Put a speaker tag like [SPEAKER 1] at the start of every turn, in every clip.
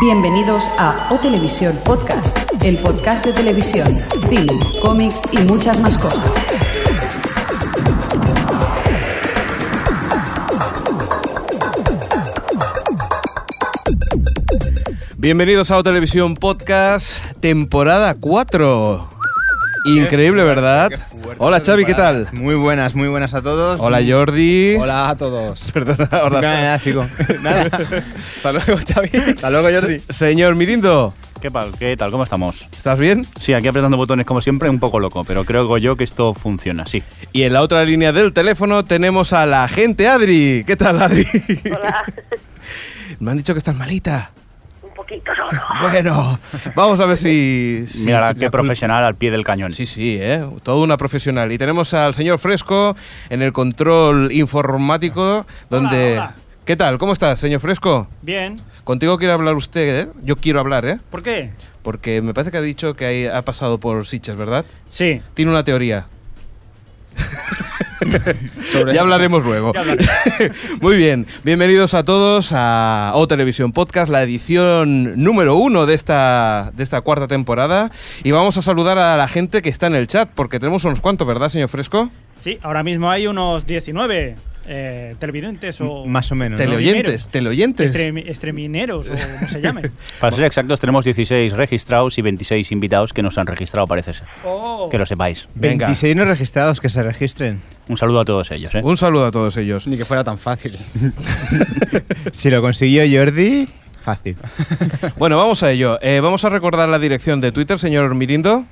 [SPEAKER 1] Bienvenidos a O Televisión Podcast, el podcast de televisión, cine, cómics y muchas más cosas.
[SPEAKER 2] Bienvenidos a O Televisión Podcast, temporada 4. Increíble,
[SPEAKER 3] Qué fuerte,
[SPEAKER 2] ¿verdad?
[SPEAKER 3] qué fuerte
[SPEAKER 2] Hola Xavi, ¿qué
[SPEAKER 3] temporada.
[SPEAKER 2] tal?
[SPEAKER 3] Muy buenas, muy buenas a todos.
[SPEAKER 2] Hola Jordi.
[SPEAKER 4] Hola a todos.
[SPEAKER 2] Perdona,
[SPEAKER 3] Nada,
[SPEAKER 2] hola.
[SPEAKER 3] nada, sigo. nada.
[SPEAKER 4] Hasta luego, Xavi.
[SPEAKER 3] Hasta luego, Jordi.
[SPEAKER 2] Se- Señor Mirindo,
[SPEAKER 5] ¿Qué tal? ¿Qué tal? ¿Cómo estamos?
[SPEAKER 2] ¿estás bien?
[SPEAKER 5] Sí, aquí apretando botones como siempre, un poco loco, pero creo yo que esto funciona, sí.
[SPEAKER 2] Y en la otra línea del teléfono tenemos a la gente Adri. ¿Qué tal, Adri?
[SPEAKER 6] Hola,
[SPEAKER 2] Me han dicho que estás malita.
[SPEAKER 6] un poquito solo.
[SPEAKER 2] Bueno, vamos a ver si. si-
[SPEAKER 5] Mira,
[SPEAKER 2] si
[SPEAKER 5] qué
[SPEAKER 2] la cul-
[SPEAKER 5] profesional al pie del cañón.
[SPEAKER 2] Sí, sí, ¿eh? toda una profesional. Y tenemos al señor Fresco en el control informático, donde...
[SPEAKER 7] hola.
[SPEAKER 2] ¿Qué tal? ¿Cómo estás, señor Fresco?
[SPEAKER 7] Bien,
[SPEAKER 2] Contigo quiere hablar usted, ¿eh? Yo quiero hablar, ¿eh?
[SPEAKER 7] ¿por qué?
[SPEAKER 2] Porque me parece que ha dicho que ahí ha pasado por Sitges, ¿verdad?
[SPEAKER 7] Sí.
[SPEAKER 2] Tiene una teoría. ya hablaremos luego. Muy bien, bienvenidos a todos a O Televisión Podcast, la edición número uno de esta, de esta cuarta temporada. Y vamos a saludar a la gente que está en el chat, porque tenemos unos cuantos, ¿verdad, señor Fresco?
[SPEAKER 7] Sí, ahora mismo hay unos 19 eh, televidentes o
[SPEAKER 3] Más o menos. ¿no?
[SPEAKER 7] Tele-
[SPEAKER 2] Teleoyentes, teleoyentes.
[SPEAKER 7] estremi- estremineros o como se llamen.
[SPEAKER 5] Para ser exactos, tenemos 16 registrados y 26 invitados que nos han registrado, parece ser.
[SPEAKER 7] Oh.
[SPEAKER 5] Que lo sepáis.
[SPEAKER 2] Venga.
[SPEAKER 3] 26 no registrados que se registren.
[SPEAKER 5] Un saludo a todos ellos, ¿eh?
[SPEAKER 2] Un saludo a todos ellos.
[SPEAKER 4] Ni que fuera tan fácil.
[SPEAKER 3] Si lo consiguió Jordi, fácil.
[SPEAKER 2] Bueno, vamos a ello. Eh, vamos a recordar la dirección de Twitter, señor Mirindo.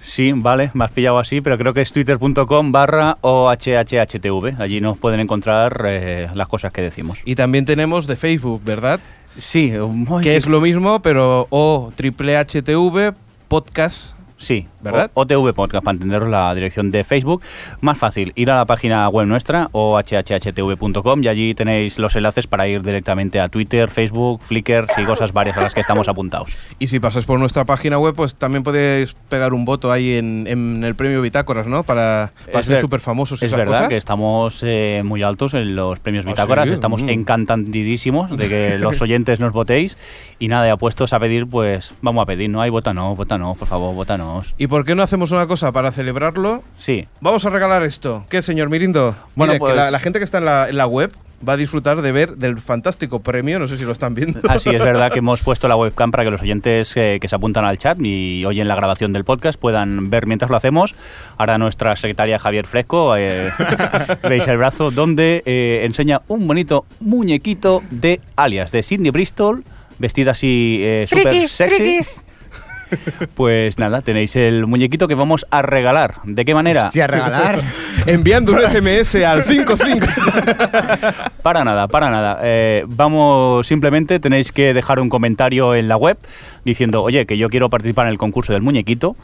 [SPEAKER 5] Sí, vale, me has pillado así, pero creo que es twitter.com barra OHHHTV. Allí nos pueden encontrar eh, las cosas que decimos.
[SPEAKER 2] Y también tenemos de Facebook, ¿verdad?
[SPEAKER 5] Sí, muy-
[SPEAKER 2] que es lo mismo, pero O triple HTV podcast.
[SPEAKER 5] Sí,
[SPEAKER 2] ¿Verdad?
[SPEAKER 5] O- OTV Podcast, para entenderos la dirección de Facebook. Más fácil, ir a la página web nuestra, ohhhtv.com, y allí tenéis los enlaces para ir directamente a Twitter, Facebook, Flickr y cosas varias a las que estamos apuntados.
[SPEAKER 2] Y si pasáis por nuestra página web, pues también podéis pegar un voto ahí en, en el premio Bitácoras, ¿no? Para, para
[SPEAKER 5] Es
[SPEAKER 2] ser
[SPEAKER 5] ver-
[SPEAKER 2] súper famosos.
[SPEAKER 5] Es verdad que estamos eh, muy altos en los premios Bitácoras,
[SPEAKER 2] sí?
[SPEAKER 5] estamos
[SPEAKER 2] Mm.
[SPEAKER 5] encantadísimos de que los oyentes nos votéis y nada, y apuestos a pedir, pues vamos a pedir, ¿no? Ay, votanos, votanos, por favor, votanos.
[SPEAKER 2] ¿Y por qué no hacemos una cosa para celebrarlo?
[SPEAKER 5] Sí,
[SPEAKER 2] Vamos a regalar esto. ¿Qué, señor Mirindo?
[SPEAKER 5] Bueno,
[SPEAKER 2] Mire, que
[SPEAKER 5] pues-
[SPEAKER 2] la, la gente que está en la, en la web va a disfrutar de ver del fantástico premio. No sé si lo están viendo.
[SPEAKER 5] Así es verdad que hemos puesto la webcam para que los oyentes eh, que se apuntan al chat y oyen la grabación del podcast puedan ver mientras lo hacemos. Ahora nuestra secretaria Javier Fresco, eh, veis el brazo, donde eh, enseña un bonito muñequito de alias, de Sidney Bristol, vestida así eh, súper sexy. Pues nada, tenéis el muñequito que vamos a regalar. ¿De qué manera?
[SPEAKER 3] Hostia, regalar.
[SPEAKER 2] Enviando un SMS al 55.
[SPEAKER 5] Para nada, para nada. Eh, vamos, simplemente tenéis que dejar un comentario en la web diciendo, oye, que yo quiero participar en el concurso del muñequito.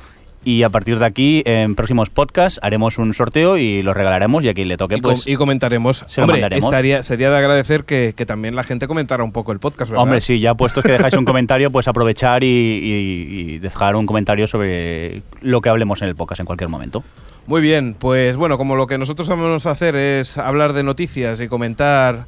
[SPEAKER 5] Y a partir de aquí, en próximos podcasts, haremos un sorteo y lo regalaremos. Y a quien le toque,
[SPEAKER 2] y, com-
[SPEAKER 5] pues.
[SPEAKER 2] y comentaremos.
[SPEAKER 5] se lo
[SPEAKER 2] hombre,
[SPEAKER 5] mandaremos.
[SPEAKER 2] estaría, sería de agradecer que, que también la gente comentara un poco el podcast, ¿verdad?
[SPEAKER 5] Hombre, sí, ya puesto que dejáis un comentario, pues aprovechar y, y- y dejar un comentario sobre lo que hablemos en el podcast en cualquier momento.
[SPEAKER 2] Muy bien, pues bueno, como lo que nosotros vamos a hacer es hablar de noticias y comentar,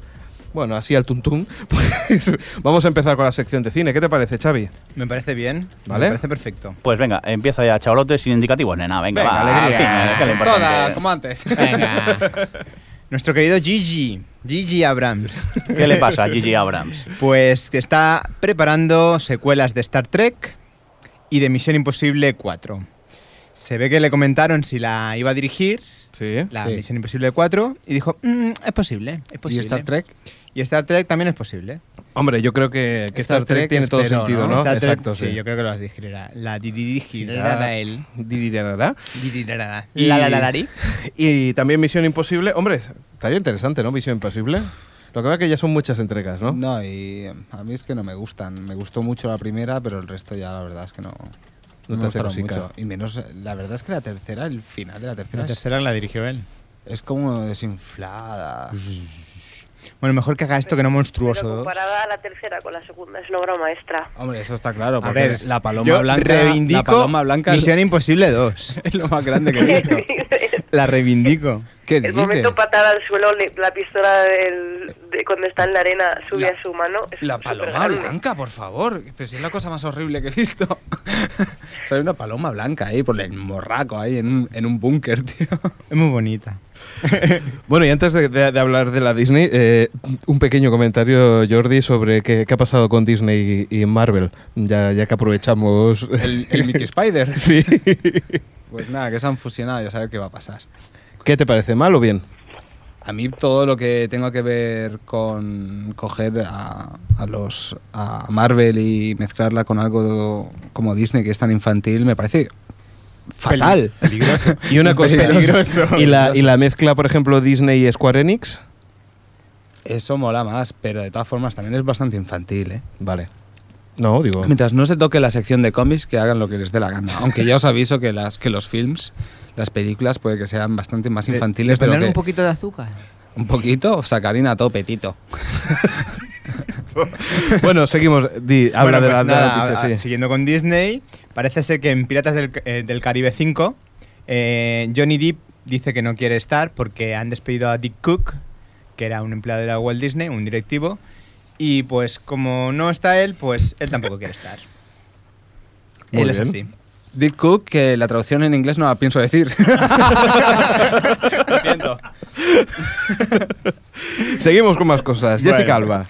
[SPEAKER 2] bueno, así al tuntún, pues vamos a empezar con la sección de cine. ¿Qué te parece, Xavi?
[SPEAKER 3] Me parece bien.
[SPEAKER 2] Vale.
[SPEAKER 3] Me parece perfecto.
[SPEAKER 5] Pues venga, empieza ya, chavalotes, sin indicativos, nena. Venga,
[SPEAKER 2] Venga,
[SPEAKER 5] va,
[SPEAKER 4] Ah,
[SPEAKER 2] alegría.
[SPEAKER 5] cine, que es lo importante.
[SPEAKER 4] Toda, como antes.
[SPEAKER 3] Venga. Nuestro querido Gigi. Gigi Abrams.
[SPEAKER 5] ¿Qué le pasa a Gigi Abrams?
[SPEAKER 3] Pues que está preparando secuelas de Star Trek y de Misión Imposible 4. Se ve que le comentaron si la iba a dirigir,
[SPEAKER 2] Sí.
[SPEAKER 3] la
[SPEAKER 4] Sí.
[SPEAKER 3] Misión Imposible 4, y dijo, "Mm, es posible, es
[SPEAKER 4] ¿Y
[SPEAKER 3] posible.
[SPEAKER 4] Star Trek?
[SPEAKER 3] Y Star Trek también es posible.
[SPEAKER 2] Hombre, yo creo que, que Star,
[SPEAKER 4] Star
[SPEAKER 2] Trek,
[SPEAKER 4] Trek
[SPEAKER 2] tiene todo
[SPEAKER 4] espero,
[SPEAKER 2] sentido, ¿no?
[SPEAKER 4] ¿no?
[SPEAKER 3] Star Trek,
[SPEAKER 2] Exacto,
[SPEAKER 3] sí.
[SPEAKER 2] sí.
[SPEAKER 3] yo creo que lo dirigirá. La dirigirá
[SPEAKER 2] Dirá-
[SPEAKER 3] él.
[SPEAKER 2] dirirarará.
[SPEAKER 3] Dirigirá.
[SPEAKER 2] Y-
[SPEAKER 3] La la la lari.
[SPEAKER 2] Y también Misión Imposible. Hombre, estaría interesante, ¿no? Misión Imposible. Lo que pasa es que ya son muchas entregas, ¿no?
[SPEAKER 4] No, y eh, a mí es que no me gustan. Me gustó mucho la primera, pero el resto ya la verdad es que no.
[SPEAKER 2] No te
[SPEAKER 4] No, me
[SPEAKER 2] hace
[SPEAKER 4] gustaron
[SPEAKER 2] cosica.
[SPEAKER 4] mucho. Y menos, eh, la verdad es que la tercera, el final de la tercera,
[SPEAKER 3] La
[SPEAKER 4] es-
[SPEAKER 3] tercera la dirigió él.
[SPEAKER 4] es, como desinflada.
[SPEAKER 3] Bueno, mejor que haga esto que no
[SPEAKER 6] Pero
[SPEAKER 3] monstruoso.
[SPEAKER 6] comparada a la tercera con la segunda, es una obra maestra.
[SPEAKER 4] Hombre, eso está claro.
[SPEAKER 3] A
[SPEAKER 4] porque
[SPEAKER 3] ver,
[SPEAKER 4] la paloma
[SPEAKER 3] yo
[SPEAKER 4] blanca.
[SPEAKER 3] reivindico
[SPEAKER 4] la paloma blanca es,
[SPEAKER 3] Misión Imposible 2.
[SPEAKER 4] es lo más grande que he visto.
[SPEAKER 3] La reivindico.
[SPEAKER 4] ¿Qué
[SPEAKER 6] El
[SPEAKER 4] dices?
[SPEAKER 6] momento patada al suelo, le- la pistola del- de cuando está en la arena sube
[SPEAKER 4] La-
[SPEAKER 6] a su mano. es
[SPEAKER 4] La paloma
[SPEAKER 6] supergrande.
[SPEAKER 4] blanca, por favor. Pero si es la cosa más horrible que he visto. Sale una paloma blanca ahí por el morraco ahí en un, en un búnker, tío.
[SPEAKER 3] Es muy bonita.
[SPEAKER 2] Bueno, y antes de, de- de hablar de la Disney, eh, un pequeño comentario, Jordi, sobre qué, qué ha pasado con Disney y, y Marvel, ya, ya que aprovechamos...
[SPEAKER 4] El, el Mickey Spider.
[SPEAKER 2] Sí.
[SPEAKER 4] Pues nada, que se han fusionado, ya sabes qué va a pasar.
[SPEAKER 2] ¿Qué te parece, mal o bien?
[SPEAKER 4] A mí todo lo que tenga que ver con coger a, a los a Marvel y mezclarla con algo como Disney que es tan infantil me parece fatal. Peligroso.
[SPEAKER 2] Y una cosa,
[SPEAKER 4] Peligroso.
[SPEAKER 2] ¿y la, y la mezcla, por ejemplo, Disney y Square Enix?
[SPEAKER 4] Eso mola más, pero de todas formas también es bastante infantil, ¿eh?
[SPEAKER 2] Vale. No, digo...
[SPEAKER 4] Mientras no se toque la sección de cómics, que hagan lo que les dé la gana. Aunque ya os aviso que las que los films, las películas, puede que sean bastante más
[SPEAKER 2] Eh,
[SPEAKER 4] infantiles. de lo que-
[SPEAKER 3] Eh, poquito de azúcar?
[SPEAKER 4] un poquito, sacarina a tope, Tito.
[SPEAKER 2] Bueno, seguimos. Di, habla
[SPEAKER 3] Bueno,
[SPEAKER 2] de la,
[SPEAKER 3] pues
[SPEAKER 2] de la
[SPEAKER 3] nada,
[SPEAKER 2] noticia, sí.
[SPEAKER 3] a- Siguiendo con Disney, parece ser que en Piratas del, eh, del Caribe 5, eh, Johnny Depp dice que no quiere estar porque han despedido a Dick Cook, que era un empleado de la Walt Disney, un directivo, y pues como no está él, pues él tampoco quiere estar.
[SPEAKER 2] Muy
[SPEAKER 3] él es
[SPEAKER 2] bien.
[SPEAKER 3] así.
[SPEAKER 4] Dick Cook, que la traducción en inglés no la pienso decir.
[SPEAKER 3] Lo siento.
[SPEAKER 2] Seguimos con más cosas.
[SPEAKER 3] Bueno.
[SPEAKER 2] Jessica Alba.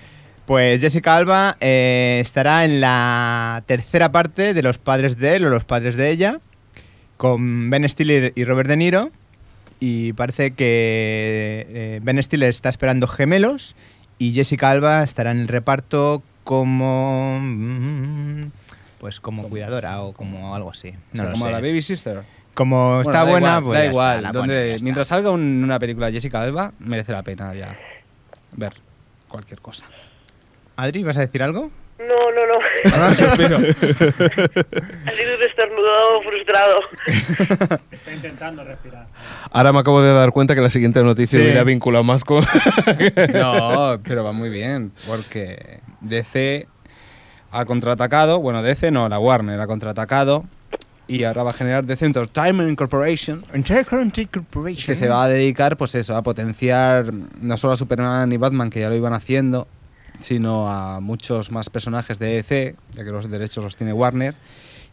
[SPEAKER 3] Pues Jessica Alba eh, estará en la tercera parte de Los padres de él o los padres de ella, con Ben Stiller y Robert De Niro. Y parece que eh, Ben Stiller está esperando gemelos y Jessica Alba estará en el reparto como. mm, Pues como cuidadora o como algo así. No lo
[SPEAKER 4] como
[SPEAKER 3] sé.
[SPEAKER 4] la Baby Sister.
[SPEAKER 3] Como está buena,
[SPEAKER 4] Bueno, da igual,
[SPEAKER 3] pues.
[SPEAKER 4] Da
[SPEAKER 3] ya está,
[SPEAKER 4] igual.
[SPEAKER 3] la
[SPEAKER 4] donde-
[SPEAKER 3] ponen, ya está.
[SPEAKER 4] mientras salga un- una película Jessica Alba, merece la pena ya ver cualquier cosa.
[SPEAKER 3] Adri, ¿vas a decir algo?
[SPEAKER 6] No, no, no.
[SPEAKER 4] Ah.
[SPEAKER 6] ha sido un estornudo frustrado.
[SPEAKER 7] Está intentando respirar.
[SPEAKER 2] Ahora me acabo de dar cuenta que la siguiente noticia
[SPEAKER 3] Sí.
[SPEAKER 2] me la vinculado más con...
[SPEAKER 4] No, pero va muy bien, porque DC ha contraatacado, bueno, DC no, la Warner ha contraatacado y ahora va a generar DC Entertainment Corporation, que se va a dedicar, pues eso, a potenciar no solo a Superman y Batman, que ya lo iban haciendo, sino a muchos más personajes de DC, ya que los derechos los tiene Warner.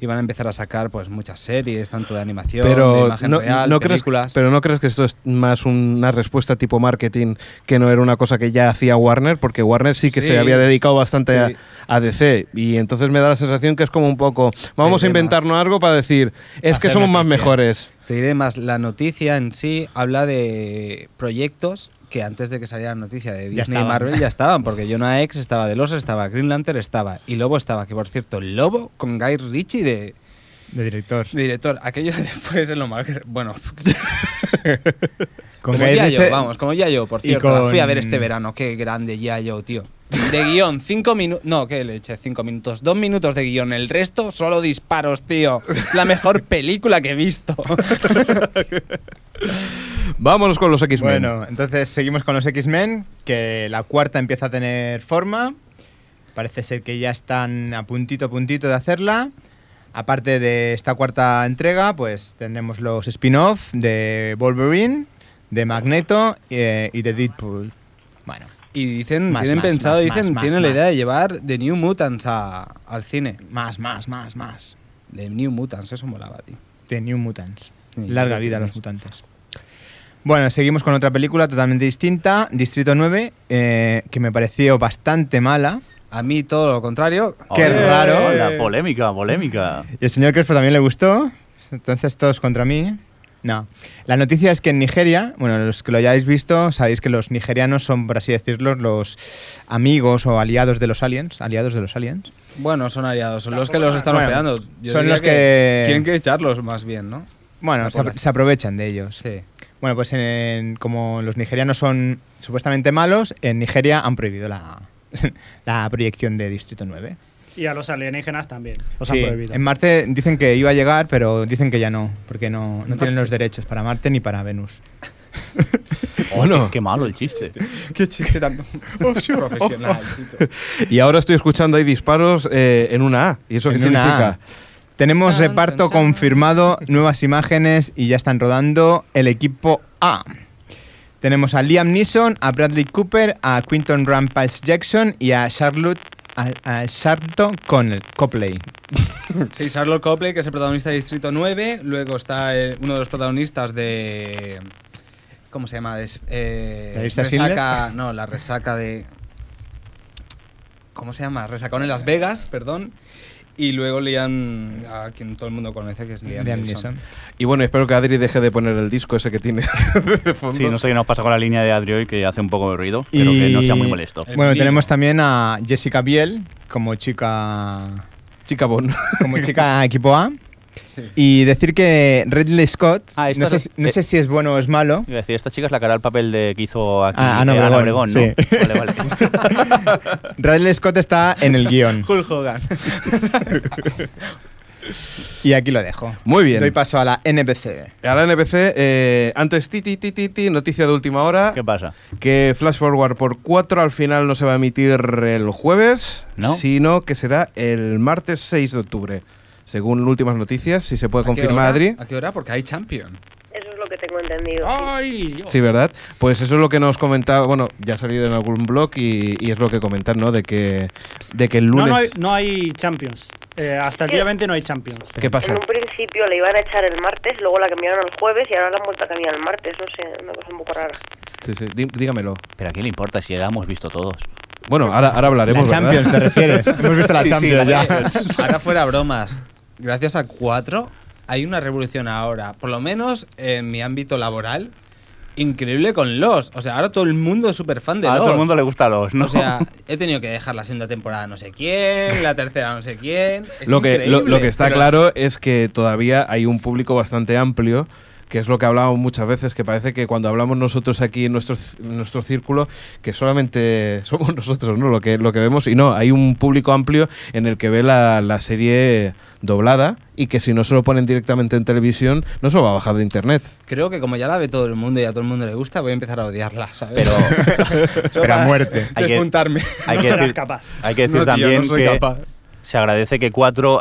[SPEAKER 4] Y van a empezar a sacar pues muchas series, tanto de animación, de
[SPEAKER 2] Pero
[SPEAKER 4] imagen
[SPEAKER 2] no,
[SPEAKER 4] real,
[SPEAKER 2] no crees,
[SPEAKER 4] películas.
[SPEAKER 2] pero no crees que esto es más una respuesta tipo marketing que no era una cosa que ya hacía Warner, porque Warner sí que
[SPEAKER 4] Sí,
[SPEAKER 2] se había dedicado bastante a,
[SPEAKER 4] sí.
[SPEAKER 2] a DC y entonces me da la sensación que es como un poco, vamos a
[SPEAKER 4] Hay temas.
[SPEAKER 2] inventarnos algo para decir, es que
[SPEAKER 4] Hacer
[SPEAKER 2] somos más
[SPEAKER 4] noticia.
[SPEAKER 2] mejores.
[SPEAKER 4] Te diré más, la noticia en sí habla de proyectos que antes de que saliera la noticia de Disney y
[SPEAKER 3] estaban.
[SPEAKER 4] Marvel ya estaban, porque Jonah X estaba de los estaba Green Lantern estaba, y Lobo estaba, que por cierto, Lobo con Guy Ritchie de,
[SPEAKER 3] De director.
[SPEAKER 4] de director, aquello puede ser lo más... que- Bueno,
[SPEAKER 3] Con
[SPEAKER 4] como
[SPEAKER 3] Guy
[SPEAKER 4] Yayo,
[SPEAKER 3] Ritchie-
[SPEAKER 4] vamos, como Yayo, por
[SPEAKER 3] y
[SPEAKER 4] cierto, la fui a
[SPEAKER 3] con-
[SPEAKER 4] ver este verano, qué grande Yayo, tío. De guión, cinco minutos, no, que le eché cinco minutos, dos minutos de guión, el resto solo disparos, tío. La mejor película que he visto.
[SPEAKER 2] Vámonos con los X-Men.
[SPEAKER 3] Bueno, entonces seguimos con los X-Men, que la cuarta empieza a tener forma. Parece ser que ya están a puntito, a puntito de hacerla. Aparte de esta cuarta entrega, pues tendremos los spin-off de Wolverine, de Magneto eh, y de Deadpool. Bueno,
[SPEAKER 4] Y dicen,
[SPEAKER 3] Más,
[SPEAKER 4] tienen
[SPEAKER 3] más,
[SPEAKER 4] pensado,
[SPEAKER 3] más,
[SPEAKER 4] dicen,
[SPEAKER 3] más, más,
[SPEAKER 4] tienen la idea
[SPEAKER 3] más.
[SPEAKER 4] de llevar The New Mutants a- al cine.
[SPEAKER 3] más, más, más, más.
[SPEAKER 4] The New Mutants, eso molaba, tío.
[SPEAKER 3] The New Mutants.
[SPEAKER 4] Sí,
[SPEAKER 3] Larga
[SPEAKER 4] sí,
[SPEAKER 3] vida a
[SPEAKER 4] sí.
[SPEAKER 3] los mutantes. Bueno, seguimos con otra película totalmente distinta, Distrito 9, eh, que me pareció bastante mala.
[SPEAKER 4] A mí todo lo contrario.
[SPEAKER 3] Qué
[SPEAKER 5] Hola,
[SPEAKER 3] raro.
[SPEAKER 5] hola, polémica, polémica.
[SPEAKER 3] Y el señor Crespo también le gustó. Entonces todos contra mí. No. La noticia es que en Nigeria, bueno, los que lo hayáis visto, sabéis que los nigerianos son, por así decirlo, los amigos o aliados de los aliens. Aliados de los aliens.
[SPEAKER 4] Bueno, son aliados, son los que los están
[SPEAKER 3] Bueno,
[SPEAKER 4] hospedando. Yo
[SPEAKER 3] son
[SPEAKER 4] diría
[SPEAKER 3] los que-
[SPEAKER 4] Tienen que echarlos más bien, ¿no?
[SPEAKER 3] Bueno,
[SPEAKER 4] Ah,
[SPEAKER 3] se,
[SPEAKER 4] por-
[SPEAKER 3] se aprovechan de ellos.
[SPEAKER 4] Sí.
[SPEAKER 3] Bueno, pues en- como los nigerianos son supuestamente malos, en Nigeria han prohibido la, la proyección de Distrito 9.
[SPEAKER 7] Y a los alienígenas también. Los
[SPEAKER 3] Sí,
[SPEAKER 7] han prohibido.
[SPEAKER 3] En Marte dicen que iba a llegar, pero dicen que ya no, porque no, no tienen los derechos para Marte ni para Venus.
[SPEAKER 2] Bueno.
[SPEAKER 5] Qué, qué malo el chiste.
[SPEAKER 4] Qué chiste tan profesional. Tito.
[SPEAKER 2] Y ahora estoy escuchando ahí disparos eh, en una A. ¿Y eso
[SPEAKER 3] En
[SPEAKER 2] qué
[SPEAKER 3] una
[SPEAKER 2] significa?
[SPEAKER 3] A. Tenemos
[SPEAKER 4] Chan,
[SPEAKER 3] reparto
[SPEAKER 4] chan, chan.
[SPEAKER 3] confirmado, nuevas imágenes y ya están rodando el equipo A. Tenemos a Liam Neeson, a Bradley Cooper, a Quinton Rampage Jackson y a Charlotte a, a Charlton Connell- Copley.
[SPEAKER 4] Sí, Charlotte Copley, que es el protagonista de Distrito 9. Luego está eh, uno de los protagonistas de. ¿Cómo se llama? Es, eh,
[SPEAKER 3] ¿La lista
[SPEAKER 4] resaca, No, la resaca de. ¿Cómo se llama? Resacón en Las Vegas, perdón. Y luego Liam, a quien todo el mundo conoce, que es Liam,
[SPEAKER 3] Liam
[SPEAKER 4] Neeson.
[SPEAKER 3] Neeson.
[SPEAKER 2] Y bueno, espero que Adri deje de poner el disco ese que tiene de fondo.
[SPEAKER 5] Sí, no sé qué nos pasa con la línea de Adri hoy, que hace un poco de ruido, pero que no sea muy molesto.
[SPEAKER 4] El
[SPEAKER 3] Bueno,
[SPEAKER 4] menino.
[SPEAKER 3] tenemos también a Jessica Biel como chica
[SPEAKER 2] Chica Bon.
[SPEAKER 3] como chica equipo A.
[SPEAKER 4] Sí.
[SPEAKER 3] Y decir que Ridley Scott,
[SPEAKER 5] Ah, esta
[SPEAKER 3] no, sé,
[SPEAKER 5] re-
[SPEAKER 3] si- no sé si es bueno o es malo,
[SPEAKER 5] Iba a decir, esta chica es la cara al papel de que hizo aquí
[SPEAKER 3] Ah, Ana
[SPEAKER 5] eh,
[SPEAKER 3] Obregón,
[SPEAKER 5] ¿no? Vale, vale.
[SPEAKER 3] Ridley Scott está en el guión.
[SPEAKER 4] Hulk Hogan.
[SPEAKER 3] Y aquí lo dejo.
[SPEAKER 2] Muy bien.
[SPEAKER 3] Doy paso a la NPC.
[SPEAKER 2] A la NPC, eh, antes, ti, ti, ti, ti, ti, noticia de última hora,
[SPEAKER 5] ¿Qué pasa?
[SPEAKER 2] que Flash Forward por 4 al final no se va a emitir el jueves,
[SPEAKER 5] No.
[SPEAKER 2] sino que será el martes 6 de octubre. Según últimas noticias, si se puede
[SPEAKER 4] ¿A qué
[SPEAKER 2] confirmar,
[SPEAKER 4] hora?
[SPEAKER 2] Adri.
[SPEAKER 4] ¿A qué hora? Porque hay Champion.
[SPEAKER 6] Eso es lo que tengo entendido. sí.
[SPEAKER 7] Ah. ¡Ay!
[SPEAKER 2] Sí, ¿verdad? Pues eso es lo que nos comentaba, bueno, ya ha salido en algún blog y, y es lo que comentan, ¿no? De que, de que el
[SPEAKER 7] No,
[SPEAKER 2] lunes...
[SPEAKER 7] no hay, no hay Champions. Eh, hasta el día 20 no hay Champions.
[SPEAKER 2] ¿Qué
[SPEAKER 6] En
[SPEAKER 2] pasa?
[SPEAKER 6] un principio la iban a echar el martes, luego la cambiaron al jueves y ahora la han vuelto a cambiar el martes. No sé, una cosa un poco rara.
[SPEAKER 2] Sí, sí, dí- dígamelo.
[SPEAKER 5] Pero a quién le importa si ya la hemos visto todos.
[SPEAKER 2] Bueno, ahora, ahora
[SPEAKER 3] La
[SPEAKER 2] hablaremos, ¿verdad?
[SPEAKER 3] Champions, ¿te refieres? Hemos visto la
[SPEAKER 5] Sí, sí,
[SPEAKER 3] Champions
[SPEAKER 5] la
[SPEAKER 3] ya.
[SPEAKER 4] Oye, Ahora fuera bromas. Gracias a cuatro hay una revolución ahora, por lo menos en mi ámbito laboral, increíble con los. O sea, ahora todo el mundo es súper fan de
[SPEAKER 5] a
[SPEAKER 4] los.
[SPEAKER 5] todo el mundo le gusta los, ¿no?
[SPEAKER 4] O sea, he tenido que dejar la segunda temporada no sé quién, la tercera no sé quién. Es
[SPEAKER 2] lo que, lo,
[SPEAKER 4] increíble.
[SPEAKER 2] lo que está
[SPEAKER 4] Pero-
[SPEAKER 2] claro es que todavía hay un público bastante amplio que es lo que hablamos muchas veces, que parece que cuando hablamos nosotros aquí en nuestro, c- en nuestro círculo, que solamente somos nosotros ¿no? lo, que, lo que vemos, y no, hay un público amplio en el que ve la, la serie doblada y que si no se lo ponen directamente en televisión, no se lo va a bajar de internet.
[SPEAKER 4] Creo que como ya la ve todo el mundo y a todo el mundo le gusta, voy a empezar a odiarla, ¿sabes?
[SPEAKER 5] Pero
[SPEAKER 3] pero a muerte.
[SPEAKER 5] Hay que-
[SPEAKER 4] Despuntarme.
[SPEAKER 5] hay
[SPEAKER 7] no
[SPEAKER 5] que
[SPEAKER 7] serás
[SPEAKER 5] decir,
[SPEAKER 7] capaz.
[SPEAKER 5] hay que decir
[SPEAKER 4] No, tío,
[SPEAKER 5] también
[SPEAKER 4] no soy
[SPEAKER 5] que
[SPEAKER 4] capaz.
[SPEAKER 5] se agradece que 4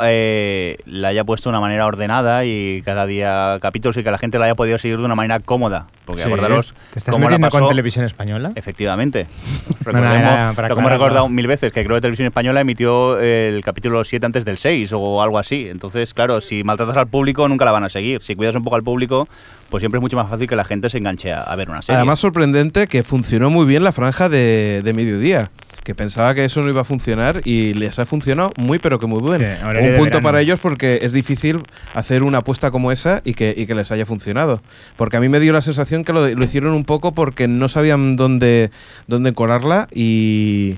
[SPEAKER 5] la haya puesto de una manera ordenada y cada día capítulos y que la gente la haya podido seguir de una manera cómoda. Porque
[SPEAKER 2] Sí.
[SPEAKER 5] acordaros
[SPEAKER 3] ¿Te estás
[SPEAKER 5] cómo la
[SPEAKER 3] metiendo con
[SPEAKER 5] pasó-
[SPEAKER 3] televisión española?
[SPEAKER 5] Efectivamente.
[SPEAKER 3] No, no,
[SPEAKER 5] Recordemos,
[SPEAKER 3] era para
[SPEAKER 5] lo que
[SPEAKER 3] aclararlo.
[SPEAKER 5] hemos recordado mil veces, que creo que Televisión Española emitió el capítulo 7 antes del 6 o algo así. Entonces, claro, si maltratas al público, nunca la van a seguir. Si cuidas un poco al público, pues siempre es mucho más fácil que la gente se enganche a, a ver una serie.
[SPEAKER 2] Además, sorprendente que funcionó muy bien la franja de, de mediodía, que pensaba que eso no iba a funcionar y les ha funcionado muy, pero que muy bien.
[SPEAKER 3] Sí,
[SPEAKER 2] Un
[SPEAKER 3] horario de
[SPEAKER 2] punto
[SPEAKER 3] verano.
[SPEAKER 2] para ellos porque es difícil hacer una apuesta como esa y que, y que les haya funcionado. Porque a mí me dio la sensación que lo, lo hicieron un poco porque no sabían dónde, dónde colarla y.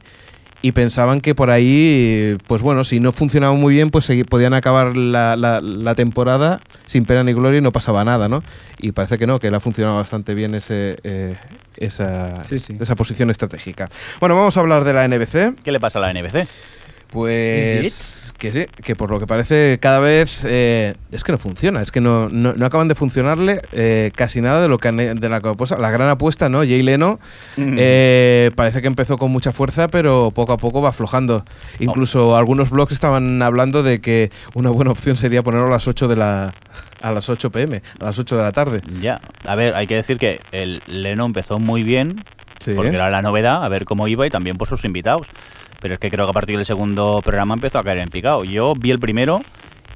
[SPEAKER 2] y pensaban que por ahí, pues bueno, si no funcionaba muy bien, pues segui- podían acabar la, la- la temporada sin pena ni gloria y no pasaba nada, ¿no? Y parece que no, que le ha funcionado bastante bien ese, eh, esa,
[SPEAKER 4] Sí, sí.
[SPEAKER 2] esa posición estratégica. Bueno, vamos a hablar de la NBC.
[SPEAKER 5] ¿Qué le pasa a la NBC?
[SPEAKER 2] Pues que, sí, que por lo que parece cada vez eh, es que no funciona, es que no, no, no acaban de funcionarle eh, casi nada de lo que han- de la, que apuesta- la gran apuesta, ¿no? Jay Leno
[SPEAKER 5] Mm.
[SPEAKER 2] eh, parece que empezó con mucha fuerza, pero poco a poco va
[SPEAKER 5] Oh.
[SPEAKER 2] aflojando. Incluso algunos blogs estaban hablando de que una buena opción sería ponerlo a las 8 de la a las 8 pm, a las 8 de la tarde.
[SPEAKER 5] Ya, a ver, hay que decir que el Leno empezó muy bien,
[SPEAKER 2] Sí. ¿eh?
[SPEAKER 5] porque era la novedad, a ver cómo iba y también por sus invitados. Pero es que creo que a partir del segundo programa empezó a caer en picado. Yo vi el primero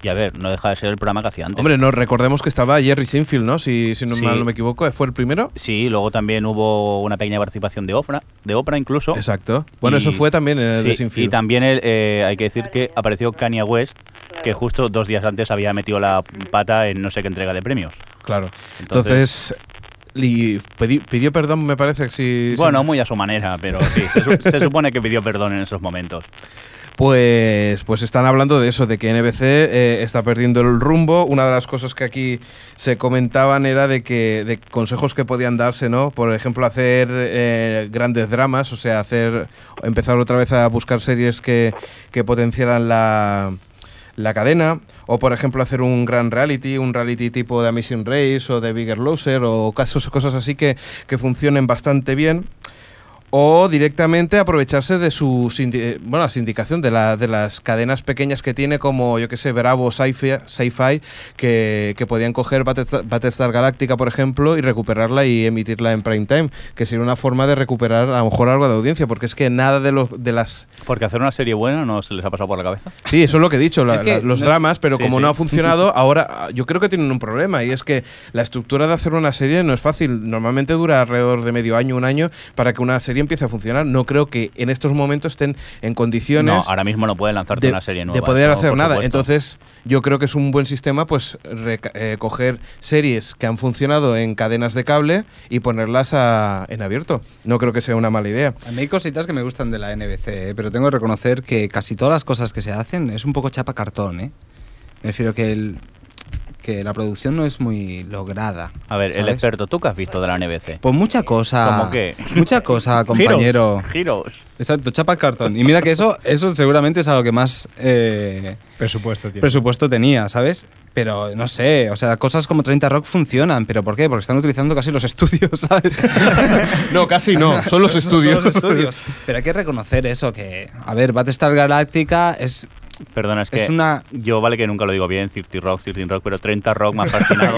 [SPEAKER 5] y, a ver, no deja de ser el programa que hacía antes.
[SPEAKER 2] Hombre, no recordemos que estaba Jerry Sinfield, ¿no? Si, si no
[SPEAKER 5] Sí.
[SPEAKER 2] mal no me equivoco, fue el primero.
[SPEAKER 5] Sí, luego también hubo una pequeña participación de Ofra, de Oprah incluso.
[SPEAKER 2] Exacto. Bueno,
[SPEAKER 5] Y-
[SPEAKER 2] eso fue también en el de
[SPEAKER 5] Sí,
[SPEAKER 2] Sinfield.
[SPEAKER 5] Y también el, eh, hay que decir que apareció Kanye West, que justo dos días antes había metido la pata en no sé qué entrega de premios.
[SPEAKER 2] Claro. Entonces,
[SPEAKER 5] Entonces-
[SPEAKER 2] li- pedi- pidió perdón, me parece que sí. sí.
[SPEAKER 5] Bueno, muy a su manera, pero sí, se, su- se supone que pidió perdón en esos momentos.
[SPEAKER 2] Pues, pues están hablando de eso, de que NBC eh, está perdiendo el rumbo. Una de las cosas que aquí se comentaban era de que de consejos que podían darse, ¿no? Por ejemplo, hacer eh, grandes dramas, o sea, hacer empezar otra vez a buscar series que, que potenciaran la la cadena, o por ejemplo hacer un gran reality, un reality tipo de Amazing Race o de Bigger Loser o casos, cosas así que, que funcionen bastante bien. O directamente aprovecharse de su sindi- eh, bueno, la sindicación de, la- de las cadenas pequeñas que tiene, como yo que sé, Bravo, Sci-Fi, Sci-Fi, que, que podían coger Battlestar, Battlestar Galáctica, por ejemplo, y recuperarla y emitirla en prime time, que sería una forma de recuperar a lo mejor algo de audiencia, porque es que nada de, los, de las
[SPEAKER 5] Porque hacer una serie buena no se les ha pasado por la cabeza.
[SPEAKER 2] Sí, eso es lo que he dicho, la-
[SPEAKER 4] Es que
[SPEAKER 2] la- los
[SPEAKER 4] no es-
[SPEAKER 2] dramas, pero
[SPEAKER 5] Sí,
[SPEAKER 2] como
[SPEAKER 5] sí.
[SPEAKER 2] no ha funcionado, ahora ah, yo creo que tienen un problema y es que la estructura de hacer una serie no es fácil. Normalmente dura alrededor de medio año, un año, para que una serie empiece a funcionar. No creo que en estos momentos estén en condiciones
[SPEAKER 5] No, ahora mismo no pueden lanzarte
[SPEAKER 2] de,
[SPEAKER 5] una serie
[SPEAKER 2] de
[SPEAKER 5] nueva.
[SPEAKER 2] poder
[SPEAKER 5] eso,
[SPEAKER 2] hacer
[SPEAKER 5] por
[SPEAKER 2] nada.
[SPEAKER 5] supuesto.
[SPEAKER 2] Entonces, yo creo que es un buen sistema pues reca- eh, coger series que han funcionado en cadenas de cable y ponerlas a- en abierto. No creo que sea una mala idea.
[SPEAKER 4] A mí hay cositas que me gustan de la NBC, ¿eh? pero tengo que reconocer que casi todas las cosas que se hacen es un poco chapa cartón, ¿eh? Me refiero que el que la producción no es muy lograda.
[SPEAKER 5] A ver, el
[SPEAKER 4] ¿sabes?
[SPEAKER 5] experto, ¿tú qué has visto de la NBC?
[SPEAKER 4] Pues mucha cosa.
[SPEAKER 5] ¿Cómo qué?
[SPEAKER 4] Mucha cosa, compañero.
[SPEAKER 5] Giros.
[SPEAKER 4] Exacto, chapa cartón. Y mira que eso, eso seguramente es a lo que más eh,
[SPEAKER 3] Presupuesto, tío.
[SPEAKER 4] presupuesto tenía, ¿sabes? Pero no sé, o sea, cosas como 30 Rock funcionan, pero ¿por qué? Porque están utilizando casi los estudios, ¿sabes?
[SPEAKER 2] No, casi no, son los estudios.
[SPEAKER 4] Son los estudios. Pero hay que reconocer eso, que, a ver, Battlestar Galáctica es...
[SPEAKER 5] Perdona, es que
[SPEAKER 4] Es una-
[SPEAKER 5] yo vale que nunca lo digo bien, 30 Rock, 30 Rock, pero 30 Rock me ha fascinado.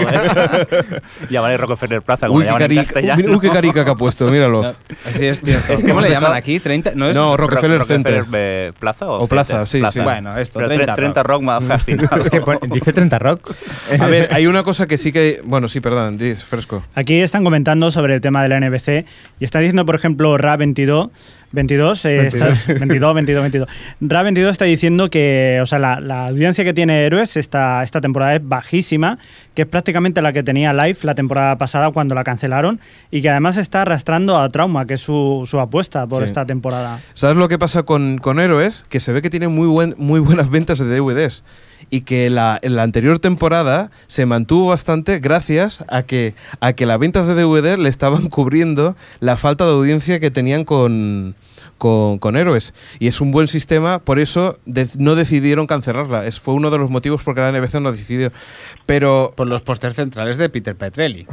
[SPEAKER 5] ¿eh? Llamaré Rockefeller Plaza, como
[SPEAKER 2] Uy,
[SPEAKER 5] le
[SPEAKER 2] qué
[SPEAKER 5] llaman en
[SPEAKER 2] cari-
[SPEAKER 5] castellano.
[SPEAKER 2] uy, qué carica que ha puesto, míralo.
[SPEAKER 4] Así es, cierto.
[SPEAKER 5] Es que
[SPEAKER 4] ¿Cómo
[SPEAKER 5] hemos
[SPEAKER 4] le llaman
[SPEAKER 5] dejado-
[SPEAKER 4] aquí? ¿30? No, es-
[SPEAKER 2] No, Rockefeller Center.
[SPEAKER 5] eh, Plaza o,
[SPEAKER 2] O Plaza,
[SPEAKER 5] Center?
[SPEAKER 2] sí, sí.
[SPEAKER 4] Bueno, esto,
[SPEAKER 5] Pero
[SPEAKER 4] 30
[SPEAKER 5] tre- 30 Rock me ha fascinado.
[SPEAKER 3] Es que pon- dice 30 Rock.
[SPEAKER 2] A ver, hay una cosa que sí que. Bueno, sí, perdón, dis, fresco.
[SPEAKER 7] Aquí están comentando sobre el tema de la NBC y está diciendo, por ejemplo, Ra22. 22, eh, está- 22, 22, 22. Ra22 está diciendo que, o sea, la, la audiencia que tiene Héroes esta, esta temporada es bajísima, que es prácticamente la que tenía Live la temporada pasada cuando la cancelaron y que además está arrastrando a Trauma, que es su, su apuesta por
[SPEAKER 2] Sí.
[SPEAKER 7] esta temporada.
[SPEAKER 2] ¿Sabes lo que pasa con, con Héroes? Que se ve que tiene muy, buen, muy buenas ventas de DVDs. Y que la, en la anterior temporada se mantuvo bastante gracias a que, a que las ventas de DVD le estaban cubriendo la falta de audiencia que tenían con, con, con Héroes. Y es un buen sistema, por eso de- no decidieron cancelarla. Es, fue uno de los motivos por que la NBC no decidió. Pero
[SPEAKER 4] Por los pósters centrales de Peter Petrelli.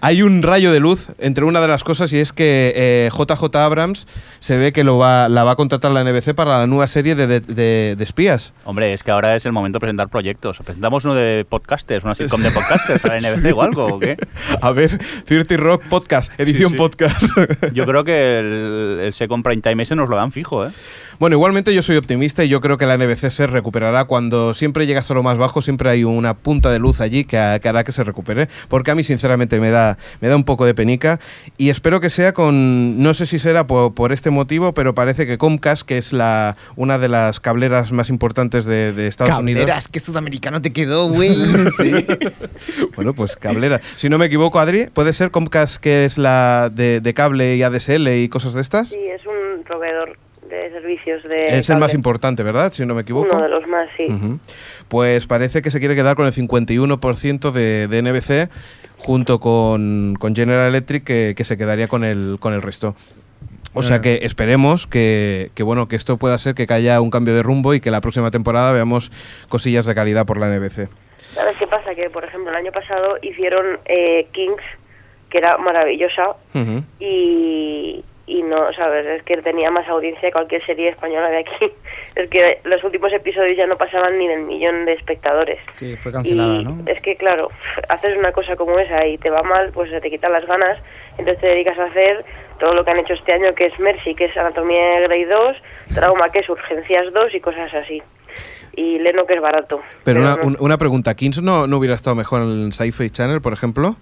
[SPEAKER 2] hay un rayo de luz entre una de las cosas y es que eh, JJ Abrams se ve que lo va, la va a contratar la NBC para la nueva serie de, de- de- de espías.
[SPEAKER 5] Hombre, es que ahora es el momento de presentar proyectos. Presentamos uno de podcasters, una sitcom de podcasters a la NBC o algo, ¿o qué?
[SPEAKER 2] A ver, 30 Rock Podcast, edición
[SPEAKER 5] sí.
[SPEAKER 2] podcast.
[SPEAKER 5] Yo creo que el, el Second Prime Time ese nos lo dan fijo, ¿eh?
[SPEAKER 2] bueno, igualmente yo soy optimista y yo creo que la NBC se recuperará cuando siempre llegas a lo más bajo, siempre hay una punta de luz allí que, ha- que hará que se recupere, porque a mí sinceramente me da, me da un poco de penica y espero que sea con, no sé si será por, por este motivo, pero parece que Comcast, que es la, una de las cableras más importantes de, de Estados Unidos.
[SPEAKER 4] Cableras, que sudamericano te quedó, güey.
[SPEAKER 2] Bueno, pues cablera. Si no me equivoco, Adri, ¿puede ser Comcast que es la de, de cable y ADSL y cosas de estas?
[SPEAKER 6] Sí, es un proveedor de servicios de.
[SPEAKER 2] es el más
[SPEAKER 6] cable.
[SPEAKER 2] importante, ¿verdad? Si no me equivoco.
[SPEAKER 6] Uno de los más, sí.
[SPEAKER 2] Ujú. Pues parece que se quiere quedar con el 51% de, de NBC junto con, con General Electric que, que se quedaría con el, con el resto. O sea que esperemos que, que, bueno que esto pueda ser que haya un cambio de rumbo y que la próxima temporada veamos cosillas de calidad por la NBC.
[SPEAKER 6] ¿Sabes qué pasa? Que, por ejemplo, el año pasado hicieron eh, Kings, que era maravillosa,
[SPEAKER 2] Ujú.
[SPEAKER 6] y, y no, ¿sabes? Es que tenía más audiencia que cualquier serie española de aquí. Es que los últimos episodios ya no pasaban ni del millón de espectadores.
[SPEAKER 4] Sí, fue
[SPEAKER 6] y
[SPEAKER 4] cancelada, ¿no?
[SPEAKER 6] es que, claro, haces una cosa como esa y te va mal, pues se te quitan las ganas, entonces te dedicas a hacer todo lo que han hecho este año, que es Mercy, que es Anatomía de Grey 2, Trauma, que es Urgencias 2 y cosas así. Y Leno, que es barato.
[SPEAKER 2] Pero una,
[SPEAKER 6] no,
[SPEAKER 2] un- una pregunta, ¿Kings no, no hubiera estado mejor en Sci-Fi Channel, por ejemplo?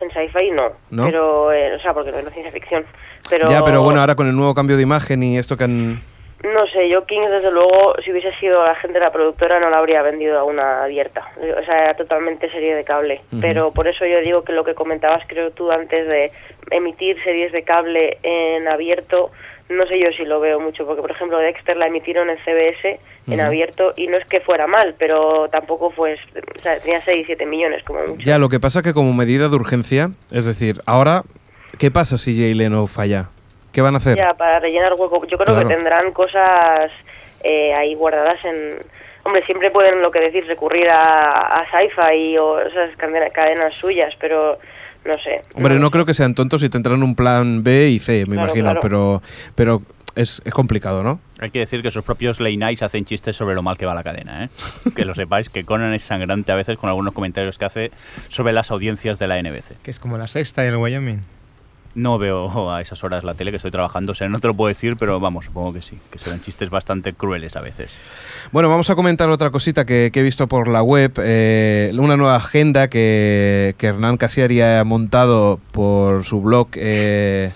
[SPEAKER 6] En sci-fi no,
[SPEAKER 2] ¿No?
[SPEAKER 6] pero, eh, o sea, porque no es ciencia ficción. Pero,
[SPEAKER 2] Ya, pero bueno, ahora con el nuevo cambio de imagen y esto que han...
[SPEAKER 6] No sé, yo King, desde luego, si hubiese sido la gente de la productora, no la habría vendido a una abierta. O sea, era totalmente serie de cable.
[SPEAKER 2] Ujú.
[SPEAKER 6] Pero por eso yo digo que lo que comentabas, creo tú, antes de emitir series de cable en abierto, no sé yo si lo veo mucho, porque por ejemplo Dexter la emitieron en CBS en
[SPEAKER 2] Ujú.
[SPEAKER 6] abierto y no es que fuera mal, pero tampoco fue, o sea, tenía 6, 7 millones como mucho.
[SPEAKER 2] Ya, lo que pasa que como medida de urgencia, es decir, ahora, ¿qué pasa si Jay Leno falla? ¿Qué van a hacer?
[SPEAKER 6] Ya, para rellenar hueco. Yo creo
[SPEAKER 2] Claro.
[SPEAKER 6] que tendrán cosas eh, ahí guardadas en... Hombre, siempre pueden, lo que decís, recurrir a, a Saifa y o esas cadena- cadenas suyas, pero no sé.
[SPEAKER 2] Hombre, no creo que sean tontos y tendrán un plan B y C, me
[SPEAKER 6] Claro,
[SPEAKER 2] imagino,
[SPEAKER 6] claro.
[SPEAKER 2] pero, pero es, es complicado, ¿no?
[SPEAKER 5] Hay que decir que sus propios late nights hacen chistes sobre lo mal que va la cadena, ¿eh? que lo sepáis, que Conan es sangrante a veces con algunos comentarios que hace sobre las audiencias de la NBC.
[SPEAKER 3] Que es como la sexta en el Wyoming.
[SPEAKER 5] No veo a esas horas la tele que estoy trabajando, o sea, no te lo puedo decir, pero vamos, supongo que sí, que serán chistes bastante crueles a veces.
[SPEAKER 2] Bueno, vamos a comentar otra cosita que, que he visto por la web, eh, una nueva agenda que, que Hernán Casiari ha montado por su blog eh,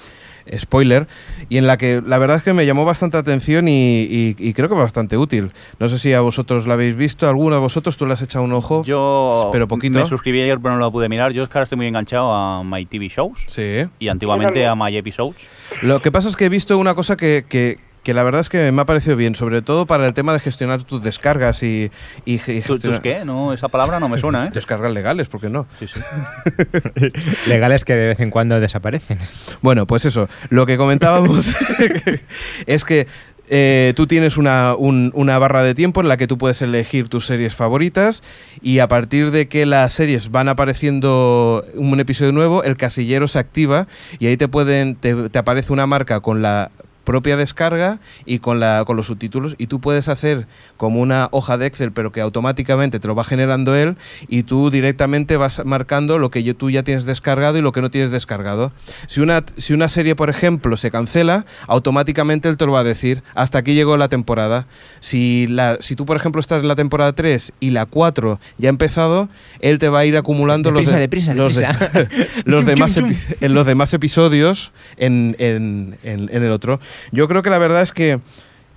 [SPEAKER 2] Spoiler, y en la que la verdad es que me llamó bastante atención y, y- y creo que bastante útil. No sé si a vosotros la habéis visto, alguno de vosotros tú le has echado un ojo.
[SPEAKER 5] Yo
[SPEAKER 2] pero poquito.
[SPEAKER 5] me suscribí ayer, pero no lo pude mirar. Yo es que ahora estoy muy enganchado a My TV Shows
[SPEAKER 2] Sí.
[SPEAKER 5] y antiguamente a My Episodes.
[SPEAKER 2] Lo que pasa es que he visto una cosa que, que- que la verdad es que me ha parecido bien, sobre todo para el tema de gestionar tus descargas y, y, ge- y
[SPEAKER 5] ¿Tú, tú es
[SPEAKER 2] gestionar-
[SPEAKER 5] qué? No, esa palabra no me suena, ¿eh?
[SPEAKER 2] Descargas legales, ¿por qué no?
[SPEAKER 5] Sí, sí.
[SPEAKER 3] Legales que de vez en cuando desaparecen.
[SPEAKER 2] Bueno, pues eso, lo que comentábamos es que eh, tú tienes una, un- una barra de tiempo en la que tú puedes elegir tus series favoritas y a partir de que las series van apareciendo un episodio nuevo, el casillero se activa y ahí te, pueden, te, te aparece una marca con la propia descarga y con, la, con los subtítulos y tú puedes hacer como una hoja de Excel pero que automáticamente te lo va generando él y tú directamente vas marcando lo que yo- tú ya tienes descargado y lo que no tienes descargado. Si una, si una serie, por ejemplo, se cancela, automáticamente él te lo va a decir, hasta aquí llegó la temporada. Si, la, si tú, por ejemplo, estás en la temporada 3 y la 4 ya ha empezado, él te va a ir acumulando los,
[SPEAKER 3] Deprisa,
[SPEAKER 2] de-
[SPEAKER 3] deprisa,
[SPEAKER 2] los de-
[SPEAKER 3] deprisa.
[SPEAKER 2] los
[SPEAKER 3] Chum,
[SPEAKER 2] demás
[SPEAKER 3] chum, chum.
[SPEAKER 2] epi- en los demás episodios en, en- en- en el otro. Yo creo que la verdad es que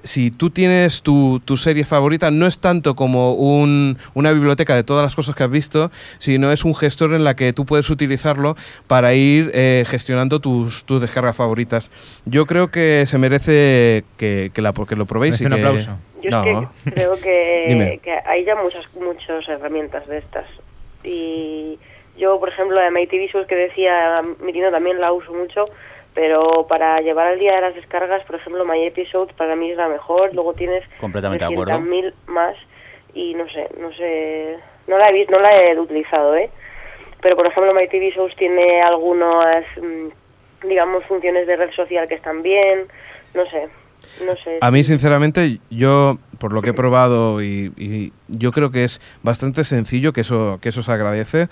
[SPEAKER 2] si tú tienes tu, tu serie favorita, no es tanto como un- una biblioteca de todas las cosas que has visto, sino es un gestor en la que tú puedes utilizarlo para ir eh, gestionando tus, tus descargas favoritas. Yo creo que se merece que, que la, que lo probéis.
[SPEAKER 3] Merece
[SPEAKER 2] y
[SPEAKER 3] un
[SPEAKER 2] que-
[SPEAKER 3] aplauso.
[SPEAKER 6] Yo
[SPEAKER 2] No.
[SPEAKER 6] es que creo que,
[SPEAKER 2] Dime.
[SPEAKER 6] que hay ya muchas muchas herramientas de estas. Y yo, por ejemplo, la de My TV Shows que decía Mirino también la uso mucho, pero para llevar al día de las descargas, por ejemplo, My Episode para mí es la mejor. Luego tienes
[SPEAKER 5] Completamente de acuerdo.
[SPEAKER 6] mil más y no sé, no sé, no la he visto, no la he utilizado, ¿eh? Pero por ejemplo, My TV Shows tiene algunas, mm, digamos, funciones de red social que están bien, no sé, no sé.
[SPEAKER 2] A mí, sinceramente, yo, por lo que he probado, y, y yo creo que es bastante sencillo, que eso, que eso se agradece.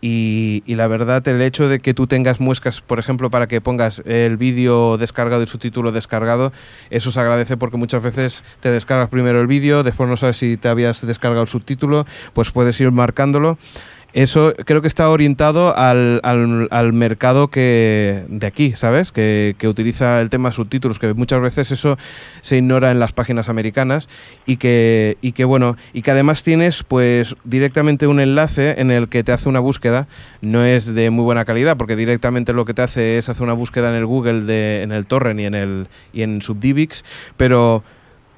[SPEAKER 2] Y, y la verdad, el hecho de que tú tengas muescas, por ejemplo, para que pongas el vídeo descargado y su título descargado, eso se agradece porque muchas veces te descargas primero el vídeo, después no sabes si te habías descargado el subtítulo, pues puedes ir marcándolo. Eso creo que está orientado al, al- al mercado que de aquí, ¿sabes? Que, que utiliza el tema subtítulos, que muchas veces eso se ignora en las páginas americanas y que, y que bueno, y que además tienes pues directamente un enlace en el que te hace una búsqueda, no es de muy buena calidad, porque directamente lo que te hace es hacer una búsqueda en el Google, de, en el Torrent y en el y en Subdivix, pero,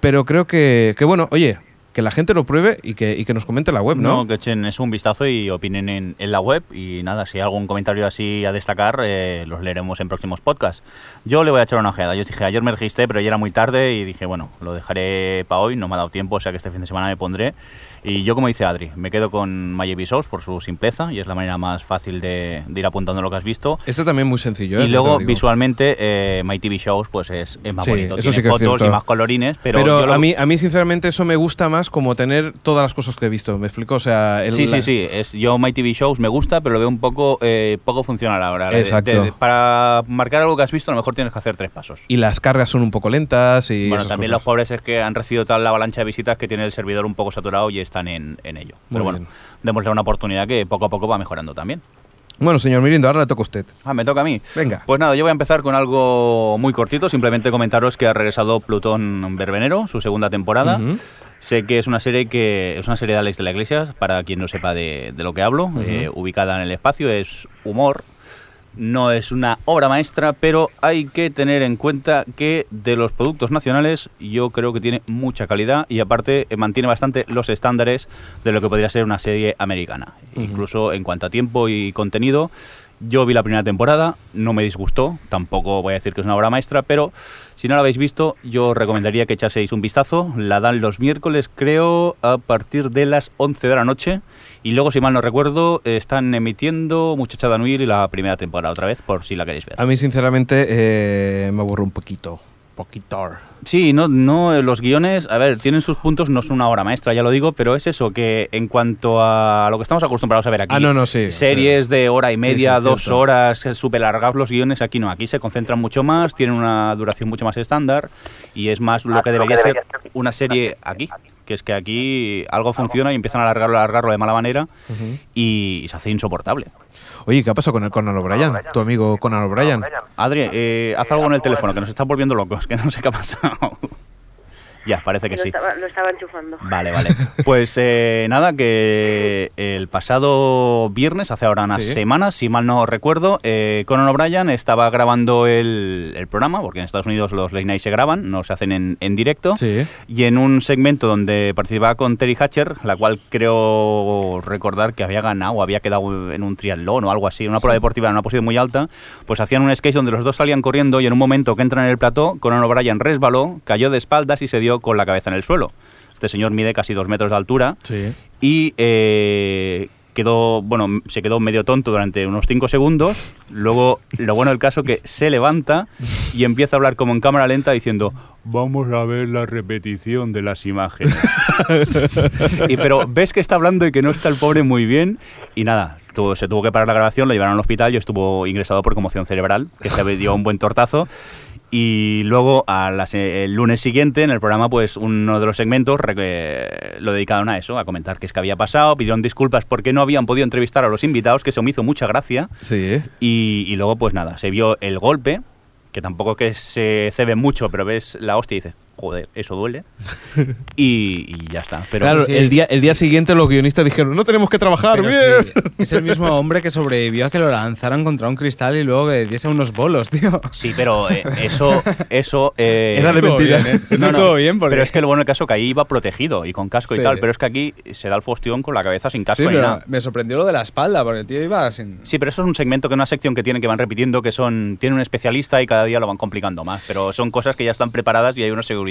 [SPEAKER 2] pero creo que, que bueno, oye, que la gente lo pruebe y que, y que nos comente en la web, ¿no?
[SPEAKER 5] que echen eso un vistazo y opinen en, en la web. Y nada, si hay algún comentario así a destacar, eh, los leeremos en próximos podcasts. Yo le voy a echar una ojeada. Yo os dije, ayer me registré, pero ya era muy tarde y dije, bueno, lo dejaré para hoy, no me ha dado tiempo, o sea que este fin de semana me pondré. Y yo, como dice Adri, me quedo con My Episodes por su simpleza y es la manera más fácil de, de ir apuntando lo que has visto.
[SPEAKER 2] Este también muy sencillo. ¿eh?
[SPEAKER 5] Y
[SPEAKER 2] Ya
[SPEAKER 5] luego
[SPEAKER 2] te digo.
[SPEAKER 5] visualmente eh, My TV Shows pues es, es más
[SPEAKER 2] Sí,
[SPEAKER 5] bonito,
[SPEAKER 2] eso
[SPEAKER 5] tiene
[SPEAKER 2] sí que es
[SPEAKER 5] fotos y
[SPEAKER 2] cierto.
[SPEAKER 5] más colorines, pero,
[SPEAKER 2] Pero,
[SPEAKER 5] yo lo-
[SPEAKER 2] a, mí, a mí, sinceramente, eso me gusta más como tener todas las cosas que he visto. ¿Me explico? O sea, el-
[SPEAKER 5] Sí,
[SPEAKER 2] la-
[SPEAKER 5] sí, sí. Es, yo My TV Shows me gusta, pero lo veo un poco eh, poco funcional ahora. De-
[SPEAKER 2] Exacto.
[SPEAKER 5] de- de- para marcar algo que has visto, a lo mejor tienes que hacer tres pasos.
[SPEAKER 2] Y las cargas son un poco lentas y.
[SPEAKER 5] bueno,
[SPEAKER 2] esas
[SPEAKER 5] también los
[SPEAKER 2] cosas.
[SPEAKER 5] pobres es que han recibido tal avalancha de visitas que tiene el servidor un poco saturado y están en, en ello.
[SPEAKER 2] Muy
[SPEAKER 5] pero bueno,
[SPEAKER 2] bien.
[SPEAKER 5] démosle una oportunidad que poco a poco va mejorando también.
[SPEAKER 2] Bueno, señor Mirindo, ahora le toca a usted.
[SPEAKER 5] Ah, me toca a mí.
[SPEAKER 2] Venga.
[SPEAKER 5] Pues nada, yo voy a empezar con algo muy cortito, simplemente comentaros que ha regresado Plutón Verbenero, su segunda temporada.
[SPEAKER 2] Ujú.
[SPEAKER 5] Sé que es una serie que es una serie de Alex de la Iglesia, para quien no sepa de, de lo que hablo, eh, ubicada en el espacio, es humor. No es una obra maestra, pero hay que tener en cuenta que de los productos nacionales yo creo que tiene mucha calidad y aparte eh, mantiene bastante los estándares de lo que podría ser una serie americana, incluso en cuanto a tiempo y contenido. Yo vi la primera temporada, no me disgustó, tampoco voy a decir que es una obra maestra, pero si no la habéis visto, yo os recomendaría que echaseis un vistazo. La dan los miércoles, creo, a partir de las 11 de la noche. Y luego, si mal no recuerdo, están emitiendo Muchachada Nuir y la primera temporada otra vez, por si la queréis ver.
[SPEAKER 2] A mí, sinceramente, eh, me aburro un poquito. Poquitor.
[SPEAKER 5] Sí, no, no, eh, los guiones, a ver, tienen sus puntos, no son una obra maestra, ya lo digo, pero es eso, que en cuanto a lo que estamos acostumbrados a ver aquí,
[SPEAKER 2] Ah, no, no, sí,
[SPEAKER 5] series de hora y media,
[SPEAKER 2] sí,
[SPEAKER 5] dos
[SPEAKER 2] cierto.
[SPEAKER 5] horas, súper largados los guiones, aquí no, aquí se concentran mucho más, tienen una duración mucho más estándar y es más Ah, lo que debería ser una serie aquí, que es que aquí algo funciona y empiezan a alargarlo, alargarlo de mala manera y se hace insoportable.
[SPEAKER 2] Oye, ¿qué ha pasado con el Conan O'Brien? Tu amigo Conan O'Brien.
[SPEAKER 5] Adri, eh, haz algo en el teléfono, que nos está volviendo locos, que no sé qué ha pasado. ya, parece que
[SPEAKER 6] lo,
[SPEAKER 5] sí.
[SPEAKER 6] estaba, lo estaba enchufando.
[SPEAKER 5] Vale, vale. Pues eh, nada, que el pasado viernes, hace ahora unas
[SPEAKER 2] Sí.
[SPEAKER 5] semanas, si mal no recuerdo, eh, Conan O'Brien estaba grabando el, el programa, porque en Estados Unidos los late night se graban, no se hacen en, en directo.
[SPEAKER 2] Sí.
[SPEAKER 5] Y en un segmento donde participaba con Terry Hatcher, la cual creo recordar que había ganado, había quedado en un triatlón o algo así, una prueba deportiva en una posición muy alta, pues hacían un skate donde los dos salían corriendo y en un momento que entran en el plató, Conan O'Brien resbaló, cayó de espaldas y se dio con la cabeza en el suelo. Este señor mide casi dos metros de altura
[SPEAKER 2] Sí.
[SPEAKER 5] y eh, quedó, bueno, se quedó medio tonto durante unos 5 segundos. Luego, lo bueno del caso que se levanta y empieza a hablar como en cámara lenta diciendo. Vamos a ver la repetición de las imágenes. y pero ves que está hablando y que no está el pobre muy bien y nada, tuvo- se tuvo que parar la grabación, lo llevaron al hospital y estuvo ingresado por conmoción cerebral, que se dio un buen tortazo. Y luego a la se- el lunes siguiente en el programa, pues uno de los segmentos re- eh, lo dedicaron a eso, a comentar qué es que había pasado, pidieron disculpas porque no habían podido entrevistar a los invitados, que eso me hizo mucha gracia.
[SPEAKER 2] Sí.
[SPEAKER 5] Y, y luego, pues nada, se vio el golpe, que tampoco que se cebe mucho, pero ves la hostia y dices, joder, eso duele. y, y ya está. Pero
[SPEAKER 2] claro,
[SPEAKER 4] sí,
[SPEAKER 2] el día, el día siguiente los guionistas dijeron, no tenemos que trabajar,
[SPEAKER 4] Pero
[SPEAKER 2] bien.
[SPEAKER 4] sí, es el mismo hombre que sobrevivió a que lo lanzaran contra un cristal y luego que le diese unos bolos, tío.
[SPEAKER 5] Sí, pero eh, eso. eso eh,
[SPEAKER 4] Esa de
[SPEAKER 5] estuvo
[SPEAKER 4] mentiras.
[SPEAKER 5] bien, ¿eh?
[SPEAKER 4] Eso estuvo bien, porque-
[SPEAKER 5] Pero es que lo bueno del caso que ahí iba protegido y con casco y
[SPEAKER 4] Sí.
[SPEAKER 5] tal. Pero es que aquí se da el fostión con la cabeza sin casco
[SPEAKER 4] Sí,
[SPEAKER 5] ni
[SPEAKER 4] pero
[SPEAKER 5] nada.
[SPEAKER 4] me sorprendió lo de la espalda, porque el tío iba sin.
[SPEAKER 5] Sí, pero eso es un segmento que una sección que tienen que van repitiendo que son tiene un especialista y cada día lo van complicando más. Pero son cosas que ya están preparadas y hay una seguridad.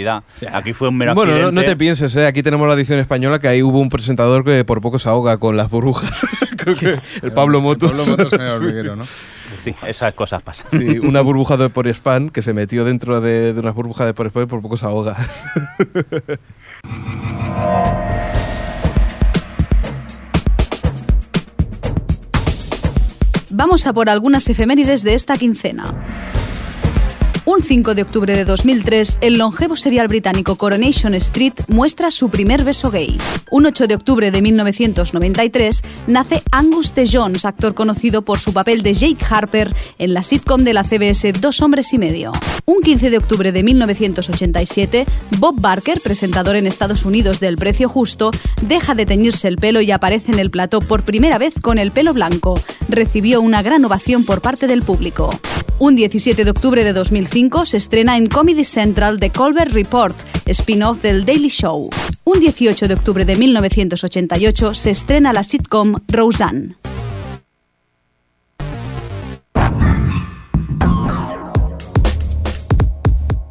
[SPEAKER 5] Aquí fue un mero
[SPEAKER 2] Bueno, no, no
[SPEAKER 5] accidente.
[SPEAKER 2] te pienses, ¿eh? aquí tenemos la edición española que ahí hubo un presentador que por poco se ahoga con las burbujas. Creo que el Pablo Motos.
[SPEAKER 4] Pablo Motos en el hormiguero, ¿no?
[SPEAKER 5] Sí, esas cosas pasan.
[SPEAKER 2] Sí, una burbuja de por spam que se metió dentro de, de unas burbujas de por spam y por poco se ahoga.
[SPEAKER 1] Vamos a por algunas efemérides de esta quincena. Un 5 de octubre de 2003, el longevo serial británico Coronation Street muestra su primer beso gay. Un 8 de octubre de 1993, nace Angus T. Jones, actor conocido por su papel de Jake Harper en la sitcom de la CBS Dos Hombres y Medio. Un 15 de octubre de 1987, Bob Barker, presentador en Estados Unidos del Precio Justo, deja de teñirse el pelo y aparece en el plató por primera vez con el pelo blanco. Recibió una gran ovación por parte del público. Un 17 de octubre de 2005 se estrena en Comedy Central The Colbert Report, spin-off del Daily Show. Un 18 de octubre de 1988 se estrena la sitcom Roseanne.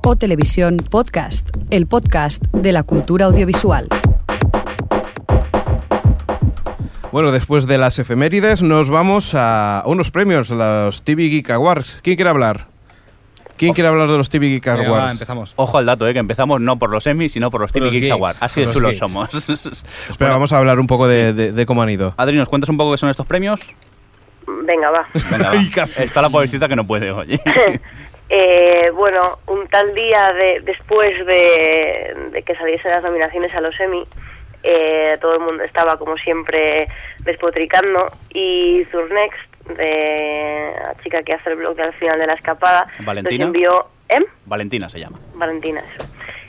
[SPEAKER 1] O Televisión Podcast, el podcast de la cultura audiovisual.
[SPEAKER 2] Bueno, después de las efemérides nos vamos a unos premios, los TV Geek Awards. ¿Quién quiere hablar? ¿Quién quiere hablar de los TV Geek
[SPEAKER 4] Venga, va,
[SPEAKER 2] Awards?
[SPEAKER 4] empezamos.
[SPEAKER 5] Ojo al dato, eh, que empezamos no por los Emmy, sino por los TV
[SPEAKER 4] los
[SPEAKER 5] Geeks
[SPEAKER 4] geeks,
[SPEAKER 5] Awards. Así
[SPEAKER 4] por
[SPEAKER 5] de
[SPEAKER 4] los
[SPEAKER 5] chulos
[SPEAKER 4] geeks.
[SPEAKER 5] somos.
[SPEAKER 2] Espera, vamos a hablar un poco de, de- de cómo han ido.
[SPEAKER 5] Adri, ¿nos cuentas un poco qué son estos premios?
[SPEAKER 6] Venga, va.
[SPEAKER 5] Venga, va.
[SPEAKER 2] Ay, casi.
[SPEAKER 5] Está la pobrecita que no puede, oye.
[SPEAKER 6] Eh, bueno, un tal día de- después de, de que saliesen las nominaciones a los Emmy, eh, todo el mundo estaba como siempre despotricando y Zurnext, de la chica que hace el blog al final de la escapada,
[SPEAKER 5] Valentina.
[SPEAKER 6] nos envió... ¿Em?
[SPEAKER 5] Valentina se llama.
[SPEAKER 6] Valentina, eso.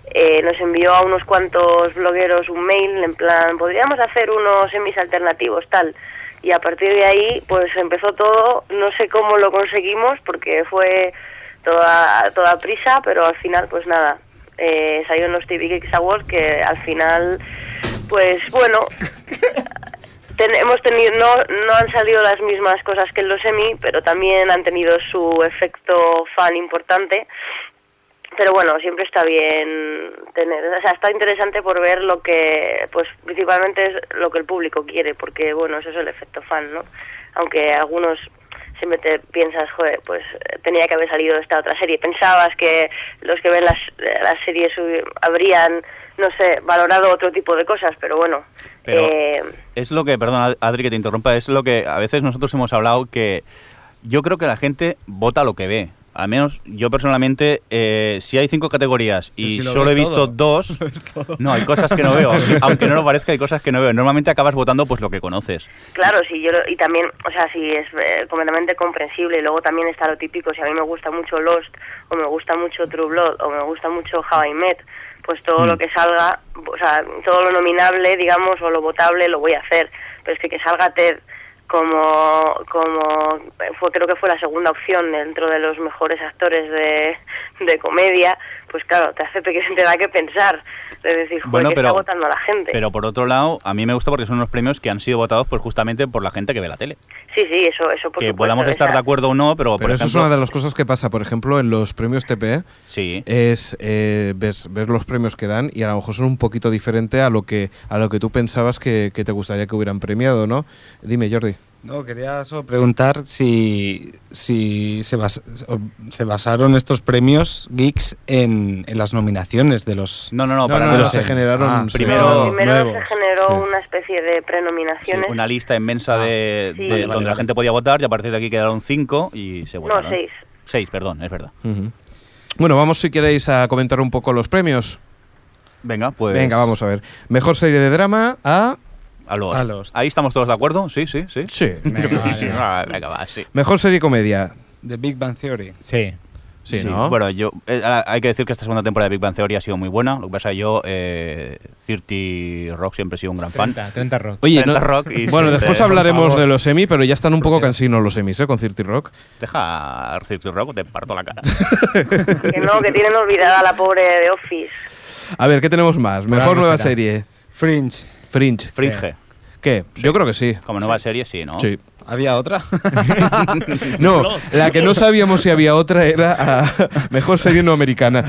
[SPEAKER 6] Eh, nos envió a unos cuantos blogueros un mail en plan, podríamos hacer unos semis alternativos, tal. Y a partir de ahí, pues empezó todo, no sé cómo lo conseguimos, porque fue toda, a toda prisa, pero al final, pues nada, eh, salió en los TV Geeks Awards, que al final, pues bueno, ten- hemos tenido, no, no han salido las mismas cosas que en los semi, pero también han tenido su efecto fan importante. Pero bueno, siempre está bien tener, o sea, está interesante por ver lo que, pues principalmente es lo que el público quiere, porque bueno, eso es el efecto fan, ¿no? Aunque algunos siempre te piensas, joder, pues eh, tenía que haber salido esta otra serie. Pensabas que los que ven las, las series hubi- habrían, no sé, valorado otro tipo de cosas, pero bueno.
[SPEAKER 5] Pero-
[SPEAKER 6] eh,
[SPEAKER 5] Es lo que, perdón, Adri, que te interrumpa, es lo que a veces nosotros hemos hablado que yo creo que la gente vota lo que ve. Al menos yo personalmente, eh, si hay cinco categorías y
[SPEAKER 4] Si lo
[SPEAKER 5] solo he
[SPEAKER 4] ves
[SPEAKER 5] visto
[SPEAKER 4] todo.
[SPEAKER 5] dos, no, hay cosas que no veo. Aunque no lo parezca, hay cosas que no veo. Normalmente acabas votando pues lo que conoces.
[SPEAKER 6] Claro, sí, yo lo- y también, o sea, sí, es eh, completamente comprensible. Y luego también está lo típico, si a mí me gusta mucho Lost, o me gusta mucho True Blood, o me gusta mucho How I Met, pues todo
[SPEAKER 5] Mm.
[SPEAKER 6] lo que salga, o sea, todo lo nominable, digamos, o lo votable, lo voy a hacer. Pero es que que salga Ted como, como eh, fue, creo que fue la segunda opción dentro de los mejores actores de, de comedia, pues claro, te hace que te da que pensar. Es decir, joder,
[SPEAKER 5] Bueno,
[SPEAKER 6] que
[SPEAKER 5] pero-
[SPEAKER 6] está votando a la gente.
[SPEAKER 5] Pero por otro lado, a mí me gusta porque son unos premios que han sido votados pues justamente por la gente que ve la tele.
[SPEAKER 6] sí, sí, eso, eso por
[SPEAKER 5] que
[SPEAKER 6] supuesto,
[SPEAKER 5] podamos
[SPEAKER 6] o
[SPEAKER 5] estar
[SPEAKER 6] sea,
[SPEAKER 5] de acuerdo o no, pero, Ah, por
[SPEAKER 2] Pero eso es
[SPEAKER 5] ejemplo...
[SPEAKER 2] una de las cosas que pasa, por ejemplo, en los premios TPE.
[SPEAKER 5] Sí.
[SPEAKER 2] es eh, ves, ves los premios que dan y a lo mejor son un poquito diferente a lo que a lo que tú pensabas que, que te gustaría que hubieran premiado, ¿no? Dime, Jordi.
[SPEAKER 4] No, quería solo preguntar si, si se, bas- o- se basaron estos premios geeks en, en las nominaciones de los...
[SPEAKER 5] No, no,
[SPEAKER 2] No,
[SPEAKER 5] no, para
[SPEAKER 2] no,
[SPEAKER 5] nada.
[SPEAKER 2] no, se
[SPEAKER 4] Sí.
[SPEAKER 2] generaron
[SPEAKER 4] Ah,
[SPEAKER 2] se
[SPEAKER 5] primero-
[SPEAKER 2] generaron-
[SPEAKER 6] primero
[SPEAKER 4] nuevos,
[SPEAKER 6] se generó
[SPEAKER 2] sí.
[SPEAKER 6] una especie de
[SPEAKER 5] Sí,
[SPEAKER 6] prenominaciones.
[SPEAKER 5] una lista inmensa
[SPEAKER 4] Ah,
[SPEAKER 5] de,
[SPEAKER 6] sí.
[SPEAKER 5] de-
[SPEAKER 6] Vale, vale,
[SPEAKER 5] donde la
[SPEAKER 4] vale.
[SPEAKER 5] gente podía votar y a partir de aquí quedaron cinco y se votaron.
[SPEAKER 6] seis.
[SPEAKER 5] Seis, perdón, es verdad.
[SPEAKER 2] Ujú. Bueno, vamos si queréis a comentar un poco los premios.
[SPEAKER 5] Venga, pues
[SPEAKER 2] Venga, vamos a ver. Mejor serie de drama a
[SPEAKER 5] a los.
[SPEAKER 4] A Lost.
[SPEAKER 5] Ahí estamos todos de acuerdo, sí, sí, sí.
[SPEAKER 2] sí.
[SPEAKER 5] Sí,
[SPEAKER 4] Venga,
[SPEAKER 5] sí,
[SPEAKER 4] vale.
[SPEAKER 5] ah, venga, va, sí.
[SPEAKER 2] Mejor serie comedia.
[SPEAKER 4] The Big Bang Theory.
[SPEAKER 3] Sí.
[SPEAKER 2] Sí,
[SPEAKER 5] Sí,
[SPEAKER 2] ¿no?
[SPEAKER 5] Bueno, yo eh, ah, hay que decir que esta segunda temporada de Big Bang Theory ha sido muy buena. Lo que pasa es que yo, eh, 30 Rock, siempre he sido un gran fan.
[SPEAKER 3] 30, 30 rock.
[SPEAKER 2] Oye,
[SPEAKER 5] Trenta Rock y
[SPEAKER 2] bueno,
[SPEAKER 5] sí,
[SPEAKER 2] después
[SPEAKER 5] por
[SPEAKER 2] hablaremos
[SPEAKER 4] favor.
[SPEAKER 2] de los semi, pero ya están un poco cansinos los semis, ¿eh? Con Cirti Rock.
[SPEAKER 5] Deja a 30 Rock o te parto la cara.
[SPEAKER 6] Que no, que tienen olvidada a la pobre de Office.
[SPEAKER 2] A ver, ¿qué tenemos más? Mejor
[SPEAKER 3] algo
[SPEAKER 2] nueva
[SPEAKER 3] será.
[SPEAKER 2] serie.
[SPEAKER 4] Fringe.
[SPEAKER 2] Fringe.
[SPEAKER 5] Fringe.
[SPEAKER 2] ¿Qué? Yo creo que sí.
[SPEAKER 5] Como nueva serie, sí, ¿no?
[SPEAKER 2] Sí.
[SPEAKER 4] ¿Había otra?
[SPEAKER 2] No, la que no sabíamos si había otra era ah, mejor serie no americana.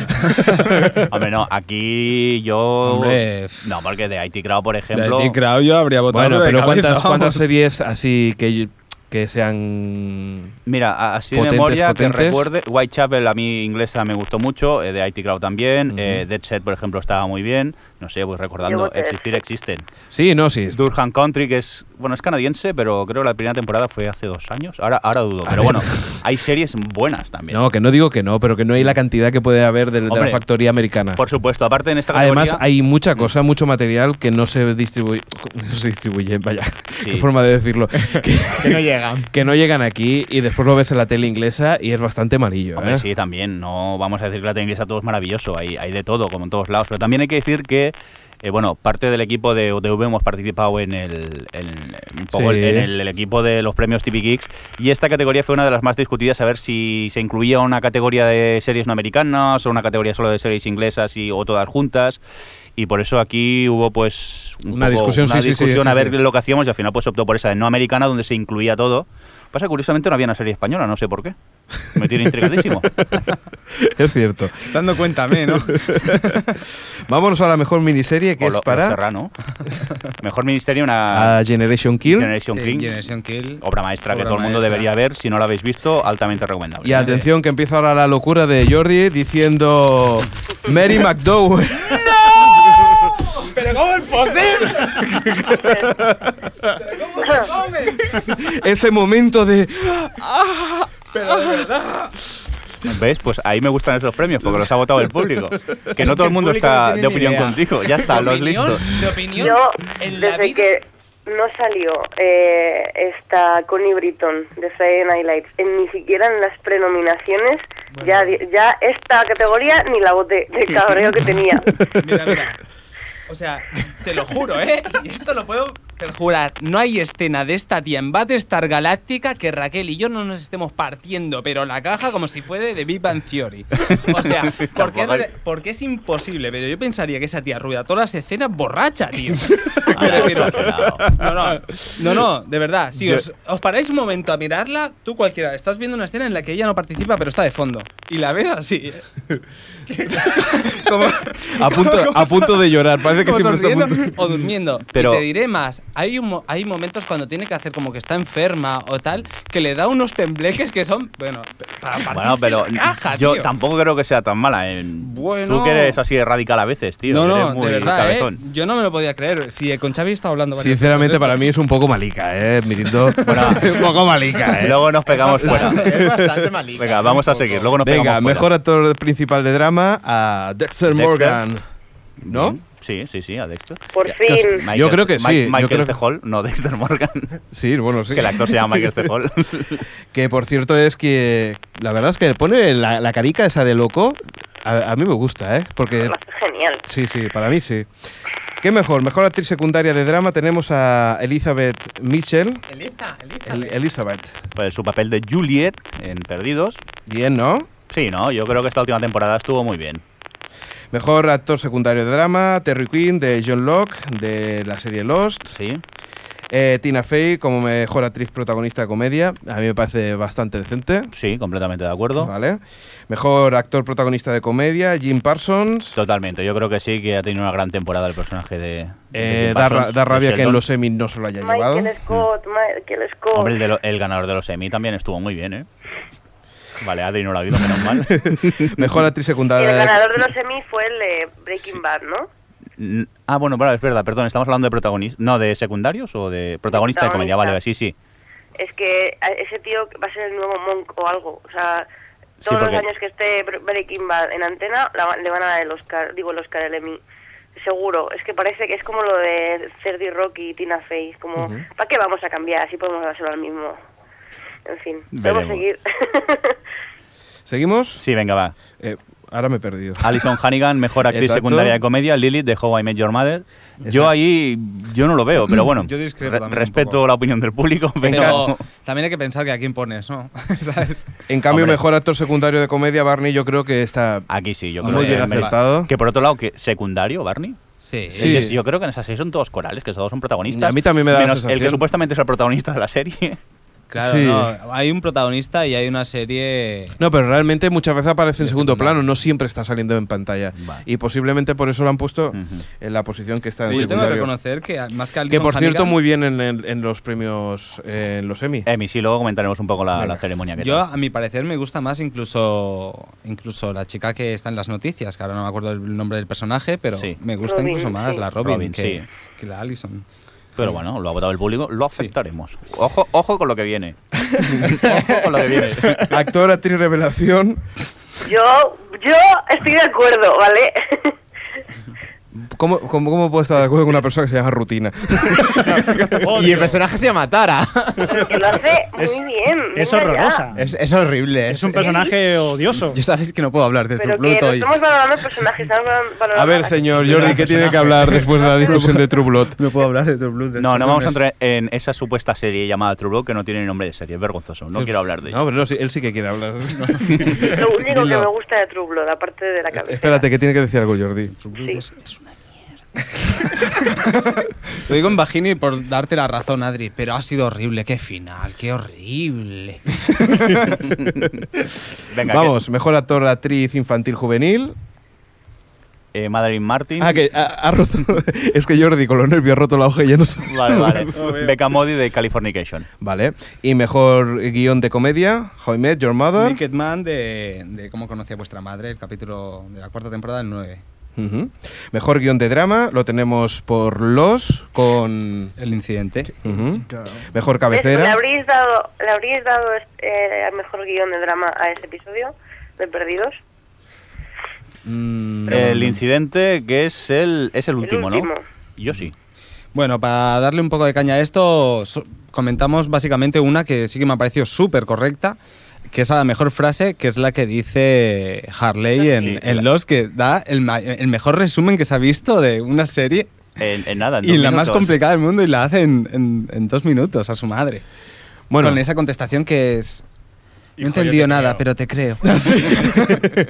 [SPEAKER 5] Hombre, no, aquí yo.
[SPEAKER 4] Hombre, f-
[SPEAKER 5] No, porque de IT Crowd, por ejemplo.
[SPEAKER 4] De Crow yo habría votado.
[SPEAKER 2] Bueno,
[SPEAKER 4] de
[SPEAKER 2] pero
[SPEAKER 4] cabeza,
[SPEAKER 2] ¿cuántas, cuántas
[SPEAKER 4] vamos.
[SPEAKER 2] series así que, que sean...
[SPEAKER 5] Mira, a- así
[SPEAKER 2] Potentes,
[SPEAKER 5] de memoria que
[SPEAKER 2] potentes.
[SPEAKER 5] recuerde, Whitechapel a mí inglesa me gustó mucho, eh, de IT Crowd también,
[SPEAKER 2] Ujú.
[SPEAKER 5] eh, Dead Set por ejemplo estaba muy bien, no sé, voy
[SPEAKER 6] Yo
[SPEAKER 5] recordando,
[SPEAKER 6] voté
[SPEAKER 5] Existir Existen.
[SPEAKER 2] Sí, no, sí.
[SPEAKER 5] Durham Country que es, bueno, es canadiense, pero creo que la primera temporada fue hace dos años, ahora, ahora dudo, pero bueno, hay series buenas también.
[SPEAKER 2] No, que no digo que no, pero que no hay la cantidad que puede haber de, de la
[SPEAKER 5] Hombre,
[SPEAKER 2] factoría americana.
[SPEAKER 5] Por supuesto, aparte en esta categoría... Mm.
[SPEAKER 2] Además, hay mucha cosa, mucho material que no se distribuye, no se distribuye, vaya,
[SPEAKER 5] Sí.
[SPEAKER 2] qué forma de decirlo, que,
[SPEAKER 3] Que no llegan.
[SPEAKER 2] que no llegan aquí y después lo ves en la tele inglesa y es bastante amarillo.
[SPEAKER 5] Hombre,
[SPEAKER 2] ¿eh?
[SPEAKER 5] sí, también. No vamos a decir que la tele inglesa todo es maravilloso. Hay, hay de todo, como en todos lados. Pero también hay que decir que, eh, bueno, parte del equipo de UTV hemos participado en el, en- un poco
[SPEAKER 2] Sí.
[SPEAKER 5] en el, el equipo de los premios TV Geeks. Y esta categoría fue una de las más discutidas. A ver si se incluía una categoría de series no americanas o una categoría solo de series inglesas y, o todas juntas. Y por eso aquí hubo pues un
[SPEAKER 2] Una
[SPEAKER 5] poco
[SPEAKER 2] discusión,
[SPEAKER 5] una
[SPEAKER 2] sí, sí, sí,
[SPEAKER 5] discusión a
[SPEAKER 2] sí,
[SPEAKER 5] ver
[SPEAKER 2] sí.
[SPEAKER 5] lo que hacíamos y al final pues optó por esa de no americana donde se incluía todo. Pasa que curiosamente no había una serie española, no sé por qué. Me tiene intrigadísimo.
[SPEAKER 2] Es cierto.
[SPEAKER 4] Estás dando cuéntame, ¿no?
[SPEAKER 2] Vámonos a la mejor miniserie que
[SPEAKER 5] O
[SPEAKER 2] es
[SPEAKER 5] lo- o
[SPEAKER 2] para Ah,
[SPEAKER 5] Serrano. Mejor Ministerio, una
[SPEAKER 2] a Generation Kill.
[SPEAKER 5] Generation
[SPEAKER 4] Sí,
[SPEAKER 5] King.
[SPEAKER 4] Generation Kill.
[SPEAKER 5] Obra maestra que
[SPEAKER 4] Obra
[SPEAKER 5] todo el mundo
[SPEAKER 4] maestra.
[SPEAKER 5] debería ver. Si no la habéis visto, altamente recomendable.
[SPEAKER 2] Y atención que empieza ahora la locura de Jordi diciendo Mary McDowell.
[SPEAKER 4] ¿Pero cómo es
[SPEAKER 6] Pues
[SPEAKER 4] posible?
[SPEAKER 2] Ese momento de
[SPEAKER 5] ¿Ves? Pues ahí me gustan esos premios porque los ha votado el público. Que no todo el mundo
[SPEAKER 4] público no
[SPEAKER 5] está
[SPEAKER 4] tiene
[SPEAKER 5] de
[SPEAKER 4] ni
[SPEAKER 5] opinión
[SPEAKER 4] idea.
[SPEAKER 5] contigo. Ya está, los listos.
[SPEAKER 4] De opinión.
[SPEAKER 6] Yo,
[SPEAKER 4] en la
[SPEAKER 6] desde
[SPEAKER 4] vida.
[SPEAKER 6] que no salió eh, esta Connie Britton de Friday Night Lights, en ni siquiera en las prenominaciones, ya, di- ya esta categoría ni la voz de, cabreo que tenía.
[SPEAKER 4] Mira, mira. O sea, te lo juro, ¿eh? Y esto lo puedo Pero jurad, no hay escena de esta tía en Battlestar Galáctica que Raquel y yo no nos estemos partiendo, pero la caja como si fuera de Big Bang Theory. O sea, porque, es, re- porque es imposible, pero yo pensaría que esa tía rueda todas las escenas borracha, tío. Me
[SPEAKER 5] Ahora,
[SPEAKER 4] refiero-
[SPEAKER 5] exagerado.
[SPEAKER 4] no, no, no, no, de verdad. Si
[SPEAKER 2] Yo-
[SPEAKER 4] os, os paráis un momento a mirarla, tú cualquiera, estás viendo una escena en la que ella no participa, pero está de fondo. Y la ves así. ¿eh? como,
[SPEAKER 2] A punto, a punto de llorar, parece que
[SPEAKER 4] como
[SPEAKER 2] siempre está a punto-
[SPEAKER 4] sonriendo o durmiendo.
[SPEAKER 5] Pero-
[SPEAKER 4] y te diré más, hay, un, mo- hay momentos cuando tiene que hacer como que está enferma o tal, que le da unos tembleques que son, bueno, para
[SPEAKER 5] Bueno,
[SPEAKER 4] partirse
[SPEAKER 5] pero
[SPEAKER 4] la caja,
[SPEAKER 5] yo
[SPEAKER 4] tío.
[SPEAKER 5] tampoco creo que sea tan mala. eh.
[SPEAKER 4] Bueno.
[SPEAKER 5] Tú que eres así de radical a veces, tío.
[SPEAKER 4] no,
[SPEAKER 5] que eres
[SPEAKER 4] no,
[SPEAKER 5] muy
[SPEAKER 4] de verdad, ¿eh?
[SPEAKER 5] cabezón.
[SPEAKER 4] yo no me lo podía creer. Si con Xavi he estado hablando varias veces de
[SPEAKER 2] Sinceramente,
[SPEAKER 4] esto.
[SPEAKER 2] para mí es un poco malica, ¿eh? Mirindo. un poco malica,
[SPEAKER 5] Y
[SPEAKER 2] ¿eh?
[SPEAKER 5] Luego nos pegamos fuera.
[SPEAKER 3] Es bastante
[SPEAKER 4] ¿eh?
[SPEAKER 3] malito.
[SPEAKER 5] Venga, vamos a seguir. Luego nos
[SPEAKER 2] Venga,
[SPEAKER 5] pegamos fuera.
[SPEAKER 2] mejor actor principal de drama a Dexter,
[SPEAKER 5] Dexter.
[SPEAKER 2] Morgan. ¿No?
[SPEAKER 5] Bien. Sí, sí, sí, a Dexter.
[SPEAKER 6] Por
[SPEAKER 2] Ya, que os-
[SPEAKER 6] fin.
[SPEAKER 5] Michael-
[SPEAKER 2] Yo creo que
[SPEAKER 5] Mi-
[SPEAKER 2] sí, yo
[SPEAKER 5] Michael
[SPEAKER 2] creo que-
[SPEAKER 5] C. Hall, no Dexter Morgan.
[SPEAKER 2] Sí, bueno, sí.
[SPEAKER 5] Que el actor se llama Michael C. Hall.
[SPEAKER 2] Que por cierto es que la verdad es que pone la, la carica esa de loco. A, a mí me gusta, ¿eh? Porque
[SPEAKER 6] Ah, Genial.
[SPEAKER 2] sí, sí, para mí sí. ¿Qué mejor? Mejor actriz secundaria de drama tenemos a Elizabeth Mitchell.
[SPEAKER 3] Eliza, Eliza.
[SPEAKER 2] El- Elizabeth.
[SPEAKER 5] pues su papel de Juliet en Perdidos.
[SPEAKER 2] Bien, ¿no?
[SPEAKER 5] Sí, no, yo creo que esta última temporada estuvo muy bien.
[SPEAKER 2] Mejor actor secundario de drama, Terry Quinn de John Locke de la serie Lost.
[SPEAKER 5] Sí.
[SPEAKER 2] Eh, Tina Fey como mejor actriz protagonista de comedia. A mí me parece bastante decente.
[SPEAKER 5] Sí, completamente de acuerdo.
[SPEAKER 2] ¿Vale? Mejor actor protagonista de comedia, Jim Parsons.
[SPEAKER 5] Totalmente, yo creo que sí que ha tenido una gran temporada el personaje de. de
[SPEAKER 2] Eh,
[SPEAKER 5] Jim
[SPEAKER 2] da,
[SPEAKER 5] Parsons,
[SPEAKER 2] ra- da
[SPEAKER 5] de
[SPEAKER 2] rabia que en
[SPEAKER 5] Sheldon.
[SPEAKER 2] los semis no se lo haya llevado.
[SPEAKER 6] Michael Scott, Michael Scott.
[SPEAKER 5] Hombre, el, de lo- el ganador de los Emmy también estuvo muy bien, ¿eh? Vale, Adri no lo ha oído, menos mal.
[SPEAKER 2] Mejor actriz
[SPEAKER 6] el
[SPEAKER 2] secundaria de...
[SPEAKER 6] ganador de los Emmy fue el de Breaking Bad, ¿no?
[SPEAKER 5] Mm, Ah, bueno, bueno, es verdad, perdón, estamos hablando de protagonistas. No, de secundarios o de protagonista de comedia, vale, sí, sí.
[SPEAKER 6] Es que a- ese tío va a ser el nuevo Monk o algo. O sea,
[SPEAKER 5] Sí,
[SPEAKER 6] todos
[SPEAKER 5] porque-
[SPEAKER 6] los años que esté Bre- Breaking Bad en antena la va- le van a dar el Oscar, digo el Oscar, el Emmy. Seguro, es que parece que es como lo de Cerdy Rocky y Tina Fey, como, ¿para qué vamos a cambiar? Así podemos dárselo al mismo. En fin, podemos
[SPEAKER 5] Veremos.
[SPEAKER 6] seguir.
[SPEAKER 2] ¿Seguimos?
[SPEAKER 5] Sí, venga, va.
[SPEAKER 2] Eh, ahora me he perdido.
[SPEAKER 5] Alison Hannigan, mejor actriz
[SPEAKER 2] Exacto.
[SPEAKER 5] secundaria de comedia, Lilith de How I Met Your Mother. Yo ahí, yo no lo veo, pero bueno,
[SPEAKER 4] Yo discrepo
[SPEAKER 5] re-
[SPEAKER 4] también un
[SPEAKER 5] respeto
[SPEAKER 4] poco.
[SPEAKER 5] la opinión del público. Venga,
[SPEAKER 4] Pero también hay que pensar que a quién pones, ¿no? ¿Sabes?
[SPEAKER 2] En cambio,
[SPEAKER 5] Hombre.
[SPEAKER 2] mejor actor secundario de comedia, Barney, yo creo que está
[SPEAKER 5] aquí sí, yo creo
[SPEAKER 2] muy
[SPEAKER 5] que
[SPEAKER 2] bien
[SPEAKER 5] merece-
[SPEAKER 2] acertado.
[SPEAKER 5] Que por otro lado, que secundario, Barney.
[SPEAKER 4] Sí.
[SPEAKER 2] Sí.
[SPEAKER 5] Ellos- Yo creo que en esas seis son todos corales, que todos son protagonistas.
[SPEAKER 2] A mí también me da la
[SPEAKER 5] menos el que
[SPEAKER 2] sensación.
[SPEAKER 5] supuestamente es el protagonista de la serie.
[SPEAKER 4] Claro,
[SPEAKER 2] Sí.
[SPEAKER 4] no, hay un protagonista y hay una serie.
[SPEAKER 2] No, pero realmente muchas veces aparece en
[SPEAKER 4] De
[SPEAKER 2] segundo
[SPEAKER 4] secundario.
[SPEAKER 2] plano, no siempre está saliendo en pantalla.
[SPEAKER 5] Vale.
[SPEAKER 2] Y posiblemente por eso lo han puesto
[SPEAKER 5] Ujú.
[SPEAKER 2] en la posición que está en
[SPEAKER 4] Yo tengo que
[SPEAKER 2] secundario.
[SPEAKER 4] reconocer que más que Alison
[SPEAKER 2] que por cierto,
[SPEAKER 4] Hannigan,
[SPEAKER 2] muy bien en, en- en los premios, eh, en los Emmy.
[SPEAKER 5] Emi, sí, luego comentaremos un poco la,
[SPEAKER 2] Venga.
[SPEAKER 5] la ceremonia que
[SPEAKER 4] Yo,
[SPEAKER 5] tal.
[SPEAKER 4] a mi parecer, me gusta más incluso incluso la chica que está en las noticias, que ahora no me acuerdo el nombre del personaje, pero
[SPEAKER 5] Sí.
[SPEAKER 4] me gusta
[SPEAKER 6] Robin,
[SPEAKER 4] incluso más
[SPEAKER 6] sí.
[SPEAKER 4] la Robin,
[SPEAKER 5] Robin,
[SPEAKER 4] que,
[SPEAKER 5] sí.
[SPEAKER 4] que la Alison.
[SPEAKER 5] Pero bueno, lo ha votado el público, lo aceptaremos. Ojo, ojo con lo que viene. ojo con lo que viene.
[SPEAKER 2] Actor, actriz, revelación.
[SPEAKER 6] yo, yo estoy de acuerdo, ¿vale?
[SPEAKER 2] ¿Cómo, cómo, cómo puedo estar de acuerdo con una persona que se llama Rutina?
[SPEAKER 3] Y el personaje se llama Tara.
[SPEAKER 6] Porque lo hace muy
[SPEAKER 7] Es-
[SPEAKER 6] bien.
[SPEAKER 7] es
[SPEAKER 6] venga ya.
[SPEAKER 7] horrorosa.
[SPEAKER 3] Es, es horrible.
[SPEAKER 7] Es un personaje odioso.
[SPEAKER 4] Yo sabéis que no puedo hablar de True
[SPEAKER 6] Pero que no
[SPEAKER 4] Blood hoy.
[SPEAKER 6] estamos valorando el personaje, estamos valorando
[SPEAKER 2] A ver,
[SPEAKER 6] la-
[SPEAKER 2] señor Jordi, ¿qué tiene que hablar después de la discusión de True Blood?
[SPEAKER 4] No puedo hablar de True Blood.
[SPEAKER 5] No, no vamos a entrar en esa supuesta serie llamada True Blood que no tiene ni nombre de serie, es vergonzoso, no quiero hablar de ello.
[SPEAKER 2] No, pero no, sí, él sí que quiere hablar.
[SPEAKER 6] Lo único que
[SPEAKER 2] Dilo.
[SPEAKER 6] me gusta de True Blood, aparte de la cabeza.
[SPEAKER 2] Espérate, que tiene que decir algo Jordi.
[SPEAKER 4] True Blood es, es una mierda. Lo digo en bajini por darte la razón, Adri, pero ha sido horrible. Qué final, qué horrible.
[SPEAKER 5] Venga,
[SPEAKER 2] Vamos, mejor actor, actriz, infantil, juvenil.
[SPEAKER 5] que- eh, Madeline Martin.
[SPEAKER 2] Ah, que ha, ha roto. Es que Jordi con los nervios ha roto la hoja y ya no sabe.
[SPEAKER 5] Vale, vale. Becca Modi de Californication.
[SPEAKER 2] Vale. Y mejor guión de comedia, How I Met Your Mother.
[SPEAKER 4] Naked Man de, de Cómo conocía vuestra madre, el capítulo de la cuarta temporada, el 9.
[SPEAKER 2] Ujú. Mejor guión de drama, lo tenemos por Los con...
[SPEAKER 4] El incidente.
[SPEAKER 2] Ujú.
[SPEAKER 5] Eh,
[SPEAKER 2] Mejor
[SPEAKER 6] ¿Ves? ¿Le
[SPEAKER 2] cabecera.
[SPEAKER 6] habríais dado, le habríais dado eh, el mejor guión de drama a ese episodio de Perdidos?
[SPEAKER 2] Mm,
[SPEAKER 5] El incidente que es el, es el último,
[SPEAKER 6] último.
[SPEAKER 5] ¿no? Yo sí.
[SPEAKER 4] Bueno, para darle un poco de caña a esto, so- comentamos básicamente una que sí que me ha parecido súper correcta, que es la mejor frase, que es la que dice Harley en,
[SPEAKER 5] Sí,
[SPEAKER 4] en
[SPEAKER 5] la-
[SPEAKER 4] Los, que da el, ma- el mejor resumen que se ha visto de una serie
[SPEAKER 5] En, en nada. En
[SPEAKER 4] Y
[SPEAKER 5] dos
[SPEAKER 4] la más
[SPEAKER 5] minutos.
[SPEAKER 4] complicada del mundo y la hace en, en- en dos minutos a su madre.
[SPEAKER 2] Bueno.
[SPEAKER 4] Con esa contestación que es... No he
[SPEAKER 8] Hijo, yo
[SPEAKER 4] entendido
[SPEAKER 8] te
[SPEAKER 4] nada, pero
[SPEAKER 8] creo.
[SPEAKER 4] te creo.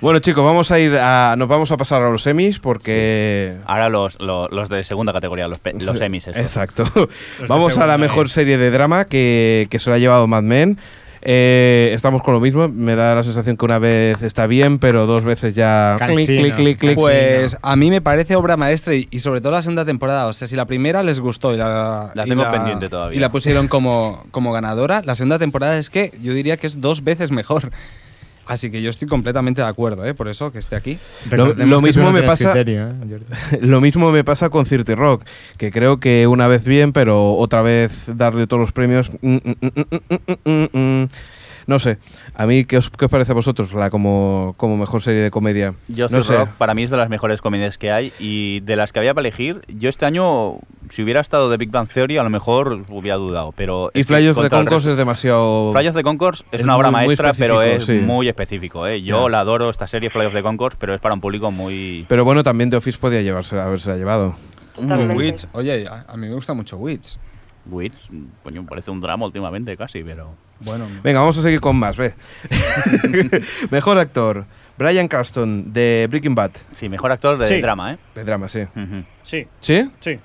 [SPEAKER 2] Bueno, chicos, vamos a ir a. Nos vamos a pasar a los semis porque.
[SPEAKER 5] Ahora los, los, los de segunda categoría, los, pe- los semis. estos.
[SPEAKER 2] Exacto.
[SPEAKER 8] de
[SPEAKER 2] Vamos a la
[SPEAKER 8] segunda,
[SPEAKER 2] mejor
[SPEAKER 8] eh.
[SPEAKER 2] serie de drama que, que se la ha llevado Mad Men. Eh, estamos con lo mismo. Me da la sensación que una vez está bien, pero dos veces ya.
[SPEAKER 3] Cansino.
[SPEAKER 4] Pues a mí me parece obra maestra y, y sobre todo la segunda temporada. O sea, si la primera les gustó y la,
[SPEAKER 5] La
[SPEAKER 4] y
[SPEAKER 5] tengo pendiente todavía.
[SPEAKER 4] Y la pusieron como, como ganadora, la segunda temporada es que yo diría que es dos veces mejor. Así que yo estoy completamente de acuerdo, ¿eh? por eso que esté aquí.
[SPEAKER 2] Lo-
[SPEAKER 3] Recordemos
[SPEAKER 2] lo
[SPEAKER 3] que tú
[SPEAKER 2] mismo
[SPEAKER 3] no
[SPEAKER 2] me
[SPEAKER 3] tienes
[SPEAKER 2] pasa-
[SPEAKER 3] criterio, ¿eh, Jordi?
[SPEAKER 2] Lo mismo me pasa con 30 Rock, que creo que una vez bien, pero otra vez darle todos los premios. mm, mm, mm, mm, mm, mm, mm, mm. No sé. A mí, ¿qué os, qué os parece a vosotros la como, como mejor serie de comedia?
[SPEAKER 5] Yo
[SPEAKER 2] no sé.
[SPEAKER 5] Rock para mí es de las mejores comedias que hay y de las que había para elegir, yo este año, si hubiera estado de Big Bang Theory, a lo mejor hubiera dudado, pero...
[SPEAKER 2] Y
[SPEAKER 5] es que
[SPEAKER 2] Flyers de
[SPEAKER 5] contra el
[SPEAKER 2] Concos
[SPEAKER 5] resto-
[SPEAKER 2] es demasiado.
[SPEAKER 5] Fly of the Concourse es,
[SPEAKER 2] Es
[SPEAKER 5] una obra
[SPEAKER 2] muy- muy
[SPEAKER 5] maestra, pero es
[SPEAKER 2] específico, sí.
[SPEAKER 5] muy específico. ¿eh? Yo
[SPEAKER 2] Ya.
[SPEAKER 5] la adoro esta serie, Fly of the Concourse, pero es para un público muy...
[SPEAKER 2] Pero bueno, también The Office podía llevarse, habérsela llevado.
[SPEAKER 6] Totalmente.
[SPEAKER 4] Witch, oye, a, a mí me gusta mucho Witch.
[SPEAKER 5] Wits, coño, parece un drama últimamente casi, pero...
[SPEAKER 4] Bueno,
[SPEAKER 2] Venga, vamos a seguir con más, ve. Mejor actor, Brian Carston, de Breaking Bad.
[SPEAKER 5] Sí, mejor actor de
[SPEAKER 7] Sí.
[SPEAKER 5] drama, ¿eh?
[SPEAKER 2] De drama, sí.
[SPEAKER 5] Ujú.
[SPEAKER 7] Sí,
[SPEAKER 2] ¿Sí?
[SPEAKER 7] sí.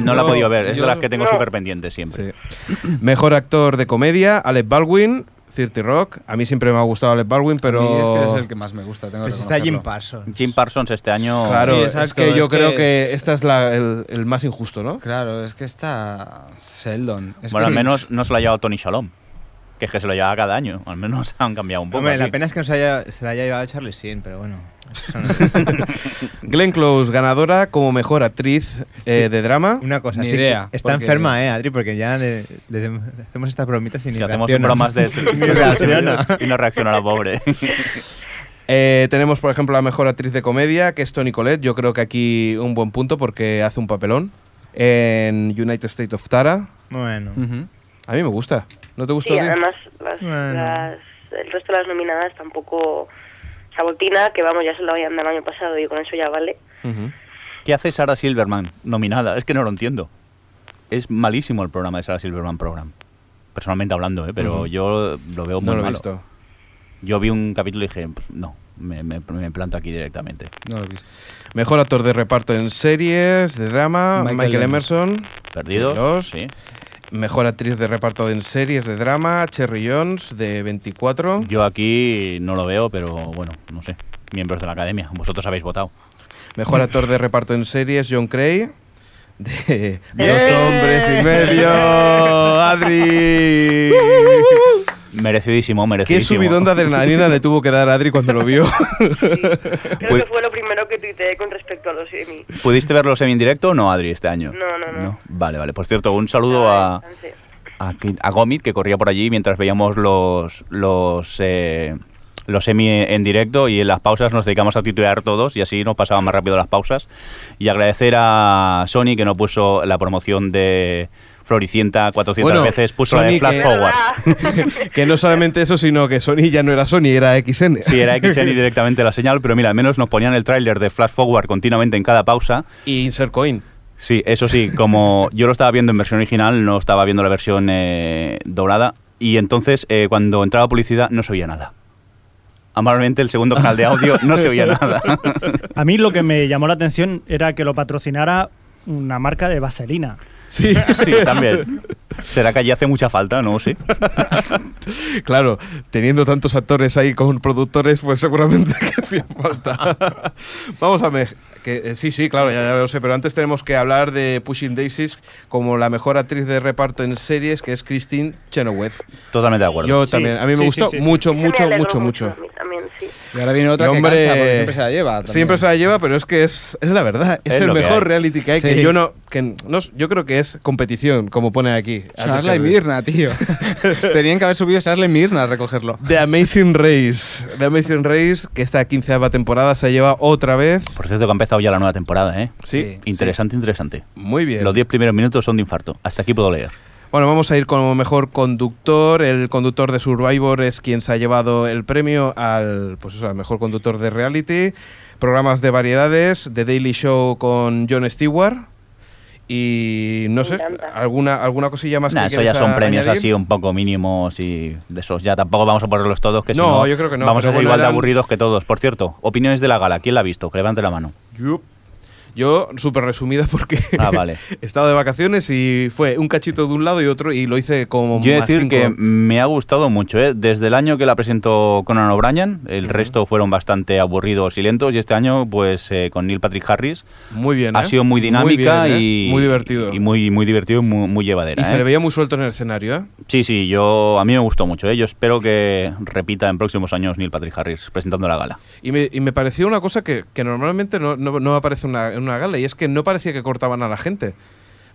[SPEAKER 5] No, la he
[SPEAKER 4] No,
[SPEAKER 5] podido ver, es
[SPEAKER 4] yo-
[SPEAKER 5] de las que tengo
[SPEAKER 6] no.
[SPEAKER 5] súper pendientes siempre.
[SPEAKER 2] Sí. Mejor actor de comedia, Alec Baldwin, 30 Rock. A mí siempre me ha gustado Alec Baldwin,
[SPEAKER 4] pero...
[SPEAKER 2] pero...
[SPEAKER 4] es que es el que más me gusta, tengo que
[SPEAKER 3] Pues está Jim
[SPEAKER 4] reconocerlo.
[SPEAKER 3] Parsons.
[SPEAKER 5] Jim Parsons este año...
[SPEAKER 2] Claro,
[SPEAKER 4] Sí,
[SPEAKER 2] es
[SPEAKER 4] exacto,
[SPEAKER 2] que yo
[SPEAKER 4] es
[SPEAKER 2] creo
[SPEAKER 4] que-
[SPEAKER 2] que esta es la- el, el más injusto, ¿no?
[SPEAKER 4] Claro, es que está Sheldon. Es
[SPEAKER 5] Bueno,
[SPEAKER 4] que-
[SPEAKER 5] al menos no se lo ha llevado Tony Shalom, que es que se lo lleva cada año. Al menos han cambiado un poco.
[SPEAKER 3] Hombre, la
[SPEAKER 5] aquí.
[SPEAKER 3] pena es que no se, haya- se la haya llevado Charlie Sin, pero bueno.
[SPEAKER 2] Glenn Close, ganadora como mejor actriz eh, de drama.
[SPEAKER 3] Una cosa,
[SPEAKER 4] Ni
[SPEAKER 3] sí que
[SPEAKER 4] idea,
[SPEAKER 3] Está
[SPEAKER 4] porque-
[SPEAKER 3] enferma, ¿eh, Adri? Porque ya le, le hacemos estas bromitas sin
[SPEAKER 5] Si hacemos bromas de
[SPEAKER 3] Ni reacciona.
[SPEAKER 5] y no reacciona la pobre.
[SPEAKER 2] Eh, tenemos, por ejemplo, la mejor actriz de comedia, que es Toni Collette. Yo creo que aquí un buen punto porque hace un papelón en United States of Tara.
[SPEAKER 3] Bueno.
[SPEAKER 4] Ujú.
[SPEAKER 2] A mí me gusta. ¿No te gusta?
[SPEAKER 6] Sí,
[SPEAKER 2] Odi?
[SPEAKER 6] además las-
[SPEAKER 3] Bueno.
[SPEAKER 6] las- el resto de las nominadas tampoco... Sabotina, que vamos, ya se la habían dado el año pasado y con eso ya vale.
[SPEAKER 2] Ujú.
[SPEAKER 5] ¿Qué hace Sara Silverman nominada? Es que no lo entiendo. Es malísimo el programa de Sara Silverman Program. Personalmente hablando, ¿eh? pero
[SPEAKER 2] Ujú.
[SPEAKER 5] yo lo veo muy
[SPEAKER 2] No lo he
[SPEAKER 5] malo.
[SPEAKER 2] visto.
[SPEAKER 5] Yo vi un capítulo y dije, "Pff, no, me, me- me planto aquí directamente.
[SPEAKER 4] No lo he visto.
[SPEAKER 2] Mejor actor de reparto en series, de drama, Michael,
[SPEAKER 4] Michael
[SPEAKER 2] Emerson. Perdidos.
[SPEAKER 5] Perdidos. sí.
[SPEAKER 2] Mejor actriz de reparto en series, de drama, Cherry Jones, de 24.
[SPEAKER 5] Yo aquí no lo veo, pero bueno, no sé. Miembros de la academia, vosotros habéis votado.
[SPEAKER 2] Mejor actor de reparto en series, John Cray. De Dos
[SPEAKER 6] ¡Eh!
[SPEAKER 3] ¡Bien!
[SPEAKER 2] hombres y medio, Adri.
[SPEAKER 5] Merecidísimo,
[SPEAKER 2] Qué
[SPEAKER 5] merecidísimo.
[SPEAKER 2] subidón de adrenalina le tuvo que dar a Adri cuando lo vio.
[SPEAKER 6] Creo
[SPEAKER 5] Pues-
[SPEAKER 6] que fue lo primero que tuiteé con respecto a los Emmy.
[SPEAKER 5] ¿Pudiste verlos en directo o no, Adri, este año?
[SPEAKER 6] No, no, eh. no.
[SPEAKER 5] Vale, vale. Por cierto, un saludo
[SPEAKER 6] Nada,
[SPEAKER 5] a,
[SPEAKER 6] Ah, entonces,
[SPEAKER 5] a, Ki- a Gomit, que corría por allí mientras veíamos los los eh, los semi en directo y en las pausas nos dedicamos a titular todos y así nos pasaban más rápido las pausas. Y agradecer a Sony que no puso la promoción de Floricienta 400
[SPEAKER 2] Bueno,
[SPEAKER 5] veces, puso la
[SPEAKER 2] Sony
[SPEAKER 5] de Flash
[SPEAKER 2] que-
[SPEAKER 5] Forward.
[SPEAKER 2] que no solamente eso, sino que Sony ya no era Sony, era XN.
[SPEAKER 5] Sí, era XN y directamente la señal, pero mira, al menos nos ponían el tráiler de Flash Forward continuamente en cada pausa.
[SPEAKER 2] Y Insert Coin.
[SPEAKER 5] Sí, eso sí, como yo lo estaba viendo en versión original, no estaba viendo la versión eh, doblada, y entonces eh, cuando entraba publicidad no se oía nada. Amablemente el segundo canal de audio no se oía nada.
[SPEAKER 7] A mí lo que me llamó la atención era que lo patrocinara una marca de vaselina.
[SPEAKER 2] Sí,
[SPEAKER 5] Sí, también. ¿Será que allí hace mucha falta? No, sí.
[SPEAKER 2] Claro, teniendo tantos actores ahí con productores, pues seguramente que hacía falta. Vamos a ver. Que, eh, sí, sí, claro, ya, ya lo sé, pero antes tenemos que hablar de Pushing Daisies como la mejor actriz de reparto en series, que es Christine Chenoweth.
[SPEAKER 5] Totalmente de acuerdo.
[SPEAKER 2] Yo
[SPEAKER 7] Sí,
[SPEAKER 2] también, a mí me
[SPEAKER 7] sí,
[SPEAKER 2] gustó
[SPEAKER 7] sí, sí, sí.
[SPEAKER 2] mucho,
[SPEAKER 6] me
[SPEAKER 2] mucho,
[SPEAKER 6] alegró
[SPEAKER 2] mucho, mucho.
[SPEAKER 6] A mí también, sí.
[SPEAKER 4] Y ahora viene otra
[SPEAKER 2] Y,
[SPEAKER 4] que cansa, porque siempre se la lleva. también.
[SPEAKER 2] Siempre se la lleva, pero es que es, es la verdad. Es,
[SPEAKER 5] Es
[SPEAKER 2] el
[SPEAKER 5] lo que
[SPEAKER 2] mejor
[SPEAKER 5] hay.
[SPEAKER 2] reality que hay.
[SPEAKER 4] Sí.
[SPEAKER 2] Que yo no, que no- yo creo que es competición, como pone aquí.
[SPEAKER 4] Charla y Mirna, tío. Tenían que haber subido Charla y Mirna a recogerlo.
[SPEAKER 2] The Amazing Race. The Amazing Race, que esta quinceava temporada se lleva otra vez.
[SPEAKER 5] Por cierto, que ha empezado ya la nueva temporada, ¿eh?
[SPEAKER 2] Sí.
[SPEAKER 4] Sí.
[SPEAKER 5] Interesante, interesante.
[SPEAKER 2] Muy bien.
[SPEAKER 5] Los 10 primeros minutos son de infarto. Hasta aquí puedo leer.
[SPEAKER 2] Bueno, vamos a ir como mejor conductor. El conductor de Survivor es quien se ha llevado el premio al pues eso, al mejor conductor de reality. Programas de variedades, The Daily Show con John Stewart. Y no
[SPEAKER 6] Me
[SPEAKER 2] sé,
[SPEAKER 6] encanta.
[SPEAKER 2] alguna, alguna cosilla más
[SPEAKER 5] Nah,
[SPEAKER 2] que
[SPEAKER 5] eso ya
[SPEAKER 2] quieras
[SPEAKER 5] son
[SPEAKER 2] a-
[SPEAKER 5] premios
[SPEAKER 2] añadir?
[SPEAKER 5] así un poco mínimos y de esos ya tampoco vamos a ponerlos todos que si
[SPEAKER 2] No, yo creo que no,
[SPEAKER 5] vamos a
[SPEAKER 2] pero
[SPEAKER 5] ser
[SPEAKER 2] bueno,
[SPEAKER 5] igual de
[SPEAKER 2] eran-
[SPEAKER 5] aburridos que todos. Por cierto, opiniones de la gala, ¿quién la ha visto? Que levante la mano.
[SPEAKER 2] Yup. Yo, súper resumida porque
[SPEAKER 5] Ah, vale.
[SPEAKER 2] he estado de vacaciones y fue un cachito de un lado y otro y lo hice como...
[SPEAKER 5] Yo he de
[SPEAKER 2] más
[SPEAKER 5] decir
[SPEAKER 2] cinco.
[SPEAKER 5] que me ha gustado mucho, ¿eh? Desde el año que la presentó Conan O'Brien, el resto fueron bastante aburridos y lentos, y este año, pues eh, con Neil Patrick Harris,
[SPEAKER 2] Muy bien.
[SPEAKER 5] ha
[SPEAKER 2] ¿eh?
[SPEAKER 5] sido muy dinámica
[SPEAKER 2] bien, ¿eh?
[SPEAKER 5] y.
[SPEAKER 2] Muy divertido.
[SPEAKER 5] Y muy, muy divertido y muy, muy llevadera.
[SPEAKER 2] Y se
[SPEAKER 5] ¿eh?
[SPEAKER 2] le veía muy suelto en el escenario, ¿eh?
[SPEAKER 5] Sí, sí, yo, a mí me gustó mucho, ¿eh? Yo espero que repita en próximos años Neil Patrick Harris presentando la gala.
[SPEAKER 2] Y me, y me pareció una cosa que, que normalmente no, no, no aparece en una- en una gala, y es que no parecía que cortaban a la gente.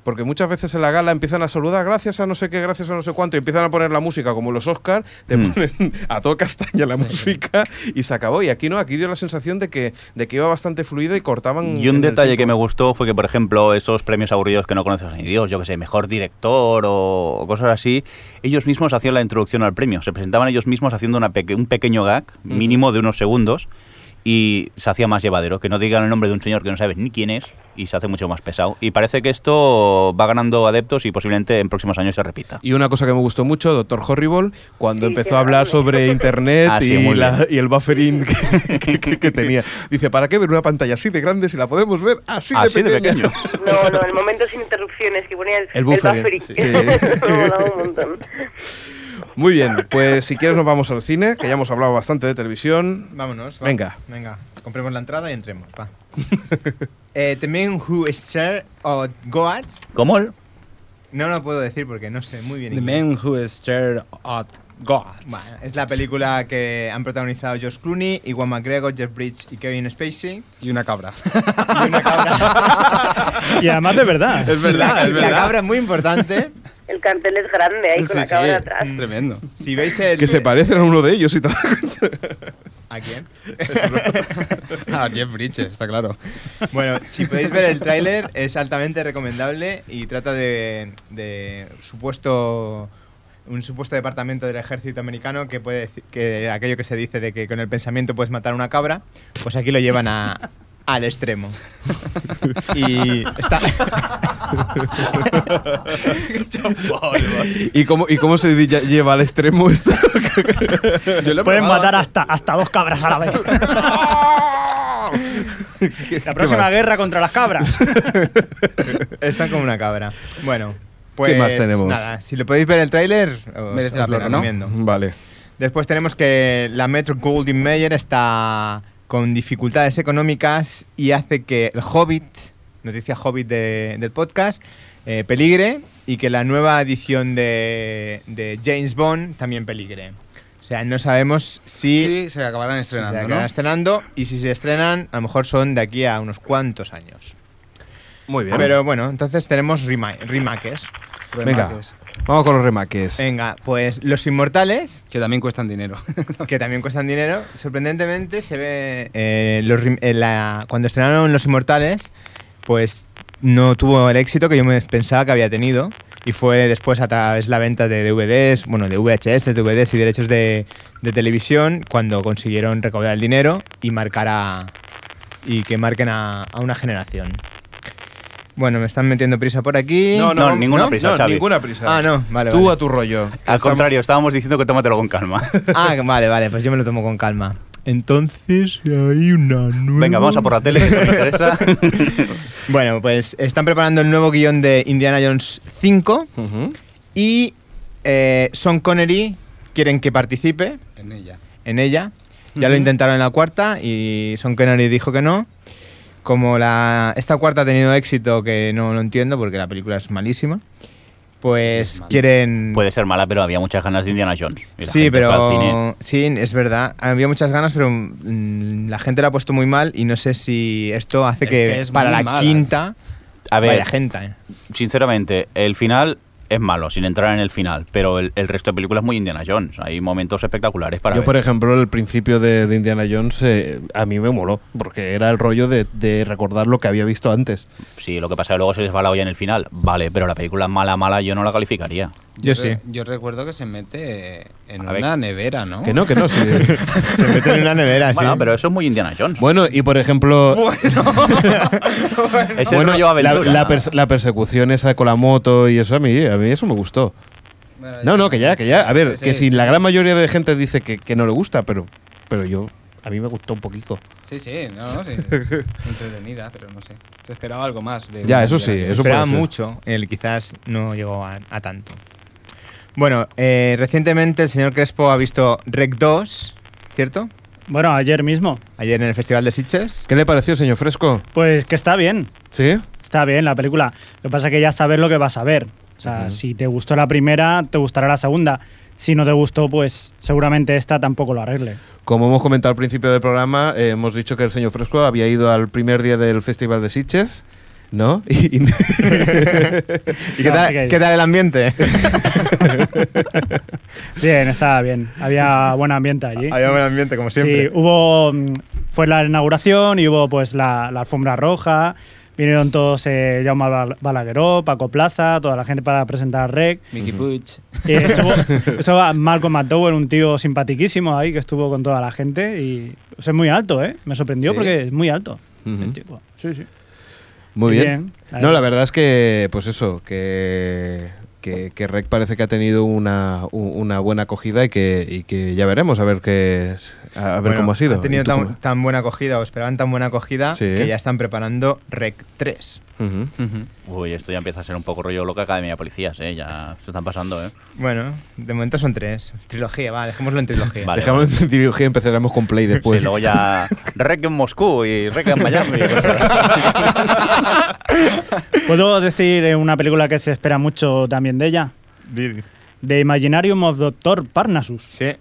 [SPEAKER 2] Porque muchas veces en la gala empiezan a saludar gracias a no sé qué, gracias a no sé cuánto, y empiezan a poner la música como los Oscars, te
[SPEAKER 5] Mm.
[SPEAKER 2] ponen a todo castaña la música y se acabó. Y aquí no, aquí dio la sensación de que, de que iba bastante fluido y cortaban.
[SPEAKER 5] Y
[SPEAKER 2] en
[SPEAKER 5] un
[SPEAKER 2] el
[SPEAKER 5] detalle que me
[SPEAKER 2] tiempo.
[SPEAKER 5] gustó fue que, por ejemplo, esos premios aburridos que no conoces ni Dios, yo que sé, mejor director o cosas así, ellos mismos hacían la introducción al premio. Se presentaban ellos mismos haciendo una peque- un pequeño gag, mínimo de unos segundos, y se hacía más llevadero. Que no digan el nombre de un señor que no sabes ni quién es y se hace mucho más pesado. Y parece que esto va ganando adeptos y posiblemente en próximos años se repita.
[SPEAKER 2] Y una cosa que me gustó mucho, Doctor Horrible, cuando
[SPEAKER 6] Sí,
[SPEAKER 2] empezó
[SPEAKER 6] qué
[SPEAKER 2] a hablar
[SPEAKER 6] grande.
[SPEAKER 2] sobre Internet
[SPEAKER 5] Ah, sí,
[SPEAKER 2] y,
[SPEAKER 5] muy
[SPEAKER 2] la-
[SPEAKER 5] bien.
[SPEAKER 2] y el buffering que, que- que- que tenía. Dice, ¿para qué ver una pantalla así de grande si la podemos ver así,
[SPEAKER 5] Así de
[SPEAKER 2] de pequeña?
[SPEAKER 5] pequeño.
[SPEAKER 6] No, no, el momento sin interrupciones que ponía el,
[SPEAKER 2] El buffering, sí.
[SPEAKER 6] Me molaba un montón.
[SPEAKER 2] Muy bien, pues si quieres nos vamos al cine, que ya hemos hablado bastante de televisión.
[SPEAKER 3] Vámonos.
[SPEAKER 2] Venga.
[SPEAKER 3] Venga, compremos la entrada y entremos, va. Eh, también Who is Sir o Goat.
[SPEAKER 5] Como él.
[SPEAKER 3] No lo puedo decir porque no sé muy bien.
[SPEAKER 4] The
[SPEAKER 3] inglés.
[SPEAKER 4] Man Who Stared at God.
[SPEAKER 3] Bueno, es la película que han protagonizado George Clooney, Iwan McGregor, Jeff Bridges y Kevin Spacey.
[SPEAKER 4] Y una cabra.
[SPEAKER 3] Y una cabra.
[SPEAKER 7] Y además de verdad.
[SPEAKER 4] es
[SPEAKER 3] la, la cabra es muy importante.
[SPEAKER 6] El cartel es grande ahí con la cámara atrás.
[SPEAKER 4] es tremendo.
[SPEAKER 3] Si veis el...
[SPEAKER 2] Que se parecen a uno de ellos y te das cuenta.
[SPEAKER 3] ¿A quién?
[SPEAKER 4] Ah, Jeff Bridges, está claro.
[SPEAKER 3] Bueno, si podéis ver el tráiler, es altamente recomendable y trata de, de supuesto un supuesto departamento del ejército americano que puede deci- que aquello que se dice de que con el pensamiento puedes matar a una cabra, pues aquí lo llevan a- al extremo. Y está
[SPEAKER 2] ¿Y cómo, y cómo se di- ya- lleva al extremo esto?
[SPEAKER 7] Pueden matar hasta, hasta dos cabras a la vez. La próxima
[SPEAKER 2] más?
[SPEAKER 7] guerra contra las cabras.
[SPEAKER 3] está como una cabra. Bueno, pues
[SPEAKER 2] más tenemos?
[SPEAKER 3] nada, si lo podéis ver el tráiler, os- os
[SPEAKER 4] Merece la
[SPEAKER 3] lo
[SPEAKER 4] pena, ¿no?
[SPEAKER 3] recomiendo.
[SPEAKER 2] Vale.
[SPEAKER 3] Después tenemos que la Metro Golden Mayer está con dificultades económicas y hace que el Hobbit, noticia Hobbit de- del podcast, eh, peligre y que la nueva edición de, de James Bond también peligre. O sea, no sabemos si
[SPEAKER 4] Sí, se acabarán
[SPEAKER 3] si se
[SPEAKER 4] estrenando,
[SPEAKER 3] acabarán
[SPEAKER 4] ¿no?
[SPEAKER 8] este
[SPEAKER 3] estrenando y si se estrenan, a lo mejor son de aquí a unos cuantos años.
[SPEAKER 2] Muy bien.
[SPEAKER 3] Pero bueno, entonces tenemos rema- remakes.
[SPEAKER 2] Venga,
[SPEAKER 4] Remates,
[SPEAKER 2] vamos con los remaques.
[SPEAKER 3] Venga, pues Los Inmortales,
[SPEAKER 4] Que también cuestan dinero.
[SPEAKER 3] que también cuestan dinero. Sorprendentemente se ve eh, los rim- eh, la- cuando estrenaron Los Inmortales, pues no tuvo el éxito que yo me pensaba que había tenido. Y fue después a través de la venta de DVDs, bueno, de VHS, DVDs y derechos de, de televisión, cuando consiguieron recaudar el dinero y marcar a, y que marquen a, a una generación. Bueno, me están metiendo prisa por aquí.
[SPEAKER 5] no, ninguna prisa,
[SPEAKER 2] no,
[SPEAKER 5] Xavi.
[SPEAKER 2] ninguna prisa.
[SPEAKER 3] Ah, no, vale.
[SPEAKER 2] Tú
[SPEAKER 3] vale.
[SPEAKER 2] a tu rollo.
[SPEAKER 5] Al contrario, estábamos diciendo que tómatelo con calma.
[SPEAKER 3] Ah, vale, vale, pues yo me lo tomo con calma. Entonces hay una nueva.
[SPEAKER 5] Venga, vamos a por la tele, que eso me interesa.
[SPEAKER 3] Bueno, pues están preparando el nuevo guión de Indiana Jones 5
[SPEAKER 2] Ujú.
[SPEAKER 3] y eh, Sean Connery quieren que participe
[SPEAKER 4] En ella.
[SPEAKER 3] en ella. Ya lo intentaron en la cuarta y Sean Connery dijo que no. Como la, esta cuarta ha tenido éxito, que no lo entiendo porque la película es malísima, pues
[SPEAKER 4] es mala.
[SPEAKER 3] quieren.
[SPEAKER 5] Puede ser mala, pero había muchas ganas de Indiana Jones. Y la
[SPEAKER 3] Sí,
[SPEAKER 5] gente fue al cine.
[SPEAKER 3] pero sí, es verdad. Había muchas ganas, pero mm, la gente la ha puesto muy mal y no sé si esto hace
[SPEAKER 4] Es
[SPEAKER 3] que,
[SPEAKER 4] que es
[SPEAKER 3] para
[SPEAKER 4] muy
[SPEAKER 3] la
[SPEAKER 4] mala.
[SPEAKER 3] quinta
[SPEAKER 5] A ver,
[SPEAKER 3] vaya gente. ¿eh?
[SPEAKER 5] sinceramente, el final es malo, sin entrar en el final, pero el, el resto de películas es muy Indiana Jones. Hay momentos espectaculares para
[SPEAKER 8] Yo,
[SPEAKER 5] ver.
[SPEAKER 8] por ejemplo, el principio de, de Indiana Jones eh, a mí me moló, porque era el rollo de, de recordar lo que había visto antes.
[SPEAKER 5] Sí, lo que pasa es que luego se les va la olla en el final. Vale, pero la película mala, mala, yo no la calificaría.
[SPEAKER 3] Yo
[SPEAKER 4] re-
[SPEAKER 3] sí.
[SPEAKER 4] Yo recuerdo que se mete eh, en
[SPEAKER 5] A ver.
[SPEAKER 4] una nevera, ¿no?
[SPEAKER 8] Que no, que no. sí.
[SPEAKER 3] Se meten en una nevera, sí.
[SPEAKER 5] Bueno, pero eso es muy Indiana Jones.
[SPEAKER 8] ¿Ah, bueno, y por ejemplo,
[SPEAKER 5] es el
[SPEAKER 8] bueno,
[SPEAKER 5] rollo
[SPEAKER 8] la,
[SPEAKER 5] aventura.
[SPEAKER 8] la perse- la persecución esa con la moto y eso, a mí, a mí eso me gustó.
[SPEAKER 4] Bueno,
[SPEAKER 8] No, no, que ya, que ya. A ver,
[SPEAKER 4] sí,
[SPEAKER 8] que
[SPEAKER 4] sí,
[SPEAKER 8] si la gran mayoría de gente dice que, que no le gusta, pero, pero yo, a mí me gustó un poquito.
[SPEAKER 4] Sí, sí, no, no, sí. Entretenida, pero no sé. Se esperaba algo más. De
[SPEAKER 8] Ya,
[SPEAKER 4] una
[SPEAKER 8] eso
[SPEAKER 4] Indiana Jones.
[SPEAKER 8] sí,
[SPEAKER 3] Se
[SPEAKER 8] eso puede
[SPEAKER 3] esperaba
[SPEAKER 8] ser.
[SPEAKER 3] mucho, él quizás no llegó a, a tanto. Bueno, eh, recientemente el señor Crespo ha visto Rec 2, ¿cierto?
[SPEAKER 7] Bueno, ayer mismo.
[SPEAKER 3] Ayer en el Festival de Sitges.
[SPEAKER 8] ¿Qué le pareció, señor Fresco?
[SPEAKER 7] Pues que está bien.
[SPEAKER 8] ¿Sí?
[SPEAKER 7] Está bien la película. Lo que pasa es que ya sabes lo que vas a ver. O sea, si te gustó la primera, te gustará la segunda. Si no te gustó, pues seguramente esta tampoco lo arregle.
[SPEAKER 8] Como hemos comentado al principio del programa, eh, hemos dicho que el señor Fresco había ido al primer día del Festival de Sitges, ¿no? Y- y-
[SPEAKER 3] ¿Y qué
[SPEAKER 7] No,
[SPEAKER 3] tal,
[SPEAKER 7] sí que hay.
[SPEAKER 3] qué tal el ambiente?
[SPEAKER 7] Bien, estaba bien. Había buen ambiente allí.
[SPEAKER 3] Había buen ambiente, como
[SPEAKER 7] Sí,
[SPEAKER 3] siempre.
[SPEAKER 7] hubo. mm, Fue la inauguración y hubo pues la, la alfombra roja. Vinieron todos eh, Jaume Bal- Balagueró, Paco Plaza, toda la gente para presentar Rec.
[SPEAKER 4] Mickey Puig.
[SPEAKER 7] Eh, estuvo, estuvo Malcolm McDowell, un tío simpatiquísimo ahí que estuvo con toda la gente y o sea, es muy alto, ¿eh? Me sorprendió
[SPEAKER 4] Sí.
[SPEAKER 7] porque es muy alto.
[SPEAKER 8] Ujú.
[SPEAKER 7] el tipo. Sí, sí.
[SPEAKER 8] Muy
[SPEAKER 7] Bien,
[SPEAKER 8] bien.
[SPEAKER 7] la
[SPEAKER 8] No,
[SPEAKER 7] verdad.
[SPEAKER 8] la verdad es que, pues eso, que, que, que Rec parece que ha tenido una, u- una buena acogida y que, y que ya veremos a ver qué es- a a ver
[SPEAKER 3] Bueno,
[SPEAKER 8] cómo ha sido.
[SPEAKER 3] Han tenido
[SPEAKER 8] ¿Y tú
[SPEAKER 3] tan,
[SPEAKER 8] cómo-
[SPEAKER 3] tan buena acogida, o esperaban tan buena acogida,
[SPEAKER 8] Sí.
[SPEAKER 3] que ya están preparando Rec 3.
[SPEAKER 8] Ujú.
[SPEAKER 5] Uy, esto ya empieza a ser un poco rollo loca academia de policías, ¿eh? Ya se están pasando, ¿eh?
[SPEAKER 3] Bueno, de momento son tres. Trilogía, va, dejémoslo en trilogía.
[SPEAKER 5] Vale.
[SPEAKER 8] Dejamos de dirigir y empezaremos con Play después.
[SPEAKER 5] Sí, luego ya Rec en Moscú y Rec en Miami.
[SPEAKER 7] ¿Puedo decir eh, una película que se espera mucho también de ella?
[SPEAKER 3] Didi.
[SPEAKER 7] The Imaginarium of Doctor Parnassus.
[SPEAKER 3] Sí.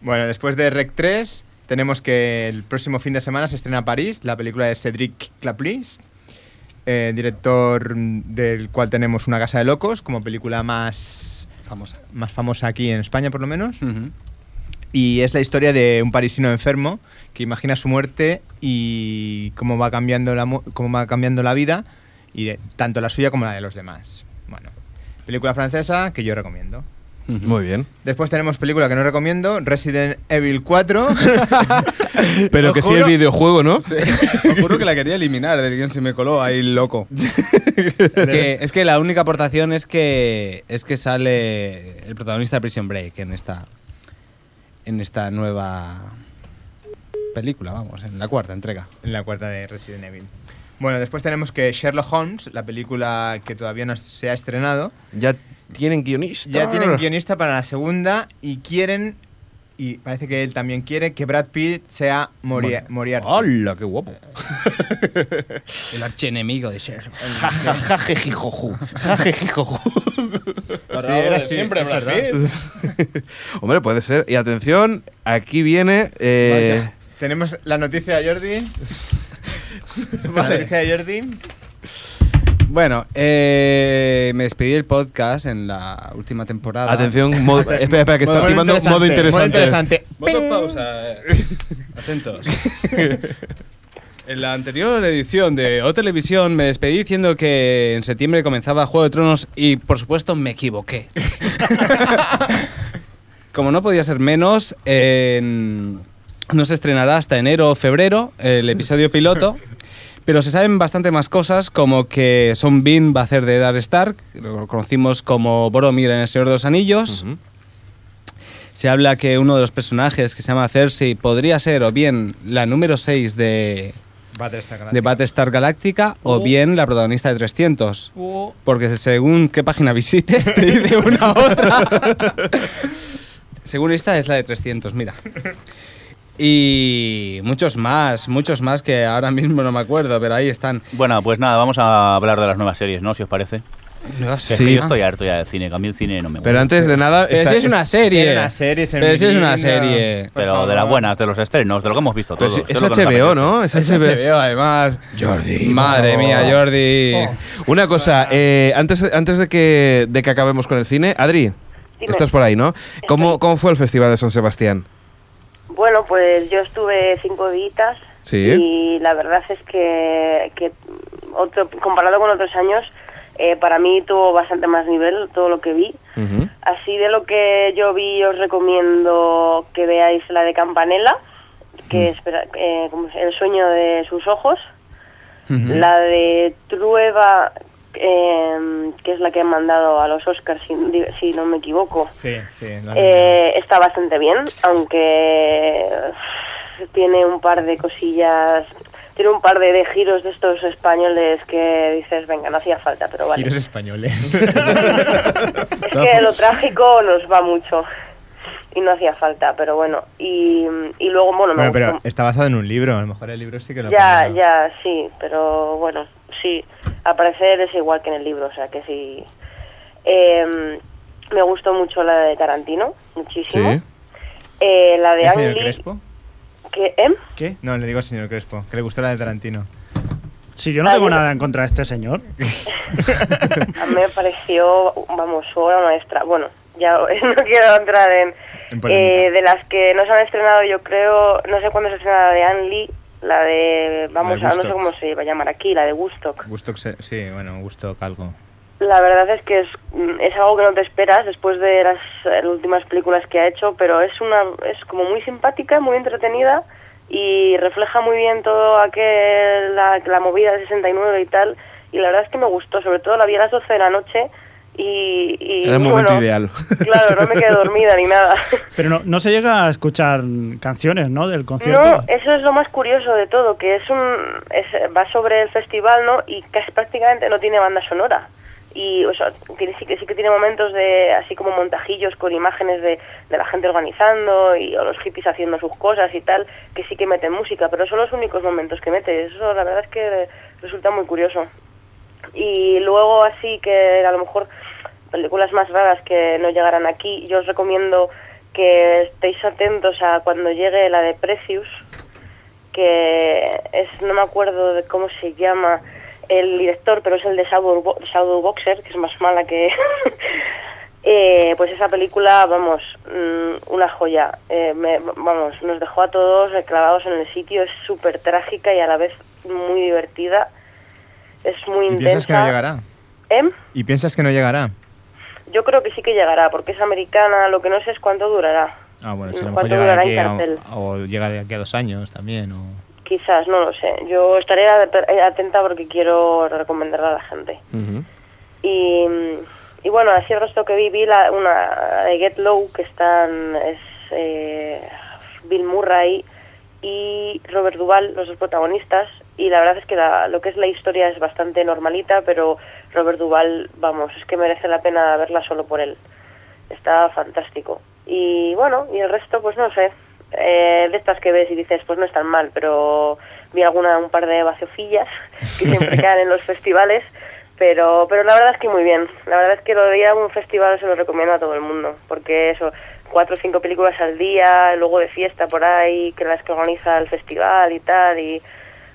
[SPEAKER 3] Bueno, después de Rec 3, tenemos que el próximo fin de semana se estrena París, la película de Cédric Claplis, eh, director mm, del cual tenemos Una Casa de Locos, como película más,
[SPEAKER 4] Famosa.
[SPEAKER 3] más famosa aquí en España, por lo menos. Y es la historia de un parisino enfermo que imagina su muerte y cómo va cambiando la, mu- cómo va cambiando la vida, y de- tanto la suya como la de los demás. Bueno, película francesa que yo recomiendo.
[SPEAKER 8] Muy bien.
[SPEAKER 3] Después tenemos película que no recomiendo, Resident Evil 4.
[SPEAKER 8] Pero
[SPEAKER 3] Os
[SPEAKER 8] que sí el
[SPEAKER 3] juro-
[SPEAKER 8] videojuego, ¿no?
[SPEAKER 4] Os juro que la quería eliminar del guión, se me coló ahí loco. Que- es que la única aportación es que es que sale el protagonista de Prison Break en esta en esta nueva película, vamos, en la cuarta entrega.
[SPEAKER 3] En la cuarta de Resident Evil. Bueno, después tenemos que Sherlock Holmes, la película que todavía no se ha estrenado,
[SPEAKER 8] Ya tienen guionista.
[SPEAKER 3] ya tienen guionista para la segunda y quieren, y parece que él también quiere, que Brad Pitt sea Mori- Moriarty.
[SPEAKER 8] ¡Hala, qué guapo!
[SPEAKER 4] El archienemigo de Sherlock.
[SPEAKER 8] Jajejijoju. Jajejijoju.
[SPEAKER 3] era así, es verdad.
[SPEAKER 8] Hombre, puede ser. Y atención, aquí viene. eh,
[SPEAKER 3] Vaya. Tenemos la noticia de Jordi. La noticia de Jordi.
[SPEAKER 4] Bueno, eh, me despedí del podcast en la última temporada.
[SPEAKER 8] atención, modo- espera, espera, que está
[SPEAKER 3] Modo
[SPEAKER 8] activando modo
[SPEAKER 3] Modo
[SPEAKER 8] interesante.
[SPEAKER 3] interesante.
[SPEAKER 4] Voto pausa. eh. Atentos. En la anterior edición de O Televisión me despedí diciendo que en septiembre comenzaba Juego de Tronos y por supuesto me equivoqué. Como no podía ser menos, en- no se estrenará hasta enero o febrero el episodio piloto. Pero se saben bastante más cosas, como que Son Bean va a hacer de Dar Stark, lo conocimos como Boromir en El Señor de los Anillos.
[SPEAKER 8] Ujú.
[SPEAKER 4] Se habla que uno de los personajes que se llama Cersei podría ser o bien la número 6 de,
[SPEAKER 3] Battlestar
[SPEAKER 4] de
[SPEAKER 3] Galactica.
[SPEAKER 4] Battlestar Galactica o bien la protagonista de 300. Porque según qué página visites, te dice una u otra. según esta es la de 300, mira. Y muchos más, muchos más que ahora mismo no me acuerdo, pero ahí están.
[SPEAKER 5] bueno, pues nada, vamos a hablar de las nuevas series, ¿no? Si os parece.
[SPEAKER 4] No
[SPEAKER 5] Que es que yo estoy harto ya del cine, que a mí el cine no me gusta.
[SPEAKER 2] Ah. Pero antes de nada.
[SPEAKER 4] Pero
[SPEAKER 2] esta-
[SPEAKER 4] si es una serie.
[SPEAKER 3] Era una serie, se
[SPEAKER 4] Pero si es una
[SPEAKER 3] mirinda.
[SPEAKER 4] serie.
[SPEAKER 3] Por
[SPEAKER 5] Pero
[SPEAKER 3] favor.
[SPEAKER 5] de las buenas, de los estrenos, de lo que hemos visto
[SPEAKER 2] Pero
[SPEAKER 5] todos.
[SPEAKER 2] si-
[SPEAKER 5] de
[SPEAKER 2] es
[SPEAKER 5] lo que nos
[SPEAKER 2] HBO, ¿no?
[SPEAKER 5] apetece.
[SPEAKER 2] Es
[SPEAKER 4] Es
[SPEAKER 2] HBO.
[SPEAKER 4] HBO, además.
[SPEAKER 2] Jordi,
[SPEAKER 4] Madre
[SPEAKER 2] por
[SPEAKER 4] mía,
[SPEAKER 2] favor.
[SPEAKER 4] Jordi.
[SPEAKER 2] Una cosa, eh, antes, antes de, que, de que acabemos con el cine, Adri,
[SPEAKER 6] Dime.
[SPEAKER 2] estás por ahí, ¿no? ¿Cómo, ¿Cómo fue el Festival de San Sebastián?
[SPEAKER 6] Bueno, pues yo estuve cinco días
[SPEAKER 2] Sí.
[SPEAKER 6] y la verdad es que, que otro, comparado con otros años, eh, para mí tuvo bastante más nivel todo lo que vi.
[SPEAKER 2] Ujú.
[SPEAKER 6] Así de lo que yo vi, os recomiendo que veáis la de Campanella,
[SPEAKER 2] Mm.
[SPEAKER 6] que es espera- eh, como es El sueño de sus ojos. La de Trueba, eh, que es la que han mandado a los Oscars, si, si no me equivoco.
[SPEAKER 3] Sí, sí. la-
[SPEAKER 6] Eh, está bastante bien, aunque eh, tiene un par de cosillas, tiene un par de, de giros de estos españoles que dices, venga, no hacía falta, pero vale.
[SPEAKER 3] Giros españoles.
[SPEAKER 6] Es que lo trágico nos va mucho y no hacía falta, pero bueno. Y, y luego, bueno, me
[SPEAKER 3] bueno, pero
[SPEAKER 6] gustó-
[SPEAKER 3] está basado en un libro. A lo mejor el libro sí que lo
[SPEAKER 6] ya,
[SPEAKER 3] pondrá.
[SPEAKER 6] ya, sí, pero bueno, sí, al parecer es igual que en el libro, o sea que sí. Eh, me gustó mucho la de Tarantino, muchísimo.
[SPEAKER 2] Sí.
[SPEAKER 6] Eh, la de
[SPEAKER 3] ¿El
[SPEAKER 6] Ang
[SPEAKER 3] señor
[SPEAKER 6] Lee,
[SPEAKER 3] Crespo?
[SPEAKER 6] que, ¿eh?
[SPEAKER 7] ¿Qué?
[SPEAKER 3] No, le digo al señor Crespo, que le gustó la de Tarantino.
[SPEAKER 7] Si yo no
[SPEAKER 6] Ah,
[SPEAKER 7] tengo
[SPEAKER 6] bueno.
[SPEAKER 7] nada en contra de este señor.
[SPEAKER 6] A mí me pareció, vamos, su obra maestra. Bueno, ya no quiero entrar en...
[SPEAKER 3] En polémica.
[SPEAKER 6] eh, de las que no se han estrenado, yo creo, no sé cuándo se estrena la de Anne Lee, la de, vamos,
[SPEAKER 3] La de
[SPEAKER 6] a, no sé
[SPEAKER 3] Woodstock.
[SPEAKER 6] cómo se va a llamar aquí, la de Woodstock.
[SPEAKER 3] Gusto, se- sí, bueno, gusto algo.
[SPEAKER 6] La verdad es que es, mm, es algo que no te esperas después de las, eh, últimas películas que ha hecho, pero es una es como muy simpática, muy entretenida y refleja muy bien todo aquel la, la movida de 69 y tal. Y la verdad es que me gustó, sobre todo la vi a las 12 de la noche y, y,
[SPEAKER 2] Era el momento
[SPEAKER 6] bueno,
[SPEAKER 2] ideal.
[SPEAKER 6] Claro, no me quedé dormida ni nada.
[SPEAKER 7] Pero no, no se llega a escuchar canciones, ¿no? Del concierto.
[SPEAKER 6] No, eso es lo más curioso de todo, que es un es- va sobre el festival, ¿no? Y casi prácticamente no tiene banda sonora. Y o sea, tiene, sí, que, sí que tiene momentos de así como montajillos con imágenes de, de la gente organizando y o los hippies haciendo sus cosas y tal, que sí que meten música, pero son los únicos momentos que mete. Eso la verdad es que resulta muy curioso. Y luego así que a lo mejor películas más raras que no llegarán aquí, yo os recomiendo que estéis atentos a cuando llegue la de Precious, que es, no me acuerdo de cómo se llama el director, pero es el de Shadow, Bo- Shadow Boxer, que es más mala que... Eh, pues esa película, vamos, mm, una joya. Eh, me- vamos, nos dejó a todos clavados en el sitio. Es súper trágica y a la vez muy divertida. Es muy
[SPEAKER 3] ¿Y
[SPEAKER 6] intensa.
[SPEAKER 3] piensas que no llegará?
[SPEAKER 6] ¿Eh?
[SPEAKER 3] ¿Y piensas que no llegará?
[SPEAKER 6] Yo creo que sí que llegará, porque es americana, lo que no sé es cuánto durará.
[SPEAKER 3] Ah, bueno,
[SPEAKER 6] Mm,
[SPEAKER 3] si a lo mejor
[SPEAKER 6] ¿Cuánto
[SPEAKER 3] llegará
[SPEAKER 6] durará
[SPEAKER 3] aquí
[SPEAKER 6] en
[SPEAKER 3] a,
[SPEAKER 6] cartel?
[SPEAKER 3] o llegará aquí a dos años también. O...
[SPEAKER 6] Quizás, no lo sé. Yo estaré a- atenta porque quiero recomendarla a la gente.
[SPEAKER 2] Ujú.
[SPEAKER 6] Y, y bueno, así el resto que vi, vi la, una de Get Low, que están es, eh, Bill Murray y Robert Duvall, los dos protagonistas. Y la verdad es que la- lo que es la historia es bastante normalita, pero Robert Duvall, vamos, es que merece la pena verla solo por él. Está fantástico. Y bueno, y el resto, pues no sé. Eh, de estas que ves y dices, pues no están mal, pero vi alguna, un par de vaciofillas que siempre quedan en los festivales. Pero, pero la verdad es que muy bien. La verdad es que lo de ir a un festival se lo recomiendo a todo el mundo. Porque eso, cuatro o cinco películas al día, luego de fiesta por ahí, que las que organiza el festival y tal. Y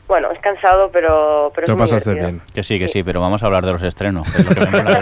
[SPEAKER 6] bueno, es cansado, pero. pero
[SPEAKER 2] Te lo
[SPEAKER 6] es muy
[SPEAKER 2] pasaste
[SPEAKER 6] divertido.
[SPEAKER 2] bien.
[SPEAKER 5] Que sí, que sí, pero vamos a hablar de los estrenos. que es lo que, me mola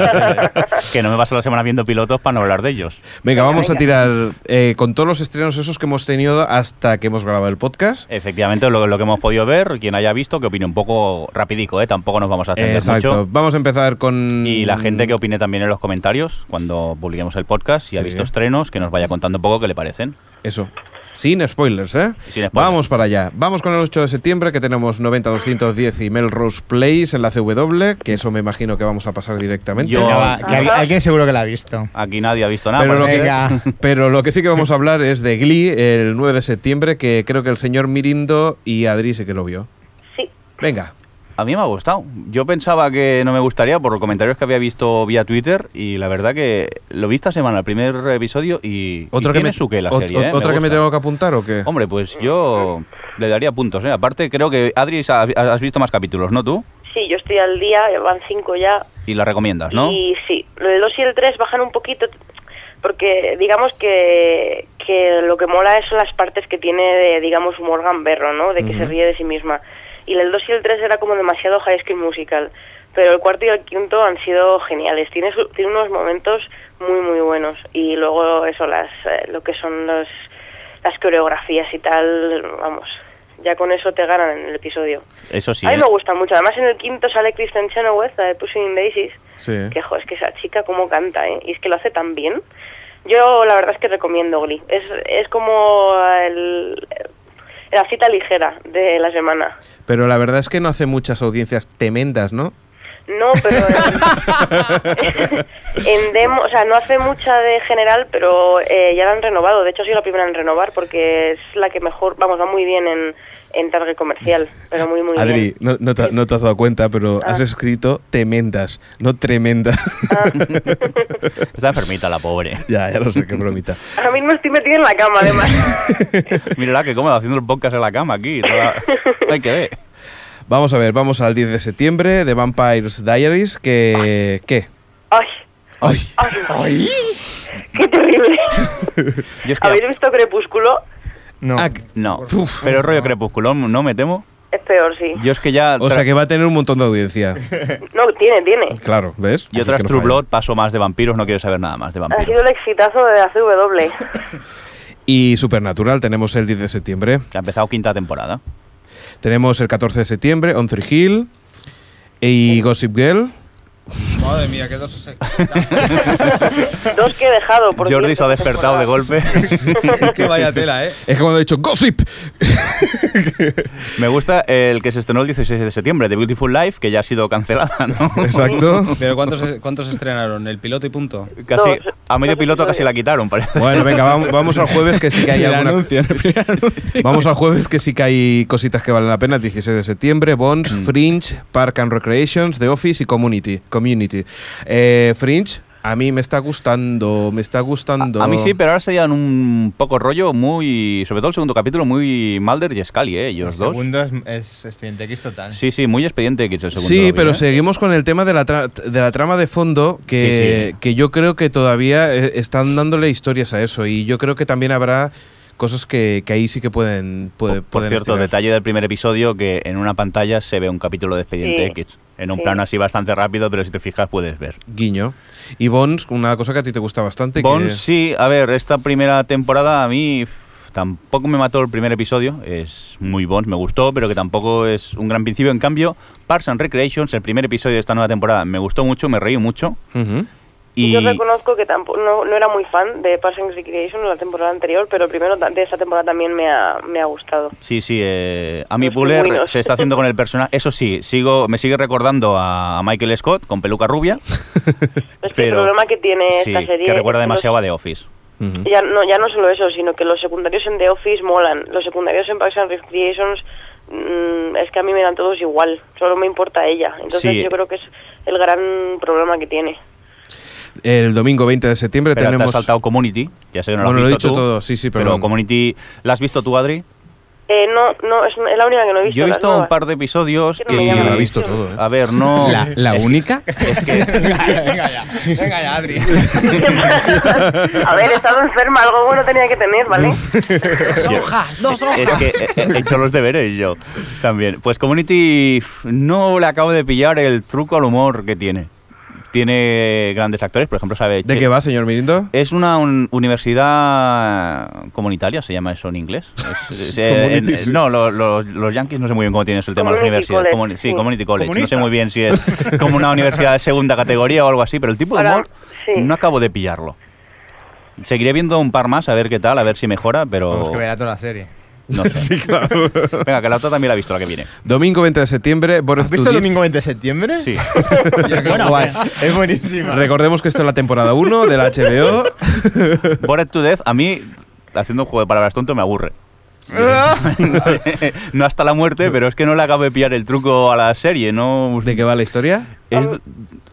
[SPEAKER 5] de los- que no me paso la semana viendo pilotos para no hablar de ellos.
[SPEAKER 2] Venga,
[SPEAKER 6] Venga,
[SPEAKER 2] vamos a
[SPEAKER 6] venga.
[SPEAKER 2] tirar eh, con todos los estrenos esos que hemos tenido hasta que hemos grabado el podcast.
[SPEAKER 5] Efectivamente, lo, lo que hemos podido ver, quien haya visto, que opine un poco rapidico, ¿eh? tampoco nos vamos a extender
[SPEAKER 2] Exacto. Mm.
[SPEAKER 5] mucho.
[SPEAKER 2] Vamos a empezar con.
[SPEAKER 5] Y la gente que opine también en los comentarios, cuando publiquemos el podcast, si ha
[SPEAKER 2] Sí.
[SPEAKER 5] visto estrenos, que nos vaya contando un poco qué le parecen.
[SPEAKER 2] Eso. Sin spoilers, ¿eh?
[SPEAKER 5] Sin spoilers.
[SPEAKER 2] Vamos para allá. Vamos con el 8 de septiembre, que tenemos 90-210 y Melrose Place en la CW, que eso me imagino que vamos a pasar directamente.
[SPEAKER 5] Yo-
[SPEAKER 3] Ya va, que al- alguien seguro que la ha visto.
[SPEAKER 5] Aquí nadie ha visto nada.
[SPEAKER 2] Pero lo,
[SPEAKER 5] porque-
[SPEAKER 2] que,
[SPEAKER 3] Venga.
[SPEAKER 2] pero lo que sí que vamos a hablar es de Glee el 9 de septiembre, que creo que el señor Mirindo y Adri sí que lo vio.
[SPEAKER 6] Sí.
[SPEAKER 2] Venga.
[SPEAKER 5] A mí me ha gustado. Yo pensaba que no me gustaría por los comentarios que había visto vía Twitter y la verdad que lo vi esta semana, el primer episodio y, y tiene su que la
[SPEAKER 2] ot-
[SPEAKER 5] serie.
[SPEAKER 2] ot-
[SPEAKER 5] ¿eh? Me
[SPEAKER 2] ¿Otra que me
[SPEAKER 5] gusta.
[SPEAKER 2] tengo que apuntar o qué?
[SPEAKER 5] Hombre, pues yo le daría puntos. ¿eh? Aparte, creo que Adri has has visto más capítulos, ¿no tú?
[SPEAKER 6] Sí, yo estoy al día, van cinco ya.
[SPEAKER 5] Y la recomiendas, ¿no?
[SPEAKER 6] Y sí, el 2 y el 3 bajan un poquito porque digamos que, que lo que mola son las partes que tiene, de, digamos, humor gamberro, ¿no? De que se ríe de sí misma. Y el 2 y el 3 era como demasiado high school musical. Pero el cuarto y el quinto han sido geniales. Tiene, su- tiene unos momentos muy, muy buenos. Y luego eso, las, eh, lo que son los, las coreografías y tal, vamos, ya con eso te ganan en el episodio.
[SPEAKER 5] Eso sí.
[SPEAKER 6] A mí
[SPEAKER 5] ¿eh?
[SPEAKER 6] me gusta mucho. Además, en el quinto sale Kristen Chenoweth, la de Pushing Daisies. Que, jo, es que esa chica cómo canta, ¿eh? Y es que lo hace tan bien. Yo, la verdad es que recomiendo Glee. Es, es como el- eh, la cita ligera de la semana.
[SPEAKER 2] Pero la verdad es que no hace muchas audiencias tremendas, ¿no?
[SPEAKER 6] No, pero en, en demo, o sea, no hace mucha de general, pero eh, ya la han renovado. De hecho, ha sido la primera en renovar porque es la que mejor, vamos, va muy bien en, en target comercial, pero muy, muy bien.
[SPEAKER 2] Adri, no, no te, no te has dado cuenta, pero
[SPEAKER 6] Ah.
[SPEAKER 2] has escrito temendas, no tremenda.
[SPEAKER 5] Está enfermita la pobre.
[SPEAKER 2] ya, ya lo sé, qué bromita.
[SPEAKER 6] Ahora mismo estoy metida en la cama, además.
[SPEAKER 5] Mírala que cómoda haciendo el podcast en la cama aquí. toda- Hay que ver.
[SPEAKER 2] Vamos a ver, vamos al 10 de septiembre de Vampires Diaries, que... ¿Qué?
[SPEAKER 6] Ay,
[SPEAKER 2] ¡Ay!
[SPEAKER 6] ay, qué terrible.
[SPEAKER 5] Yo es que-
[SPEAKER 6] ¿Habéis visto Crepúsculo?
[SPEAKER 3] No.
[SPEAKER 2] Ah, que-
[SPEAKER 5] No,
[SPEAKER 2] Uf.
[SPEAKER 5] pero rollo crepúsculo, no me temo.
[SPEAKER 6] Es peor, sí.
[SPEAKER 5] Yo es que ya.
[SPEAKER 2] o sea
[SPEAKER 5] tra-
[SPEAKER 2] que va a tener un montón de audiencia.
[SPEAKER 6] No, tiene, tiene.
[SPEAKER 2] Claro, ¿ves?
[SPEAKER 5] yo
[SPEAKER 2] Así
[SPEAKER 5] tras
[SPEAKER 2] que no
[SPEAKER 5] True
[SPEAKER 2] falla.
[SPEAKER 5] Blood paso más de vampiros, no quiero saber nada más de
[SPEAKER 6] Ha sido
[SPEAKER 5] vampiros.
[SPEAKER 6] el exitazo de la CW.
[SPEAKER 2] Y Supernatural tenemos el 10 de septiembre.
[SPEAKER 5] Ya Ha empezado quinta temporada.
[SPEAKER 2] Tenemos el 14 de septiembre, On Three Hill y Gossip Girl.
[SPEAKER 4] Madre mía, qué dos
[SPEAKER 6] Dos que he dejado. Por
[SPEAKER 5] Jordi
[SPEAKER 6] cierto,
[SPEAKER 5] se ha
[SPEAKER 6] esta
[SPEAKER 5] despertado de
[SPEAKER 6] temporada.
[SPEAKER 5] golpe.
[SPEAKER 4] que vaya tela, ¿eh?
[SPEAKER 2] Es que cuando he dicho Gossip,
[SPEAKER 5] me gusta el que se estrenó el 16 de septiembre, The Beautiful Life, que ya ha sido cancelada, ¿no?
[SPEAKER 2] exacto.
[SPEAKER 4] Pero ¿cuántos, ¿cuántos estrenaron? ¿El piloto y punto?
[SPEAKER 5] Casi,
[SPEAKER 6] Dos,
[SPEAKER 5] a medio
[SPEAKER 6] dos
[SPEAKER 5] piloto casi
[SPEAKER 6] episodios.
[SPEAKER 5] la quitaron, parece.
[SPEAKER 2] Bueno, venga, vam- vamos al jueves que sí que hay
[SPEAKER 4] El
[SPEAKER 2] alguna...
[SPEAKER 4] anuncio, el primer anuncio.
[SPEAKER 2] Vamos al jueves que sí que hay cositas que valen la pena. 16 de septiembre, Bonds, Fringe, Park and Recreations, The Office y Community. Community. Eh, Fringe, a mí me está gustando, me está gustando.
[SPEAKER 5] A mí sí, pero ahora se llevan un poco rollo muy. Sobre todo el segundo capítulo, muy Mulder y Scully, ¿eh? Ellos dos.
[SPEAKER 3] segundo es, es Expediente X total.
[SPEAKER 5] Sí, sí, muy expediente X el segundo. lo
[SPEAKER 2] Sí,
[SPEAKER 5] vi,
[SPEAKER 2] pero
[SPEAKER 5] ¿eh?
[SPEAKER 2] seguimos con el tema de la, tra- de la trama de fondo, que,
[SPEAKER 5] Sí, sí.
[SPEAKER 2] que yo creo que todavía eh, están dándole historias a eso y yo creo que también habrá cosas que, que ahí sí que pueden...
[SPEAKER 5] Por-
[SPEAKER 2] puede-
[SPEAKER 5] por
[SPEAKER 2] pueden
[SPEAKER 5] cierto,
[SPEAKER 2] estirar.
[SPEAKER 5] detalle del primer episodio que en una pantalla se ve un capítulo de Expediente
[SPEAKER 6] Sí,
[SPEAKER 5] X. En un
[SPEAKER 6] sí.
[SPEAKER 5] plano así bastante rápido, pero si te fijas puedes ver.
[SPEAKER 2] Guiño. Y Bones, una cosa que a ti te gusta bastante. que-
[SPEAKER 5] Bones, sí, a ver, esta primera temporada a mí f- tampoco me mató el primer episodio. Es muy Bones, me gustó, pero que tampoco es un gran principio. En cambio, Parks and Recreations, el primer episodio de esta nueva temporada, me gustó mucho, me reí mucho.
[SPEAKER 2] Ujú.
[SPEAKER 5] Y
[SPEAKER 6] Yo reconozco que tampoco, no, no era muy fan de Parsons Recreation en la temporada anterior, pero el primero ta- de esta temporada también me ha, me ha gustado.
[SPEAKER 5] Sí, sí, eh, Amy
[SPEAKER 6] Los
[SPEAKER 5] Puller
[SPEAKER 6] pingüinos.
[SPEAKER 5] se está haciendo con el personaje. Eso sí, sigo, me sigue recordando a Michael Scott con peluca rubia.
[SPEAKER 6] Es que
[SPEAKER 5] Pero-
[SPEAKER 6] el problema que tiene
[SPEAKER 5] sí,
[SPEAKER 6] esta serie
[SPEAKER 5] que recuerda
[SPEAKER 6] es que
[SPEAKER 5] demasiado a The Office.
[SPEAKER 2] Ujú.
[SPEAKER 6] los- ya, no, ya no solo eso, sino que los secundarios en The Office molan. Los secundarios en Parks and Recreations mm, es que a mí me dan todos igual, solo me importa ella. Entonces
[SPEAKER 5] Sí.
[SPEAKER 6] yo creo que es el gran problema que tiene.
[SPEAKER 2] El domingo 20 de septiembre
[SPEAKER 5] Pero te has
[SPEAKER 2] tenemos...
[SPEAKER 5] saltado Community, ya sé que no lo
[SPEAKER 2] Bueno,
[SPEAKER 5] has
[SPEAKER 2] lo he
[SPEAKER 5] visto
[SPEAKER 2] dicho
[SPEAKER 5] tú,
[SPEAKER 2] todo, sí, sí,
[SPEAKER 5] pero
[SPEAKER 2] perdón.
[SPEAKER 5] Community, ¿la has visto tú, Adri?
[SPEAKER 6] Eh, no, no, es, es la única que no he visto.
[SPEAKER 5] Yo he
[SPEAKER 6] las
[SPEAKER 5] visto un
[SPEAKER 6] nuevas.
[SPEAKER 5] par de episodios
[SPEAKER 6] Es que no me
[SPEAKER 5] y...
[SPEAKER 6] llama
[SPEAKER 2] Yo
[SPEAKER 6] la
[SPEAKER 2] lo he visto
[SPEAKER 6] atención.
[SPEAKER 2] todo, ¿eh?
[SPEAKER 5] A ver, no...
[SPEAKER 4] ¿La, la única?
[SPEAKER 5] Es que
[SPEAKER 4] venga ya, venga ya, Adri.
[SPEAKER 6] A ver, he estado enferma, algo bueno tenía que tener, ¿vale?
[SPEAKER 5] es que he- he he hecho los deberes yo también. Pues Community f, no le acabo de pillar el truco al humor que tiene. Tiene grandes actores, por ejemplo, sabe...
[SPEAKER 2] ¿De
[SPEAKER 5] Che-
[SPEAKER 2] qué va, señor Mirindo?
[SPEAKER 5] Es una un- universidad comunitaria, se llama eso en inglés. Es- es- eh, en-
[SPEAKER 2] Community.
[SPEAKER 5] no, lo- lo- los yankees no sé muy bien cómo tienen eso el tema de las
[SPEAKER 6] Community
[SPEAKER 5] universidades.
[SPEAKER 6] college,
[SPEAKER 5] Comuni- sí,
[SPEAKER 6] sí.
[SPEAKER 5] community college.
[SPEAKER 7] Comunista.
[SPEAKER 5] No sé muy bien si es como una universidad de segunda categoría o algo así, pero el tipo de
[SPEAKER 6] Ahora,
[SPEAKER 5] humor
[SPEAKER 6] sí.
[SPEAKER 5] no acabo de pillarlo. Seguiré viendo un par más a ver qué tal, a ver si mejora, pero
[SPEAKER 4] Vamos que verá toda la serie.
[SPEAKER 5] no sé. Venga, que la otra también la ha visto, la que viene.
[SPEAKER 2] Domingo 20 de septiembre, Boris
[SPEAKER 3] ¿Has visto el domingo 20 de septiembre?
[SPEAKER 5] Sí.
[SPEAKER 3] Tío, qué guay. Es buenísima.
[SPEAKER 2] Recordemos que esto es la temporada 1 de la HBO.
[SPEAKER 5] Bored to Death, a mí, haciendo un juego de palabras tonto, me aburre. no hasta la muerte, pero es que no le acabo de pillar el truco a la serie, no...
[SPEAKER 2] ¿De qué va la historia?
[SPEAKER 5] Es-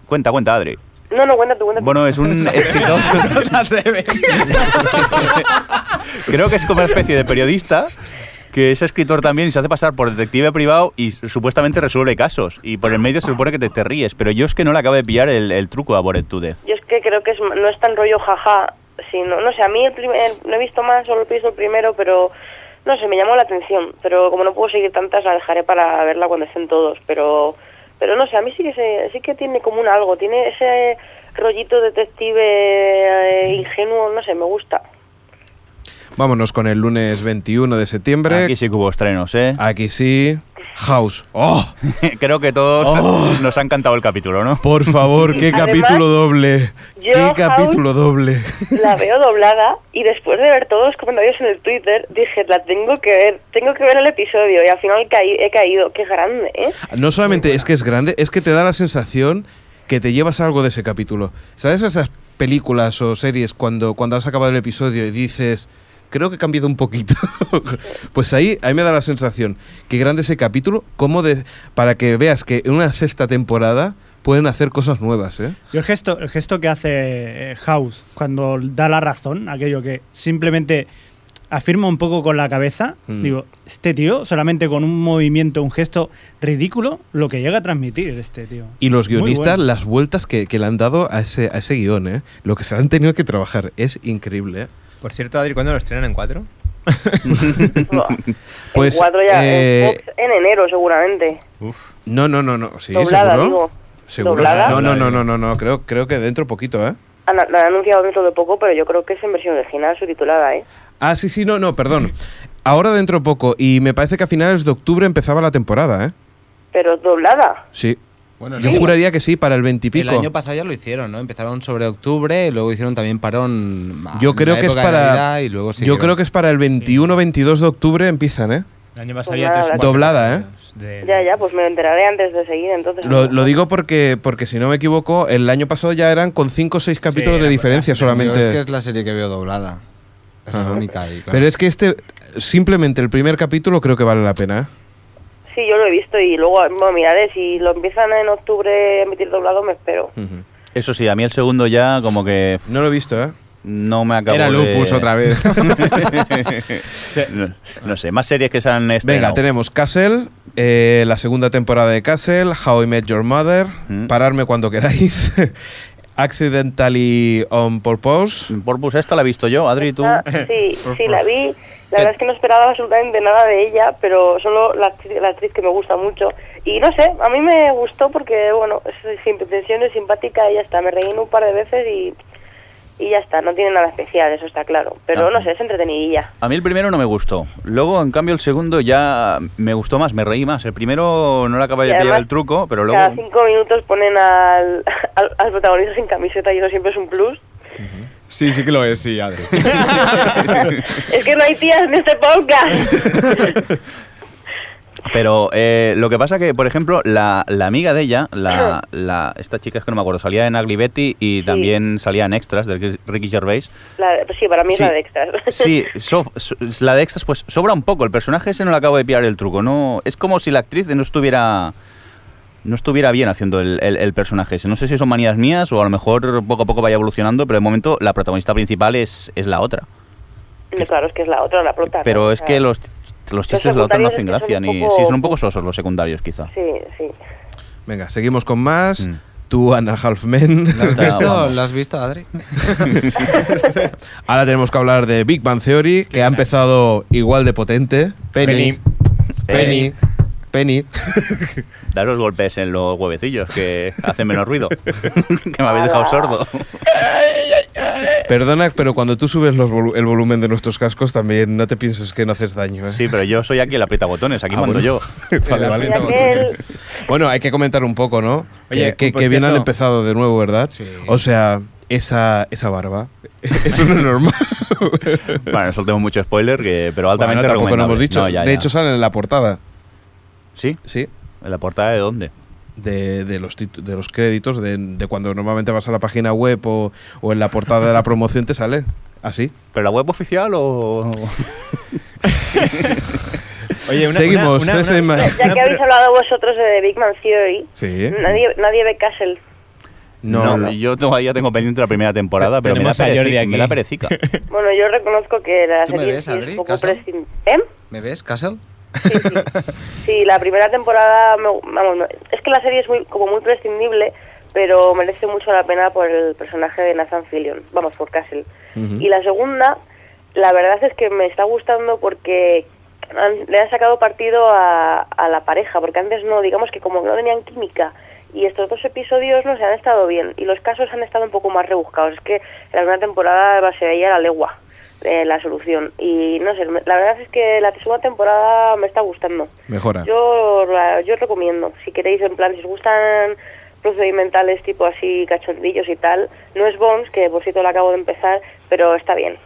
[SPEAKER 5] Cuenta, cuenta, Adri.
[SPEAKER 6] No, no, cuenta tú, cuenta tú.
[SPEAKER 5] Bueno, eh. es un escritor. Creo que es como una especie de periodista que es escritor también y se hace pasar por detective privado y supuestamente resuelve casos. Y por el medio se supone que te, te ríes, pero yo es que no le acabo de pillar el, el truco a Bored to Death.
[SPEAKER 6] Yo es que creo que es, no es tan rollo jaja, sino, no sé, a mí el primer, eh, no he visto más, solo he visto el primero, pero no sé, me llamó la atención. Pero como no puedo seguir tantas, la dejaré para verla cuando estén todos. Pero, pero no sé, a mí sí que, se, sí que tiene como un algo, tiene ese rollito detective eh, ingenuo, no sé, me gusta.
[SPEAKER 2] Vámonos con el lunes 21 de septiembre.
[SPEAKER 5] Aquí sí que hubo estrenos, ¿eh?
[SPEAKER 8] Ah.
[SPEAKER 2] Aquí sí. House. ¡Oh!
[SPEAKER 5] Creo que todos
[SPEAKER 8] Oh.
[SPEAKER 5] nos han cantado el capítulo, ¿no?
[SPEAKER 2] Por favor, qué
[SPEAKER 6] Además,
[SPEAKER 2] capítulo doble.
[SPEAKER 6] yo,
[SPEAKER 2] Qué
[SPEAKER 6] House-
[SPEAKER 2] capítulo doble.
[SPEAKER 6] La veo doblada y después de ver todos los comentarios en el Twitter dije, la tengo que ver, tengo que ver el episodio y al final caí- he caído, qué grande, ¿eh?
[SPEAKER 2] No solamente es que es grande, es que te da la sensación que te llevas algo de ese capítulo. ¿Sabes esas películas o series cuando, cuando has acabado el episodio y dices, creo que he cambiado un poquito? pues ahí, ahí me da la sensación que grande ese capítulo, como de, para que veas que en una sexta temporada pueden hacer cosas nuevas, ¿eh?
[SPEAKER 7] Yo el gesto, el gesto que hace eh, House cuando da la razón, aquello que simplemente afirma un poco con la cabeza,
[SPEAKER 2] Mm.
[SPEAKER 7] digo, este tío solamente con un movimiento, un gesto ridículo, lo que llega a transmitir este tío.
[SPEAKER 2] Y los
[SPEAKER 7] Muy
[SPEAKER 2] guionistas,
[SPEAKER 7] bueno.
[SPEAKER 2] las vueltas que, que le han dado a ese, a ese guión, ¿eh? Lo que se han tenido que trabajar es increíble, ¿eh?
[SPEAKER 3] Por cierto, Adri, ¿cuándo lo estrenan en cuatro?
[SPEAKER 6] Buah.
[SPEAKER 2] Pues,
[SPEAKER 6] en cuatro ya,
[SPEAKER 2] eh,
[SPEAKER 6] en, Fox en enero seguramente.
[SPEAKER 3] Uf.
[SPEAKER 2] No, no, no, no. Sí,
[SPEAKER 6] doblada,
[SPEAKER 2] seguro.
[SPEAKER 6] digo.
[SPEAKER 2] ¿Seguro?
[SPEAKER 6] ¿Doblada?
[SPEAKER 2] No, no, no, no, no, no, Creo, creo que dentro poquito, ¿eh?
[SPEAKER 6] Han, la han anunciado dentro de poco, pero yo creo que es en versión original, subtitulada, ¿eh?
[SPEAKER 2] Ah, sí, sí, no, no, perdón. Ahora dentro poco. Y me parece que a finales de octubre empezaba la temporada, ¿eh?
[SPEAKER 6] Pero doblada.
[SPEAKER 2] Sí.
[SPEAKER 4] Bueno,
[SPEAKER 2] Yo
[SPEAKER 4] no.
[SPEAKER 2] juraría que sí, para el
[SPEAKER 8] El
[SPEAKER 2] veintipico.
[SPEAKER 8] año pasado ya lo hicieron, ¿no? Empezaron sobre octubre, luego hicieron también parón. ah,
[SPEAKER 2] Yo
[SPEAKER 8] en
[SPEAKER 2] creo
[SPEAKER 8] la
[SPEAKER 2] que es
[SPEAKER 8] época de
[SPEAKER 2] para.
[SPEAKER 8] Navidad y luego
[SPEAKER 2] yo
[SPEAKER 8] siguieron.
[SPEAKER 2] creo que es para el 21 22 de octubre empiezan, ¿eh?
[SPEAKER 3] El año pasado
[SPEAKER 6] Doblada,
[SPEAKER 3] había tres o
[SPEAKER 6] la-
[SPEAKER 3] cuatro
[SPEAKER 2] Doblada, ¿eh?
[SPEAKER 3] episodios de-
[SPEAKER 6] Pues Ya, ya, pues me enteraré antes de seguir, entonces.
[SPEAKER 2] Lo, lo digo porque, porque si no me equivoco, el año pasado ya eran con 5 o 6 capítulos
[SPEAKER 3] Sí,
[SPEAKER 2] de
[SPEAKER 3] era-
[SPEAKER 2] diferencia solamente.
[SPEAKER 8] Yo es que es la serie que veo doblada. Es la
[SPEAKER 2] Ajá.
[SPEAKER 8] única. y claro.
[SPEAKER 2] Pero es que este, simplemente el primer capítulo creo que vale la pena. ¿eh?
[SPEAKER 6] Sí, yo lo he visto y luego, bueno, miraré, ¿eh? si lo empiezan en octubre a emitir doblado, me espero.
[SPEAKER 5] Eso sí, a mí el segundo ya como que
[SPEAKER 2] No lo he visto, ¿eh?
[SPEAKER 5] no me acabo
[SPEAKER 8] Era
[SPEAKER 5] de...
[SPEAKER 8] Lupus otra vez.
[SPEAKER 5] no, no sé, más series que se han
[SPEAKER 2] Venga,
[SPEAKER 5] estrenado.
[SPEAKER 2] tenemos Castle, eh, la segunda temporada de Castle, How I Met Your Mother,
[SPEAKER 5] Mm.
[SPEAKER 2] pararme cuando queráis, Accidentally on Purpose.
[SPEAKER 5] Porpus, esta la he visto yo, Adri, tú.
[SPEAKER 6] Ah, sí, sí, la vi. La verdad es que no esperaba absolutamente nada de ella, pero solo la actriz, la actriz que me gusta mucho. Y no sé, a mí me gustó porque, bueno, es sin pretensiones, simpática y ya está. Me reí un par de veces y, y ya está. No tiene nada especial, eso está claro. Pero
[SPEAKER 5] Ah.
[SPEAKER 6] no sé, es entretenidilla.
[SPEAKER 5] A mí el primero no me gustó. Luego, en cambio, el segundo ya me gustó más, me reí más. El primero no le acababa
[SPEAKER 6] Y
[SPEAKER 5] de pillar
[SPEAKER 6] además,
[SPEAKER 5] el truco, pero
[SPEAKER 6] Cada
[SPEAKER 5] luego...
[SPEAKER 6] cinco minutos ponen al, al, al protagonista sin camiseta y eso siempre es un plus.
[SPEAKER 8] sí, sí que lo es, sí, Adri.
[SPEAKER 6] es que no hay tías en este podcast.
[SPEAKER 5] Pero eh, lo que pasa que, por ejemplo, la, la amiga de ella, la, la- esta chica es que no me acuerdo, salía en Ugly Betty y también salía en Extras, del Ricky Gervais.
[SPEAKER 6] La- sí, para mí
[SPEAKER 5] Sí.
[SPEAKER 6] es la de extras.
[SPEAKER 5] Sí, so- so- la de extras, pues sobra un poco. El personaje ese no le acabo de pillar el truco. No, es como si la actriz no estuviera. No estuviera bien haciendo el, el- el personaje ese. No sé si son manías mías o a lo mejor poco a poco vaya evolucionando, pero de momento la protagonista principal es, es la otra.
[SPEAKER 6] No, claro, es que es la otra, la prota. ¿no?
[SPEAKER 5] Pero
[SPEAKER 6] O
[SPEAKER 5] es
[SPEAKER 6] sea,
[SPEAKER 5] que los, los chistes de la otra no hacen
[SPEAKER 6] secundarios
[SPEAKER 5] gracia.
[SPEAKER 6] son un
[SPEAKER 5] Ni,
[SPEAKER 6] poco-
[SPEAKER 5] sí, son un poco sosos los secundarios, quizá.
[SPEAKER 6] Sí, sí.
[SPEAKER 2] Venga, seguimos con más.
[SPEAKER 5] Mm.
[SPEAKER 2] Tú, Anna Halfman.
[SPEAKER 8] ¿La has
[SPEAKER 5] Está
[SPEAKER 8] visto?
[SPEAKER 5] guapo.
[SPEAKER 8] ¿La has visto, Adri?
[SPEAKER 2] Ahora tenemos que hablar de Big Bang Theory, que ha empezado igual de potente. Penny. Penny.
[SPEAKER 5] Eh,
[SPEAKER 2] Penny.
[SPEAKER 5] daros golpes en los huevecillos que hacen menos ruido. que me habéis dejado
[SPEAKER 6] Ala.
[SPEAKER 5] sordo.
[SPEAKER 2] Perdona, pero cuando tú subes los volu- el volumen de nuestros cascos también no te pienses que no haces daño. ¿eh?
[SPEAKER 5] Sí, pero yo soy aquí el aprieta botones, aquí
[SPEAKER 2] Ah,
[SPEAKER 5] mando
[SPEAKER 2] bueno.
[SPEAKER 5] yo.
[SPEAKER 2] Vale, vale.
[SPEAKER 6] Y aquel,
[SPEAKER 2] Bueno, hay que comentar un poco, ¿no?
[SPEAKER 3] Oye,
[SPEAKER 2] que, que-
[SPEAKER 3] por
[SPEAKER 2] que bien han
[SPEAKER 3] cierto-
[SPEAKER 2] empezado de nuevo, ¿verdad?
[SPEAKER 8] Sí.
[SPEAKER 2] O sea, esa, esa barba. Eso no es normal.
[SPEAKER 5] Bueno, no soltemos mucho spoiler, que, pero altamente
[SPEAKER 2] Bueno, tampoco lo
[SPEAKER 5] recomendable.
[SPEAKER 2] hemos dicho.
[SPEAKER 5] No, ya,
[SPEAKER 2] de
[SPEAKER 5] ya.
[SPEAKER 2] hecho, sale en la portada,
[SPEAKER 5] sí,
[SPEAKER 2] ¿sí?
[SPEAKER 5] en la portada de dónde.
[SPEAKER 2] De, de los, titu- de los créditos, de, de cuando normalmente vas a la página web o, o en la portada de la promoción te sale. Así.
[SPEAKER 5] ¿Pero la web oficial o...?
[SPEAKER 3] Oye, una,
[SPEAKER 2] Seguimos.
[SPEAKER 3] una- una-
[SPEAKER 2] César
[SPEAKER 3] una-
[SPEAKER 2] Ima-
[SPEAKER 6] ya que habéis hablado vosotros de Big Man Theory,
[SPEAKER 2] Sí.
[SPEAKER 6] nadie, nadie ve Castle.
[SPEAKER 2] No,
[SPEAKER 5] yo todavía tengo pendiente la primera temporada, pero me da,
[SPEAKER 3] Tenemos a Jordi
[SPEAKER 5] pereci-
[SPEAKER 3] aquí.
[SPEAKER 5] me da perecica.
[SPEAKER 6] Bueno, yo reconozco que la
[SPEAKER 8] ¿Tú me
[SPEAKER 6] serie
[SPEAKER 8] ves,
[SPEAKER 6] sí es
[SPEAKER 8] Adri,
[SPEAKER 6] poco
[SPEAKER 8] Castle?
[SPEAKER 6] prescindible. ¿Eh?
[SPEAKER 8] ¿Me ves, Castle?
[SPEAKER 6] Sí, sí. Sí, la primera temporada, me- vamos, no- es que la serie es muy, como muy prescindible, pero merece mucho la pena por el personaje de Nathan Fillion, vamos, por Castle. Y la segunda, la verdad es que me está gustando porque han- le han sacado partido a, a la pareja, porque antes no, digamos que como no tenían química. Y estos dos episodios no se han estado bien, y los casos han estado un poco más rebuscados. Es que en la primera temporada se veía la legua eh, la solución. Y no sé, me- la verdad es que la segunda temporada me está gustando.
[SPEAKER 2] Mejora.
[SPEAKER 6] Yo, la- yo os recomiendo, si queréis, en plan, si os gustan procedimentales tipo así, cachondillos y tal, no es Bones, que por cierto lo acabo de empezar, pero está bien.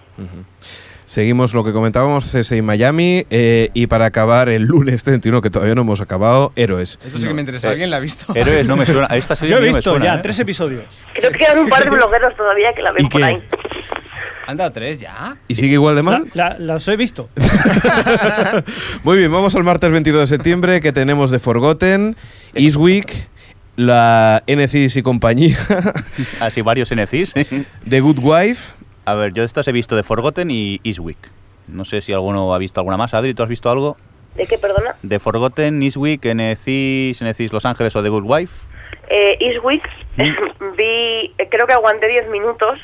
[SPEAKER 2] Seguimos lo que comentábamos, CSI Miami, eh, y para acabar el lunes 31, que todavía no hemos acabado, Héroes.
[SPEAKER 4] Esto sí que me interesa.
[SPEAKER 5] Eh,
[SPEAKER 4] ¿Alguien la ha visto?
[SPEAKER 5] Héroes, no me suena. Esta serie
[SPEAKER 7] Yo
[SPEAKER 5] a mí
[SPEAKER 7] he
[SPEAKER 5] no me
[SPEAKER 7] visto
[SPEAKER 5] suena,
[SPEAKER 7] ya
[SPEAKER 5] ¿eh?
[SPEAKER 7] tres episodios.
[SPEAKER 6] Creo que quedan un par de blogueros todavía que la ven
[SPEAKER 2] ¿Y
[SPEAKER 6] por
[SPEAKER 2] qué?
[SPEAKER 6] ahí.
[SPEAKER 8] ¿Han dado tres ya?
[SPEAKER 2] ¿Y sigue igual de
[SPEAKER 7] La-
[SPEAKER 2] mal?
[SPEAKER 7] la- las he visto.
[SPEAKER 2] Muy bien, vamos al martes 22 de septiembre, que tenemos The Forgotten, Eastwick, la NCIS y compañía,
[SPEAKER 5] Así Ah, varios E NCs.
[SPEAKER 2] The Good Wife.
[SPEAKER 5] ¿eh? A ver, yo estas he visto de Forgotten y Eastwick. No sé si alguno ha visto alguna más. Adri, ¿tú has visto algo?
[SPEAKER 6] ¿De qué, perdona?
[SPEAKER 5] De Forgotten, Eastwick, E NCs, NCs Los Ángeles o The Good Wife.
[SPEAKER 6] Eh, Eastwick, vi, eh, creo que aguanté 10 minutos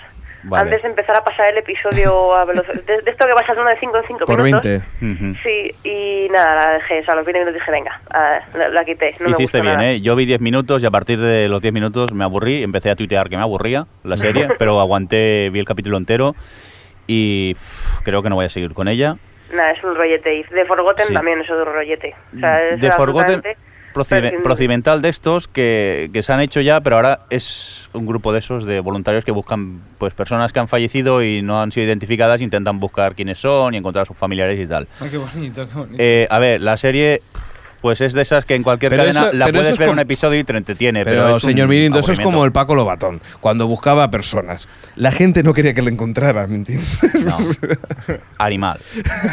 [SPEAKER 5] Vale.
[SPEAKER 6] antes de empezar a pasar el episodio a velocidad. De, de esto que pasas uno de 5 en 5
[SPEAKER 2] Por
[SPEAKER 6] minutos.
[SPEAKER 2] 20.
[SPEAKER 5] Ujú.
[SPEAKER 6] Sí, y nada, la dejé, o sea, a los 20 minutos dije, venga, ah, la, la quité.
[SPEAKER 5] Hiciste
[SPEAKER 6] No me gustó
[SPEAKER 5] bien,
[SPEAKER 6] nada.
[SPEAKER 5] ¿eh? Yo vi 10 minutos y a partir de los 10 minutos me aburrí. Empecé a tuitear que me aburría la serie, pero aguanté, vi el capítulo entero y uf, creo que no voy a seguir con ella.
[SPEAKER 6] Nada, es un rollete. Y The Forgotten
[SPEAKER 5] Sí.
[SPEAKER 6] también es otro rollete. O sea, es
[SPEAKER 5] de Forgotten
[SPEAKER 6] absolutamente
[SPEAKER 5] procede-
[SPEAKER 6] prescindible.
[SPEAKER 5] procedimental de estos que, que se han hecho ya, pero ahora es un grupo de esos de voluntarios que buscan pues personas que han fallecido y no han sido identificadas, intentan buscar quiénes son y encontrar a sus familiares y tal.
[SPEAKER 4] Ay, qué bonito, qué bonito.
[SPEAKER 5] Eh, a ver, la serie pues es de esas que en cualquier
[SPEAKER 2] Pero
[SPEAKER 5] cadena
[SPEAKER 2] eso-
[SPEAKER 5] la
[SPEAKER 2] pero eso
[SPEAKER 5] puedes
[SPEAKER 2] es
[SPEAKER 5] ver
[SPEAKER 2] como-
[SPEAKER 5] un episodio y te entretiene, Eh, pero,
[SPEAKER 2] Pero,
[SPEAKER 5] es un
[SPEAKER 2] señor Mirindo, eso es
[SPEAKER 5] aburrimiento.
[SPEAKER 2] como el Paco Lobatón, cuando buscaba personas. La gente no quería que le encontrara, ¿me entiendes?
[SPEAKER 5] No. Animal.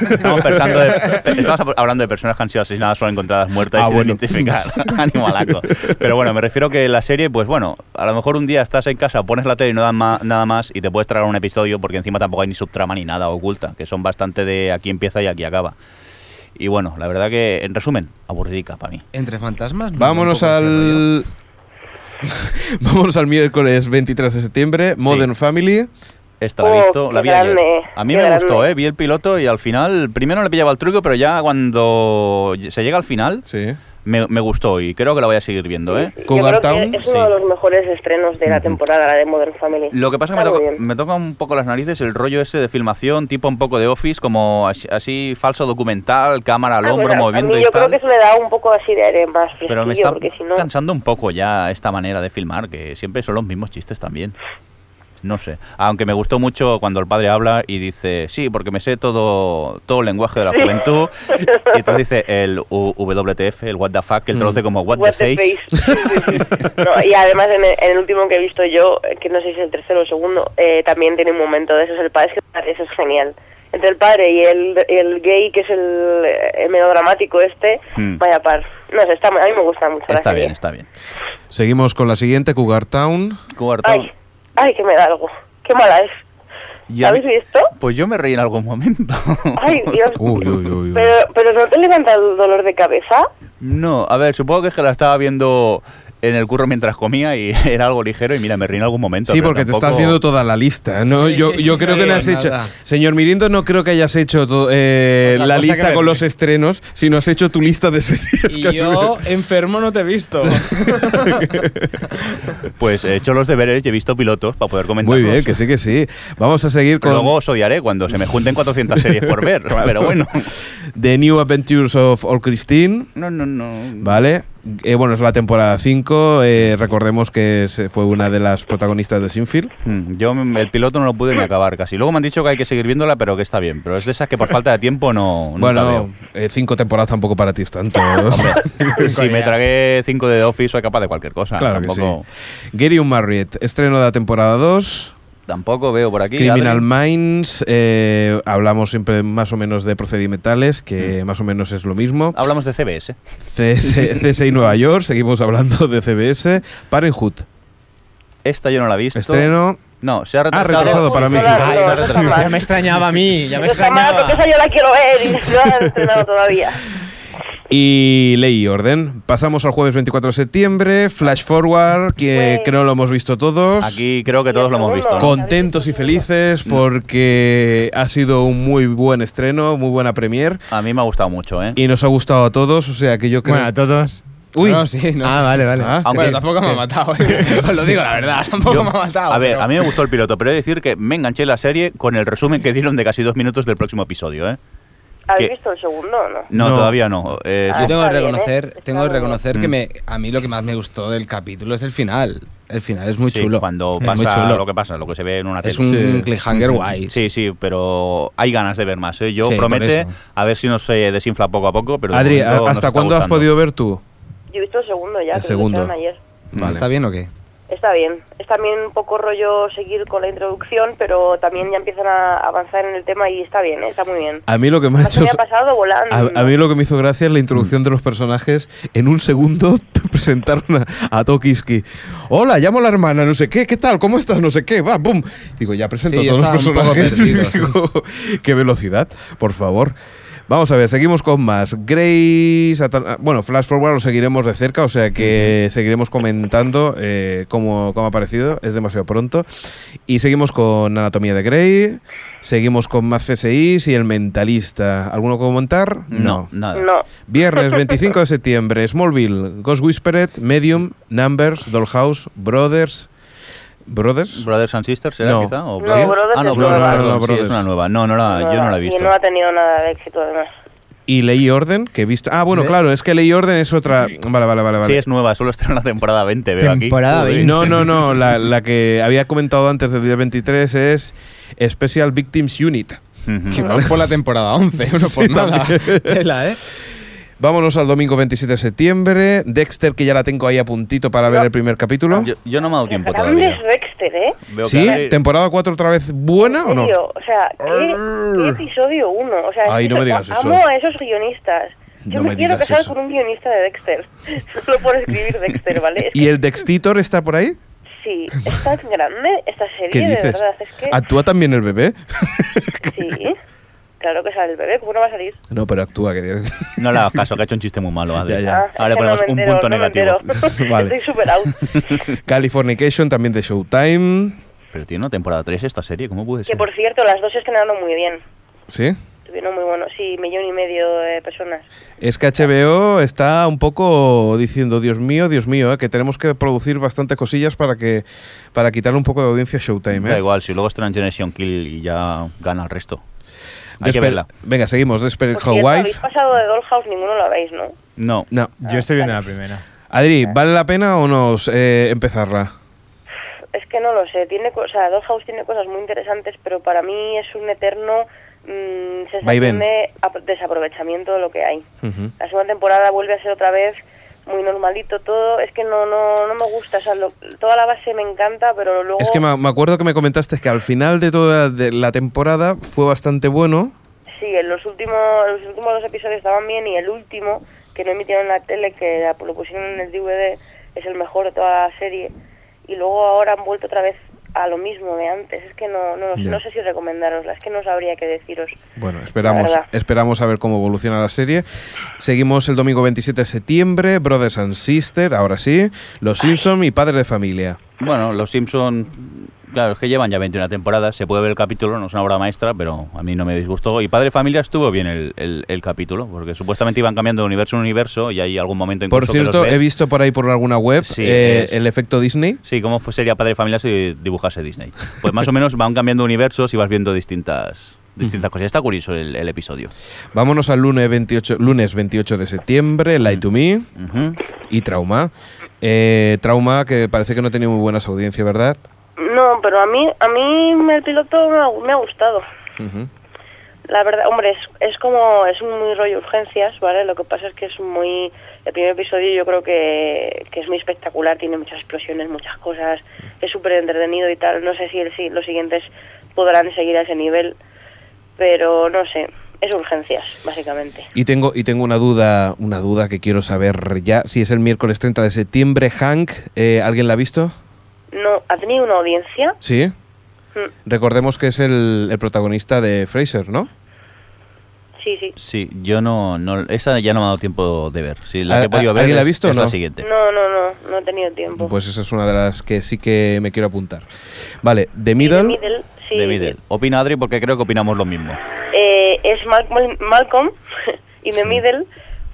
[SPEAKER 5] Estamos, pensando de- estamos hab- hablando de personas que han sido asesinadas o encontradas muertas
[SPEAKER 2] Ah,
[SPEAKER 5] y sin
[SPEAKER 2] bueno.
[SPEAKER 5] identificar. Animalaco. Pero bueno, me refiero que la serie, pues bueno, a lo mejor un día estás en casa, pones la tele y no dan ma- nada más y te puedes tragar un episodio porque encima tampoco hay ni subtrama ni nada oculta, que son bastante de aquí empieza y aquí acaba. Y bueno, la verdad que, en resumen, aburridica para mí.
[SPEAKER 8] ¿Entre fantasmas? No,
[SPEAKER 2] Vámonos
[SPEAKER 8] tampoco ese rollo.
[SPEAKER 2] al. Vámonos al miércoles 23 de septiembre, Modern Family.
[SPEAKER 5] Esta la he
[SPEAKER 6] Oh,
[SPEAKER 5] visto, la
[SPEAKER 6] qué
[SPEAKER 5] vi ayer.
[SPEAKER 6] grande,
[SPEAKER 5] A mí
[SPEAKER 6] qué
[SPEAKER 5] me
[SPEAKER 6] grande.
[SPEAKER 5] gustó, ¿eh? Vi el piloto y al final, primero le pillaba el truco, pero ya cuando se llega al final,
[SPEAKER 2] Sí.
[SPEAKER 5] Me, me gustó y creo que la voy a seguir viendo, ¿eh?
[SPEAKER 6] Yo
[SPEAKER 2] Cougar
[SPEAKER 6] creo que
[SPEAKER 2] Town,
[SPEAKER 6] es uno
[SPEAKER 5] sí.
[SPEAKER 6] de los mejores estrenos de la temporada, la de Modern Family.
[SPEAKER 5] Lo que pasa es que
[SPEAKER 6] Está
[SPEAKER 5] me
[SPEAKER 6] muy
[SPEAKER 5] toca,
[SPEAKER 6] bien.
[SPEAKER 5] me toca un poco las narices el rollo ese de filmación, tipo un poco de office, como así, así falso documental, cámara al
[SPEAKER 6] Ah,
[SPEAKER 5] hombro,
[SPEAKER 6] bueno,
[SPEAKER 5] moviendo
[SPEAKER 6] a mí
[SPEAKER 5] y
[SPEAKER 6] yo
[SPEAKER 5] tal.
[SPEAKER 6] creo que eso le da un poco así de aire más fresquillo,
[SPEAKER 5] pero me está
[SPEAKER 6] porque si no...
[SPEAKER 5] cansando un poco ya esta manera de filmar, que siempre son los mismos chistes también. No sé, aunque me gustó mucho cuando el padre habla y dice, sí, porque me sé todo, todo el lenguaje de la juventud. Y entonces dice el U- WTF, el what the fuck, que él traduce como what,
[SPEAKER 6] What
[SPEAKER 5] the
[SPEAKER 6] the
[SPEAKER 5] face.
[SPEAKER 6] face. No, y además en el, en el último que he visto yo, eh, que no sé si es el tercero o el segundo, eh, también tiene un momento de esos. El padre es que padre, eso es genial. Entre el padre y el, y el gay, que es el, eh, melodramático este,
[SPEAKER 5] Hmm.
[SPEAKER 6] vaya par. No sé, está, a mí me gusta mucho la
[SPEAKER 5] Está
[SPEAKER 6] serie.
[SPEAKER 5] bien, está bien.
[SPEAKER 2] Seguimos con la siguiente, Cougar Town.
[SPEAKER 5] Cuarto.
[SPEAKER 6] Ay, ay, que me da algo. Qué mala es.
[SPEAKER 5] Ya
[SPEAKER 6] ¿Habéis
[SPEAKER 5] me-
[SPEAKER 6] visto?
[SPEAKER 5] Pues yo me reí en algún momento.
[SPEAKER 6] Ay, Dios.
[SPEAKER 2] Uy, uy, uy, uy.
[SPEAKER 6] Pero, pero ¿no te levanta el dolor de cabeza?
[SPEAKER 5] No, a ver, supongo que es que la estaba viendo en el curro mientras comía y era algo ligero y mira, me reí en algún momento.
[SPEAKER 2] Sí,
[SPEAKER 5] pero
[SPEAKER 2] porque te
[SPEAKER 5] tampoco-
[SPEAKER 2] estás viendo toda la lista. ¿no? yo yo creo
[SPEAKER 8] sí,
[SPEAKER 2] que no has
[SPEAKER 8] nada.
[SPEAKER 2] hecho. Señor Mirindo, no creo que hayas hecho to- eh,
[SPEAKER 4] Otra
[SPEAKER 2] la
[SPEAKER 4] cosa que
[SPEAKER 2] lista
[SPEAKER 4] ver.
[SPEAKER 2] con los estrenos, sino has hecho tu lista de series. que
[SPEAKER 4] Y
[SPEAKER 2] has
[SPEAKER 4] yo, enfermo, no te he visto.
[SPEAKER 5] Pues he hecho los deberes y he visto pilotos para poder comentar.
[SPEAKER 2] Muy bien, que sí, que sí. Vamos a seguir con
[SPEAKER 5] Luego os odiaré cuando se me junten 400 series por ver, pero bueno.
[SPEAKER 2] The New Adventures of All Christine.
[SPEAKER 5] No, no, no.
[SPEAKER 2] Vale. Eh, bueno, es la temporada 5. recordemos que se- fue una de las protagonistas de Sinfield.
[SPEAKER 5] Mm, Yo mm, el piloto no lo pude ni acabar casi. Luego me han dicho que hay que seguir viéndola, pero que está bien. Pero es de esas que por falta de tiempo no. nunca
[SPEAKER 2] Bueno,
[SPEAKER 5] veo.
[SPEAKER 2] eh, cinco temporadas tampoco para ti es tanto.
[SPEAKER 5] si me tragué 5 de The Office, soy capaz de cualquier cosa.
[SPEAKER 2] claro que sí.
[SPEAKER 5] tampoco,
[SPEAKER 2] Gary Marriott, estreno de la temporada 2.
[SPEAKER 5] tampoco veo por aquí.
[SPEAKER 2] Criminal
[SPEAKER 5] Adri.
[SPEAKER 2] Minds, eh, hablamos siempre más o menos de procedimentales, que más o menos es lo mismo.
[SPEAKER 5] Hablamos de CBS.
[SPEAKER 2] CS, CSI Nueva York, seguimos hablando de CBS. Parenthood,
[SPEAKER 5] Esta yo no la he visto.
[SPEAKER 2] estreno.
[SPEAKER 5] No, se ha
[SPEAKER 2] Ah,
[SPEAKER 5] retrasado.
[SPEAKER 2] retrasado para mí. sí.
[SPEAKER 6] Ay,
[SPEAKER 5] Se ha
[SPEAKER 6] eso está
[SPEAKER 5] retrasado.
[SPEAKER 6] mal.
[SPEAKER 3] Ya me extrañaba a mí, ya me
[SPEAKER 6] Eso está mal porque
[SPEAKER 3] extrañaba.
[SPEAKER 6] esa yo la quiero ver y no la han estrenado todavía.
[SPEAKER 2] Y ley y orden. Pasamos al jueves 24 de septiembre. Flash Forward, que
[SPEAKER 6] Pues-
[SPEAKER 2] creo lo hemos visto todos.
[SPEAKER 5] Aquí creo que todos lo hemos visto. ¿no?
[SPEAKER 6] Con-
[SPEAKER 2] Contentos y felices porque ha sido un muy buen estreno, muy buena premier
[SPEAKER 5] A mí me ha gustado mucho, ¿eh?
[SPEAKER 2] y nos ha gustado a todos, o sea que yo creo...
[SPEAKER 3] Bueno, a todos.
[SPEAKER 2] Uy,
[SPEAKER 4] No, sí, no.
[SPEAKER 3] Ah, vale, vale.
[SPEAKER 2] Ah,
[SPEAKER 4] Bueno,
[SPEAKER 5] aunque-
[SPEAKER 4] tampoco me ha matado, ¿eh? os lo digo la verdad, tampoco
[SPEAKER 5] Yo-
[SPEAKER 4] me ha matado.
[SPEAKER 5] a ver,
[SPEAKER 4] pero-
[SPEAKER 5] a mí me gustó el piloto, pero he de decir que me enganché la serie con el resumen que dieron de casi dos minutos del próximo episodio, ¿eh?
[SPEAKER 6] ¿Habéis
[SPEAKER 5] ¿Qué?
[SPEAKER 6] visto el segundo o no?
[SPEAKER 5] No,
[SPEAKER 2] No.
[SPEAKER 5] todavía no. Eh,
[SPEAKER 6] Ah,
[SPEAKER 5] sí,
[SPEAKER 4] Yo tengo que
[SPEAKER 6] está bien, ¿eh?
[SPEAKER 4] reconocer,
[SPEAKER 6] Está
[SPEAKER 4] tengo que
[SPEAKER 6] bien.
[SPEAKER 4] reconocer que
[SPEAKER 5] Mm.
[SPEAKER 4] me, a mí lo que más me gustó del capítulo es el final. El final es muy
[SPEAKER 5] sí,
[SPEAKER 4] chulo.
[SPEAKER 5] Cuando
[SPEAKER 4] Es
[SPEAKER 5] pasa
[SPEAKER 4] muy chulo.
[SPEAKER 5] lo que pasa, lo que se ve en una
[SPEAKER 4] es
[SPEAKER 5] tele.
[SPEAKER 4] un
[SPEAKER 2] Sí.
[SPEAKER 4] cliffhanger guay.
[SPEAKER 5] Sí, sí, pero hay ganas de ver más. ¿eh? Yo
[SPEAKER 4] Sí, por
[SPEAKER 5] promete
[SPEAKER 4] eso.
[SPEAKER 5] a ver si no se desinfla poco a poco. Pero de
[SPEAKER 2] Adri,
[SPEAKER 5] momento nos
[SPEAKER 2] ¿hasta
[SPEAKER 5] está
[SPEAKER 2] cuándo has
[SPEAKER 5] gustando.
[SPEAKER 2] podido ver tú?
[SPEAKER 6] Yo he visto el segundo ya,
[SPEAKER 2] El
[SPEAKER 6] que
[SPEAKER 2] segundo.
[SPEAKER 6] lo echaron ayer.
[SPEAKER 2] Vale.
[SPEAKER 4] ¿Está bien o qué?
[SPEAKER 6] Está bien. Es también un poco rollo seguir con la introducción, pero también ya empiezan a avanzar en el tema y está bien, ¿eh? está muy bien.
[SPEAKER 2] A mí lo que me ha
[SPEAKER 6] Además,
[SPEAKER 2] hecho...
[SPEAKER 6] me ha pasado volando.
[SPEAKER 2] A, a mí lo que me hizo gracia es la
[SPEAKER 4] Mm.
[SPEAKER 2] introducción de los personajes. En un segundo presentaron a, a Tokiski. Hola, llamo a la hermana, no sé qué, ¿qué tal? ¿Cómo estás? No sé qué, va, pum. Digo, ya presento
[SPEAKER 4] Sí,
[SPEAKER 2] a
[SPEAKER 4] yo
[SPEAKER 2] todos los
[SPEAKER 4] estaba un poco
[SPEAKER 2] personajes.
[SPEAKER 4] perdido, sí.
[SPEAKER 2] Digo, qué velocidad, por favor. Vamos a ver, seguimos con más. Grace, Atan- ah, bueno, Flash Forward lo seguiremos de cerca, o sea que seguiremos comentando eh, cómo, cómo ha parecido, es demasiado pronto. Y seguimos con Anatomía de Grey, seguimos con más CSIs y El Mentalista. ¿Alguno que comentar?
[SPEAKER 5] No, nada.
[SPEAKER 6] No,
[SPEAKER 2] Viernes 25 de septiembre, Smallville, Ghost Whispered, Medium, Numbers, Dollhouse, Brothers. ¿Brothers?
[SPEAKER 5] ¿Brothers and Sisters será
[SPEAKER 2] No.
[SPEAKER 5] quizá? ¿O
[SPEAKER 6] No,
[SPEAKER 5] Brothers?
[SPEAKER 6] Brothers
[SPEAKER 5] ah, no,
[SPEAKER 6] es
[SPEAKER 5] Brothers,
[SPEAKER 2] nueva.
[SPEAKER 5] perdón,
[SPEAKER 2] No, no,
[SPEAKER 5] sí,
[SPEAKER 2] Brothers. Ah,
[SPEAKER 5] es una nueva. No, no la, Ah, yo no la he visto.
[SPEAKER 6] Y no ha tenido nada de éxito, además.
[SPEAKER 2] Y Ley y Orden, que he visto. Ah, bueno, claro, es que Ley y Orden es otra. Vale, vale, vale. vale.
[SPEAKER 5] Sí, es nueva, solo está en la temporada 20, veo aquí.
[SPEAKER 3] Temporada
[SPEAKER 2] Uy,
[SPEAKER 3] 20.
[SPEAKER 2] No, no, no. La, la que había comentado antes del día 23 es Special Victims Unit.
[SPEAKER 5] Ujú.
[SPEAKER 4] Que van por la temporada 11, no por
[SPEAKER 2] Sí,
[SPEAKER 4] nada.
[SPEAKER 2] también.
[SPEAKER 4] Tela, ¿eh?
[SPEAKER 2] Vámonos al domingo 27 de septiembre. Dexter, que ya la tengo ahí a puntito para ver el primer capítulo.
[SPEAKER 5] Yo, yo no me ha dado tiempo
[SPEAKER 6] Grande
[SPEAKER 5] todavía.
[SPEAKER 6] es Dexter, ¿eh?
[SPEAKER 5] Veo que
[SPEAKER 2] ¿Sí?
[SPEAKER 5] hay-
[SPEAKER 2] ¿Temporada 4 otra vez buena o
[SPEAKER 6] ¿En
[SPEAKER 2] no?
[SPEAKER 6] serio? O sea, ¿qué, qué episodio uno? O sea,
[SPEAKER 2] Ay,
[SPEAKER 6] es-
[SPEAKER 2] no me digas eso.
[SPEAKER 6] amo a esos guionistas. Yo
[SPEAKER 2] No
[SPEAKER 6] me,
[SPEAKER 2] me
[SPEAKER 6] quiero
[SPEAKER 2] digas
[SPEAKER 6] casar
[SPEAKER 2] eso.
[SPEAKER 6] con un guionista de Dexter. Solo por escribir Dexter, ¿vale? Es
[SPEAKER 2] ¿Y
[SPEAKER 6] que
[SPEAKER 2] el Dextitor está por ahí?
[SPEAKER 6] Sí, es tan grande esta serie,
[SPEAKER 2] ¿Qué
[SPEAKER 6] de
[SPEAKER 2] dices? Ah,
[SPEAKER 6] verdad. Es que
[SPEAKER 2] ¿Actúa también el bebé?
[SPEAKER 6] sí. Claro que sale el bebé, ¿cómo no va a salir?
[SPEAKER 2] No, pero actúa. Que...
[SPEAKER 5] No le hagas caso, que ha hecho un chiste muy malo, Adri.
[SPEAKER 2] Ya, ya.
[SPEAKER 6] Ah, es
[SPEAKER 5] Ahora le
[SPEAKER 6] que no
[SPEAKER 5] ponemos
[SPEAKER 6] me
[SPEAKER 5] un
[SPEAKER 6] entero,
[SPEAKER 5] punto
[SPEAKER 6] no me
[SPEAKER 5] negativo.
[SPEAKER 6] entero.
[SPEAKER 2] Vale.
[SPEAKER 6] Estoy super out.
[SPEAKER 2] Californication también de Showtime.
[SPEAKER 5] Pero tiene una temporada 3 esta serie, ¿cómo puede
[SPEAKER 6] que
[SPEAKER 5] ser?
[SPEAKER 6] por cierto, las dos estrenaron muy bien.
[SPEAKER 2] ¿Sí?
[SPEAKER 6] Tuvieron muy buenos, sí, millón y medio de personas.
[SPEAKER 2] Es que HBO está un poco diciendo, Dios mío, Dios mío, eh, que tenemos que producir bastantes cosillas para que para quitarle un poco de audiencia a Showtime. eh.
[SPEAKER 5] Da igual, si luego estrenan Generation Kill y ya gana el resto. Hay que
[SPEAKER 2] Desper-
[SPEAKER 5] verla. Pues
[SPEAKER 2] Venga, seguimos. Desperate
[SPEAKER 6] Por cierto,
[SPEAKER 2] Housewife.
[SPEAKER 6] habéis pasado de Dollhouse, ninguno lo habéis, ¿no? Ah,
[SPEAKER 5] No.
[SPEAKER 2] No.
[SPEAKER 3] Yo estoy viendo la primera.
[SPEAKER 2] Ah, Adri,
[SPEAKER 6] eh.
[SPEAKER 2] ¿vale la pena o no eh, empezarla?
[SPEAKER 6] Es que no lo sé, tiene co- o sea, Dollhouse tiene cosas muy interesantes, pero para mí es un eterno mm, sensación
[SPEAKER 2] Vaivén.
[SPEAKER 6] de ap- desaprovechamiento de lo que hay. La segunda temporada vuelve a ser otra vez muy normalito todo, es que no no, no me gusta, o sea, lo- toda la base me encanta, pero luego...
[SPEAKER 2] Es que me, me acuerdo que me comentaste que al final de toda de la temporada fue bastante bueno.
[SPEAKER 6] Sí, en los últimos, los últimos dos episodios estaban bien y el último, que no emitieron en la tele, que la- lo pusieron en el DVD, es el mejor de toda la serie. Y luego ahora han vuelto otra vez a lo mismo de antes. Es que no, no, lo sé,
[SPEAKER 2] Ya.
[SPEAKER 6] no sé si recomendarosla, es que no sabría qué deciros.
[SPEAKER 2] Bueno, esperamos,
[SPEAKER 6] La verdad.
[SPEAKER 2] esperamos a ver cómo evoluciona la serie. Seguimos el domingo 27 de septiembre, Brothers and Sister, ahora sí, Los Simpson y Padres de Familia.
[SPEAKER 5] Bueno, los Simpson, claro, es que llevan ya 21 temporadas, se puede ver el capítulo, no es una obra maestra, pero a mí no me disgustó. Y Padre Familia estuvo bien el, el- el capítulo, porque supuestamente iban cambiando de universo en universo y hay algún momento en
[SPEAKER 2] Por cierto, he visto por ahí por alguna web
[SPEAKER 5] Sí,
[SPEAKER 2] eh,
[SPEAKER 5] es-
[SPEAKER 2] el efecto Disney.
[SPEAKER 5] Sí, ¿cómo fue- sería Padre Familia si dibujase Disney? Pues más o menos van cambiando universos y vas viendo distintas, distintas cosas. Está curioso el, el episodio.
[SPEAKER 2] Vámonos al lunes 28, lunes 28 de septiembre, Light to Me
[SPEAKER 5] Ujú.
[SPEAKER 2] y Trauma. Eh, trauma que parece que no tenía muy buenas audiencias, ¿verdad?
[SPEAKER 6] No, pero a mí, a mí el piloto me ha, me ha gustado.
[SPEAKER 2] Ujú.
[SPEAKER 6] La verdad, hombre, es, es como, es un muy rollo urgencias, ¿vale? Lo que pasa es que es muy, el primer episodio yo creo que, que es muy espectacular, tiene muchas explosiones, muchas cosas, es súper entretenido y tal. No sé si, el- si los siguientes podrán seguir a ese nivel, pero no sé, es urgencias, básicamente.
[SPEAKER 2] Y tengo, y tengo una duda, una duda que quiero saber ya. Si es el miércoles 30 de septiembre, Hank, eh, ¿alguien la ha visto?
[SPEAKER 6] No, ha tenido una audiencia
[SPEAKER 2] ¿Sí? Recordemos que es el, el protagonista de Fraser, ¿no?
[SPEAKER 6] Sí, sí.
[SPEAKER 5] Sí, yo no, no. Esa ya no me ha dado tiempo de ver. Sí, la que he
[SPEAKER 2] ¿A-
[SPEAKER 5] podido
[SPEAKER 2] a-
[SPEAKER 5] ver
[SPEAKER 2] alguien la ha
[SPEAKER 5] es-
[SPEAKER 2] visto o
[SPEAKER 5] es la
[SPEAKER 2] no?
[SPEAKER 5] siguiente.
[SPEAKER 6] No, no, no, no he tenido tiempo.
[SPEAKER 2] Pues esa es una de las que sí que me quiero apuntar. Vale, The
[SPEAKER 6] Y
[SPEAKER 2] Middle.
[SPEAKER 6] The Middle, sí.
[SPEAKER 5] De Middle. Opina Adri porque creo que opinamos lo mismo.
[SPEAKER 6] Eh, es Malcolm, Malcolm y The Middle,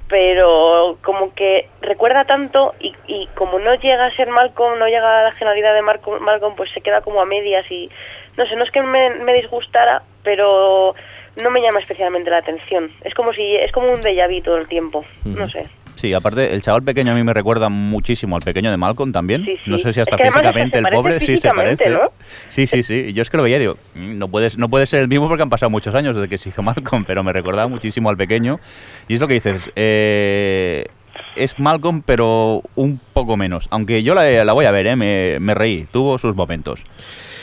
[SPEAKER 6] pero como que recuerda tanto y, y como no llega a ser Malcolm, no llega a la generalidad de Malcolm, Malcolm, pues se queda como a medias y no sé, no es que me, me disgustara, pero no me llama especialmente la atención. Es como si es como un déjà vu todo el tiempo,
[SPEAKER 2] Mm.
[SPEAKER 6] no sé.
[SPEAKER 5] Sí, aparte, el chaval pequeño a mí me recuerda muchísimo al pequeño de Malcolm también.
[SPEAKER 6] Sí, sí.
[SPEAKER 5] No sé si hasta
[SPEAKER 6] Es que además
[SPEAKER 5] físicamente
[SPEAKER 6] hasta se
[SPEAKER 5] el
[SPEAKER 6] parece
[SPEAKER 5] pobre sí se
[SPEAKER 6] físicamente,
[SPEAKER 5] parece.
[SPEAKER 6] ¿no?
[SPEAKER 5] Sí, sí, sí. Yo es que lo veía y digo, "Mm, no puedes, no puede ser el mismo porque han pasado muchos años desde que se hizo Malcolm, pero me recordaba muchísimo al pequeño. Y es lo que dices, eh, es Malcolm, pero un poco menos. Aunque yo la, la voy a ver, ¿eh? me, me reí, tuvo sus momentos.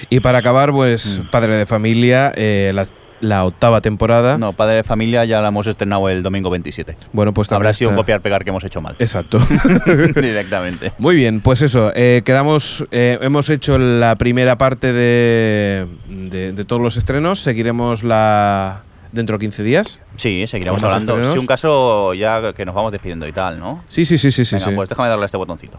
[SPEAKER 2] Y para acabar, pues
[SPEAKER 5] Mm.
[SPEAKER 2] Padre de Familia, eh, la, la octava temporada.
[SPEAKER 5] No, Padre de Familia ya la hemos estrenado el domingo 27.
[SPEAKER 2] Bueno, Ah. pues también
[SPEAKER 5] Habrá sido un
[SPEAKER 2] está-
[SPEAKER 5] copiar-pegar que hemos hecho mal.
[SPEAKER 2] Exacto.
[SPEAKER 5] Directamente.
[SPEAKER 2] Muy bien, pues eso, eh, quedamos, eh, hemos hecho la primera parte de, de- de todos los estrenos, seguiremos la dentro de 15 días.
[SPEAKER 5] Sí, seguiremos
[SPEAKER 2] ¿Con más
[SPEAKER 5] hablando.
[SPEAKER 2] estrenos?
[SPEAKER 5] Si un caso ya que nos vamos despidiendo y tal, ¿no?
[SPEAKER 2] Sí, sí, sí, sí, sí.
[SPEAKER 5] Venga,
[SPEAKER 2] sí.
[SPEAKER 5] pues déjame darle a este botoncito.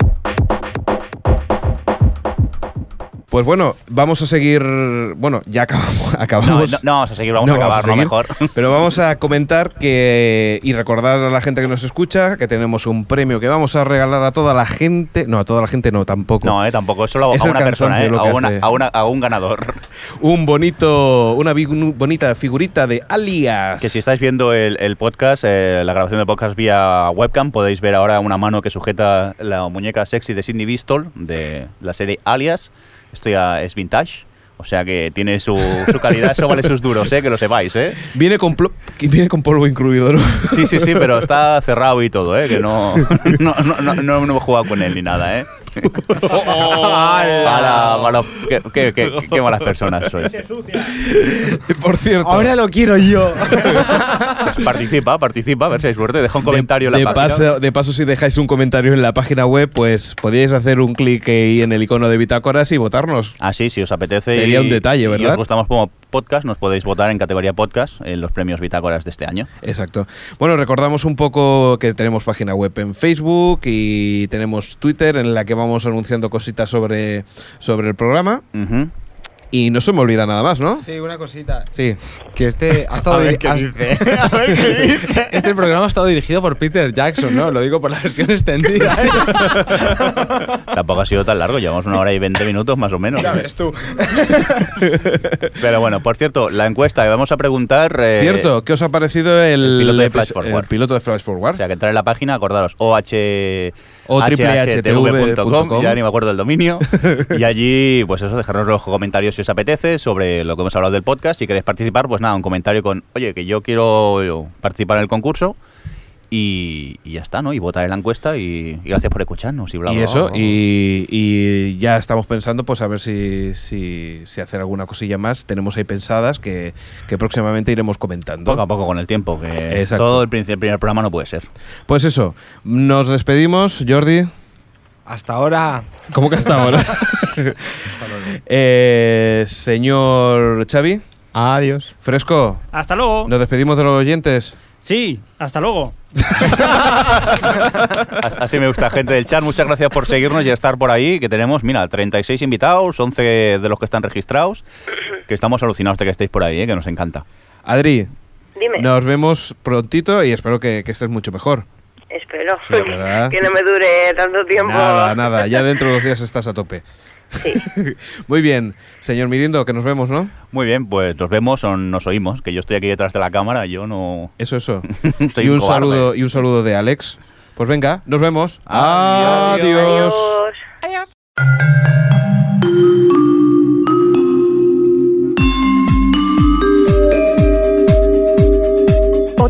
[SPEAKER 2] Pues bueno, vamos a seguir, bueno, ya acabamos.
[SPEAKER 5] No,
[SPEAKER 2] acabamos.
[SPEAKER 5] no, no, vamos a seguir, vamos
[SPEAKER 2] No,
[SPEAKER 5] a acabar, ¿no?
[SPEAKER 2] seguir,
[SPEAKER 5] Mejor.
[SPEAKER 2] Pero vamos a comentar que y recordar a la gente que nos escucha que tenemos un premio que vamos a regalar a toda la gente, no, a toda la gente no tampoco.
[SPEAKER 5] No, eh, tampoco, es solo a,
[SPEAKER 2] Es
[SPEAKER 5] a
[SPEAKER 2] el
[SPEAKER 5] una persona,
[SPEAKER 2] cansancio
[SPEAKER 5] eh,
[SPEAKER 2] lo
[SPEAKER 5] a,
[SPEAKER 2] que
[SPEAKER 5] una-
[SPEAKER 2] hace.
[SPEAKER 5] a una- a un ganador.
[SPEAKER 2] Un bonito una bi- bonita figurita de Alias.
[SPEAKER 5] Que si estáis viendo el, el podcast, eh, la grabación del podcast vía webcam, podéis ver ahora una mano que sujeta la muñeca sexy de Cindy Bistol de la serie Alias. Esto ya es vintage. O sea que tiene su, su calidad, eso vale sus duros, eh, que lo sepáis, ¿eh?
[SPEAKER 2] Viene con, plo- viene con polvo incluido, ¿no?
[SPEAKER 5] Sí, sí, sí, pero está cerrado y todo, ¿eh? Que no, no, no, no, no hemos jugado con él ni nada, ¿eh? Mala- mala- qué, qué- qué- qué malas personas sois.
[SPEAKER 2] Por cierto.
[SPEAKER 3] Ahora lo quiero yo.
[SPEAKER 5] Participa, participa, a ver si hay suerte. Deja un comentario
[SPEAKER 2] de,
[SPEAKER 5] en la
[SPEAKER 2] de
[SPEAKER 5] página.
[SPEAKER 2] paso- de paso, si dejáis un comentario en la página web, pues podríais hacer un clic ahí en el icono de bitácoras y votarnos.
[SPEAKER 5] Ah, sí, si os apetece.
[SPEAKER 2] Sería
[SPEAKER 5] y-
[SPEAKER 2] un detalle,
[SPEAKER 5] Y
[SPEAKER 2] ¿verdad?
[SPEAKER 5] os gustamos como podcast, nos podéis votar en categoría podcast en los premios Bitácoras de este año.
[SPEAKER 2] Exacto. Bueno, recordamos un poco que tenemos página web en Facebook y tenemos Twitter en la que vamos anunciando cositas sobre, sobre el programa.
[SPEAKER 5] Ujú.
[SPEAKER 2] Y no se me olvida nada más, ¿no?
[SPEAKER 8] Sí, una cosita.
[SPEAKER 2] Sí.
[SPEAKER 8] Que este ha estado
[SPEAKER 4] A ver
[SPEAKER 8] diri-
[SPEAKER 4] qué
[SPEAKER 8] has-
[SPEAKER 4] dice.
[SPEAKER 8] Este programa ha estado dirigido por Peter Jackson, ¿no? Lo digo por la versión extendida.
[SPEAKER 5] Tampoco ha sido tan largo, llevamos una hora y 20 minutos más o menos.
[SPEAKER 8] Ya ves tú.
[SPEAKER 5] Pero bueno, por cierto, la encuesta que vamos a preguntar. eh,
[SPEAKER 2] Cierto, ¿qué os ha parecido el,
[SPEAKER 5] el piloto de Flash
[SPEAKER 2] episo-
[SPEAKER 5] Forward?
[SPEAKER 2] el piloto de Flash Forward?
[SPEAKER 5] O sea, que entrar en la página, acordaros, OH,
[SPEAKER 2] O
[SPEAKER 5] hhtv.com,
[SPEAKER 2] hhtv.com,
[SPEAKER 5] ya ni me acuerdo del dominio. y allí, pues eso, dejarnos los comentarios si os apetece sobre lo que hemos hablado del podcast. Si queréis participar, pues nada, un comentario con, oye, que yo quiero participar en el concurso. Y, y ya está, ¿no? Y votar en la encuesta y, y gracias por escucharnos y bla,
[SPEAKER 2] y
[SPEAKER 5] bla,
[SPEAKER 2] eso,
[SPEAKER 5] bla.
[SPEAKER 2] y, y ya estamos pensando, pues a ver si, si, si hacer alguna cosilla más. Tenemos ahí pensadas que, que próximamente iremos comentando.
[SPEAKER 5] Poco a poco con el tiempo, que
[SPEAKER 2] Exacto.
[SPEAKER 5] todo el prin- el primer programa no puede ser.
[SPEAKER 2] Pues eso, nos despedimos, Jordi.
[SPEAKER 8] Hasta ahora.
[SPEAKER 2] ¿Cómo que hasta ahora? Eh, señor Xavi,
[SPEAKER 3] Adiós.
[SPEAKER 2] fresco,
[SPEAKER 7] Hasta luego.
[SPEAKER 2] nos despedimos de los oyentes.
[SPEAKER 7] Sí, hasta luego.
[SPEAKER 5] As- Así me gusta, gente del chat. Muchas gracias por seguirnos y estar por ahí. Que tenemos, mira, 36 invitados, 11 de los que están registrados. Que estamos alucinados de que estéis por ahí, ¿eh? que nos encanta.
[SPEAKER 2] Adri,
[SPEAKER 6] Dime.
[SPEAKER 2] nos vemos prontito y espero que, que estés mucho mejor.
[SPEAKER 6] Espero
[SPEAKER 2] Sí, ¿verdad?
[SPEAKER 6] que no me dure tanto tiempo.
[SPEAKER 2] Nada, nada, ya dentro de dos días estás a tope.
[SPEAKER 6] Sí.
[SPEAKER 2] Muy bien, señor Mirindo, que nos vemos, ¿no?
[SPEAKER 5] Muy bien, pues nos vemos o nos oímos. Que yo estoy aquí detrás de la cámara, yo no.
[SPEAKER 2] Eso, eso.
[SPEAKER 5] Soy
[SPEAKER 2] y
[SPEAKER 5] un
[SPEAKER 2] un
[SPEAKER 5] cobarde.
[SPEAKER 2] saludo, y un saludo de Alex. Pues venga, nos vemos.
[SPEAKER 5] Adiós.
[SPEAKER 2] Adiós.
[SPEAKER 6] Adiós.
[SPEAKER 1] O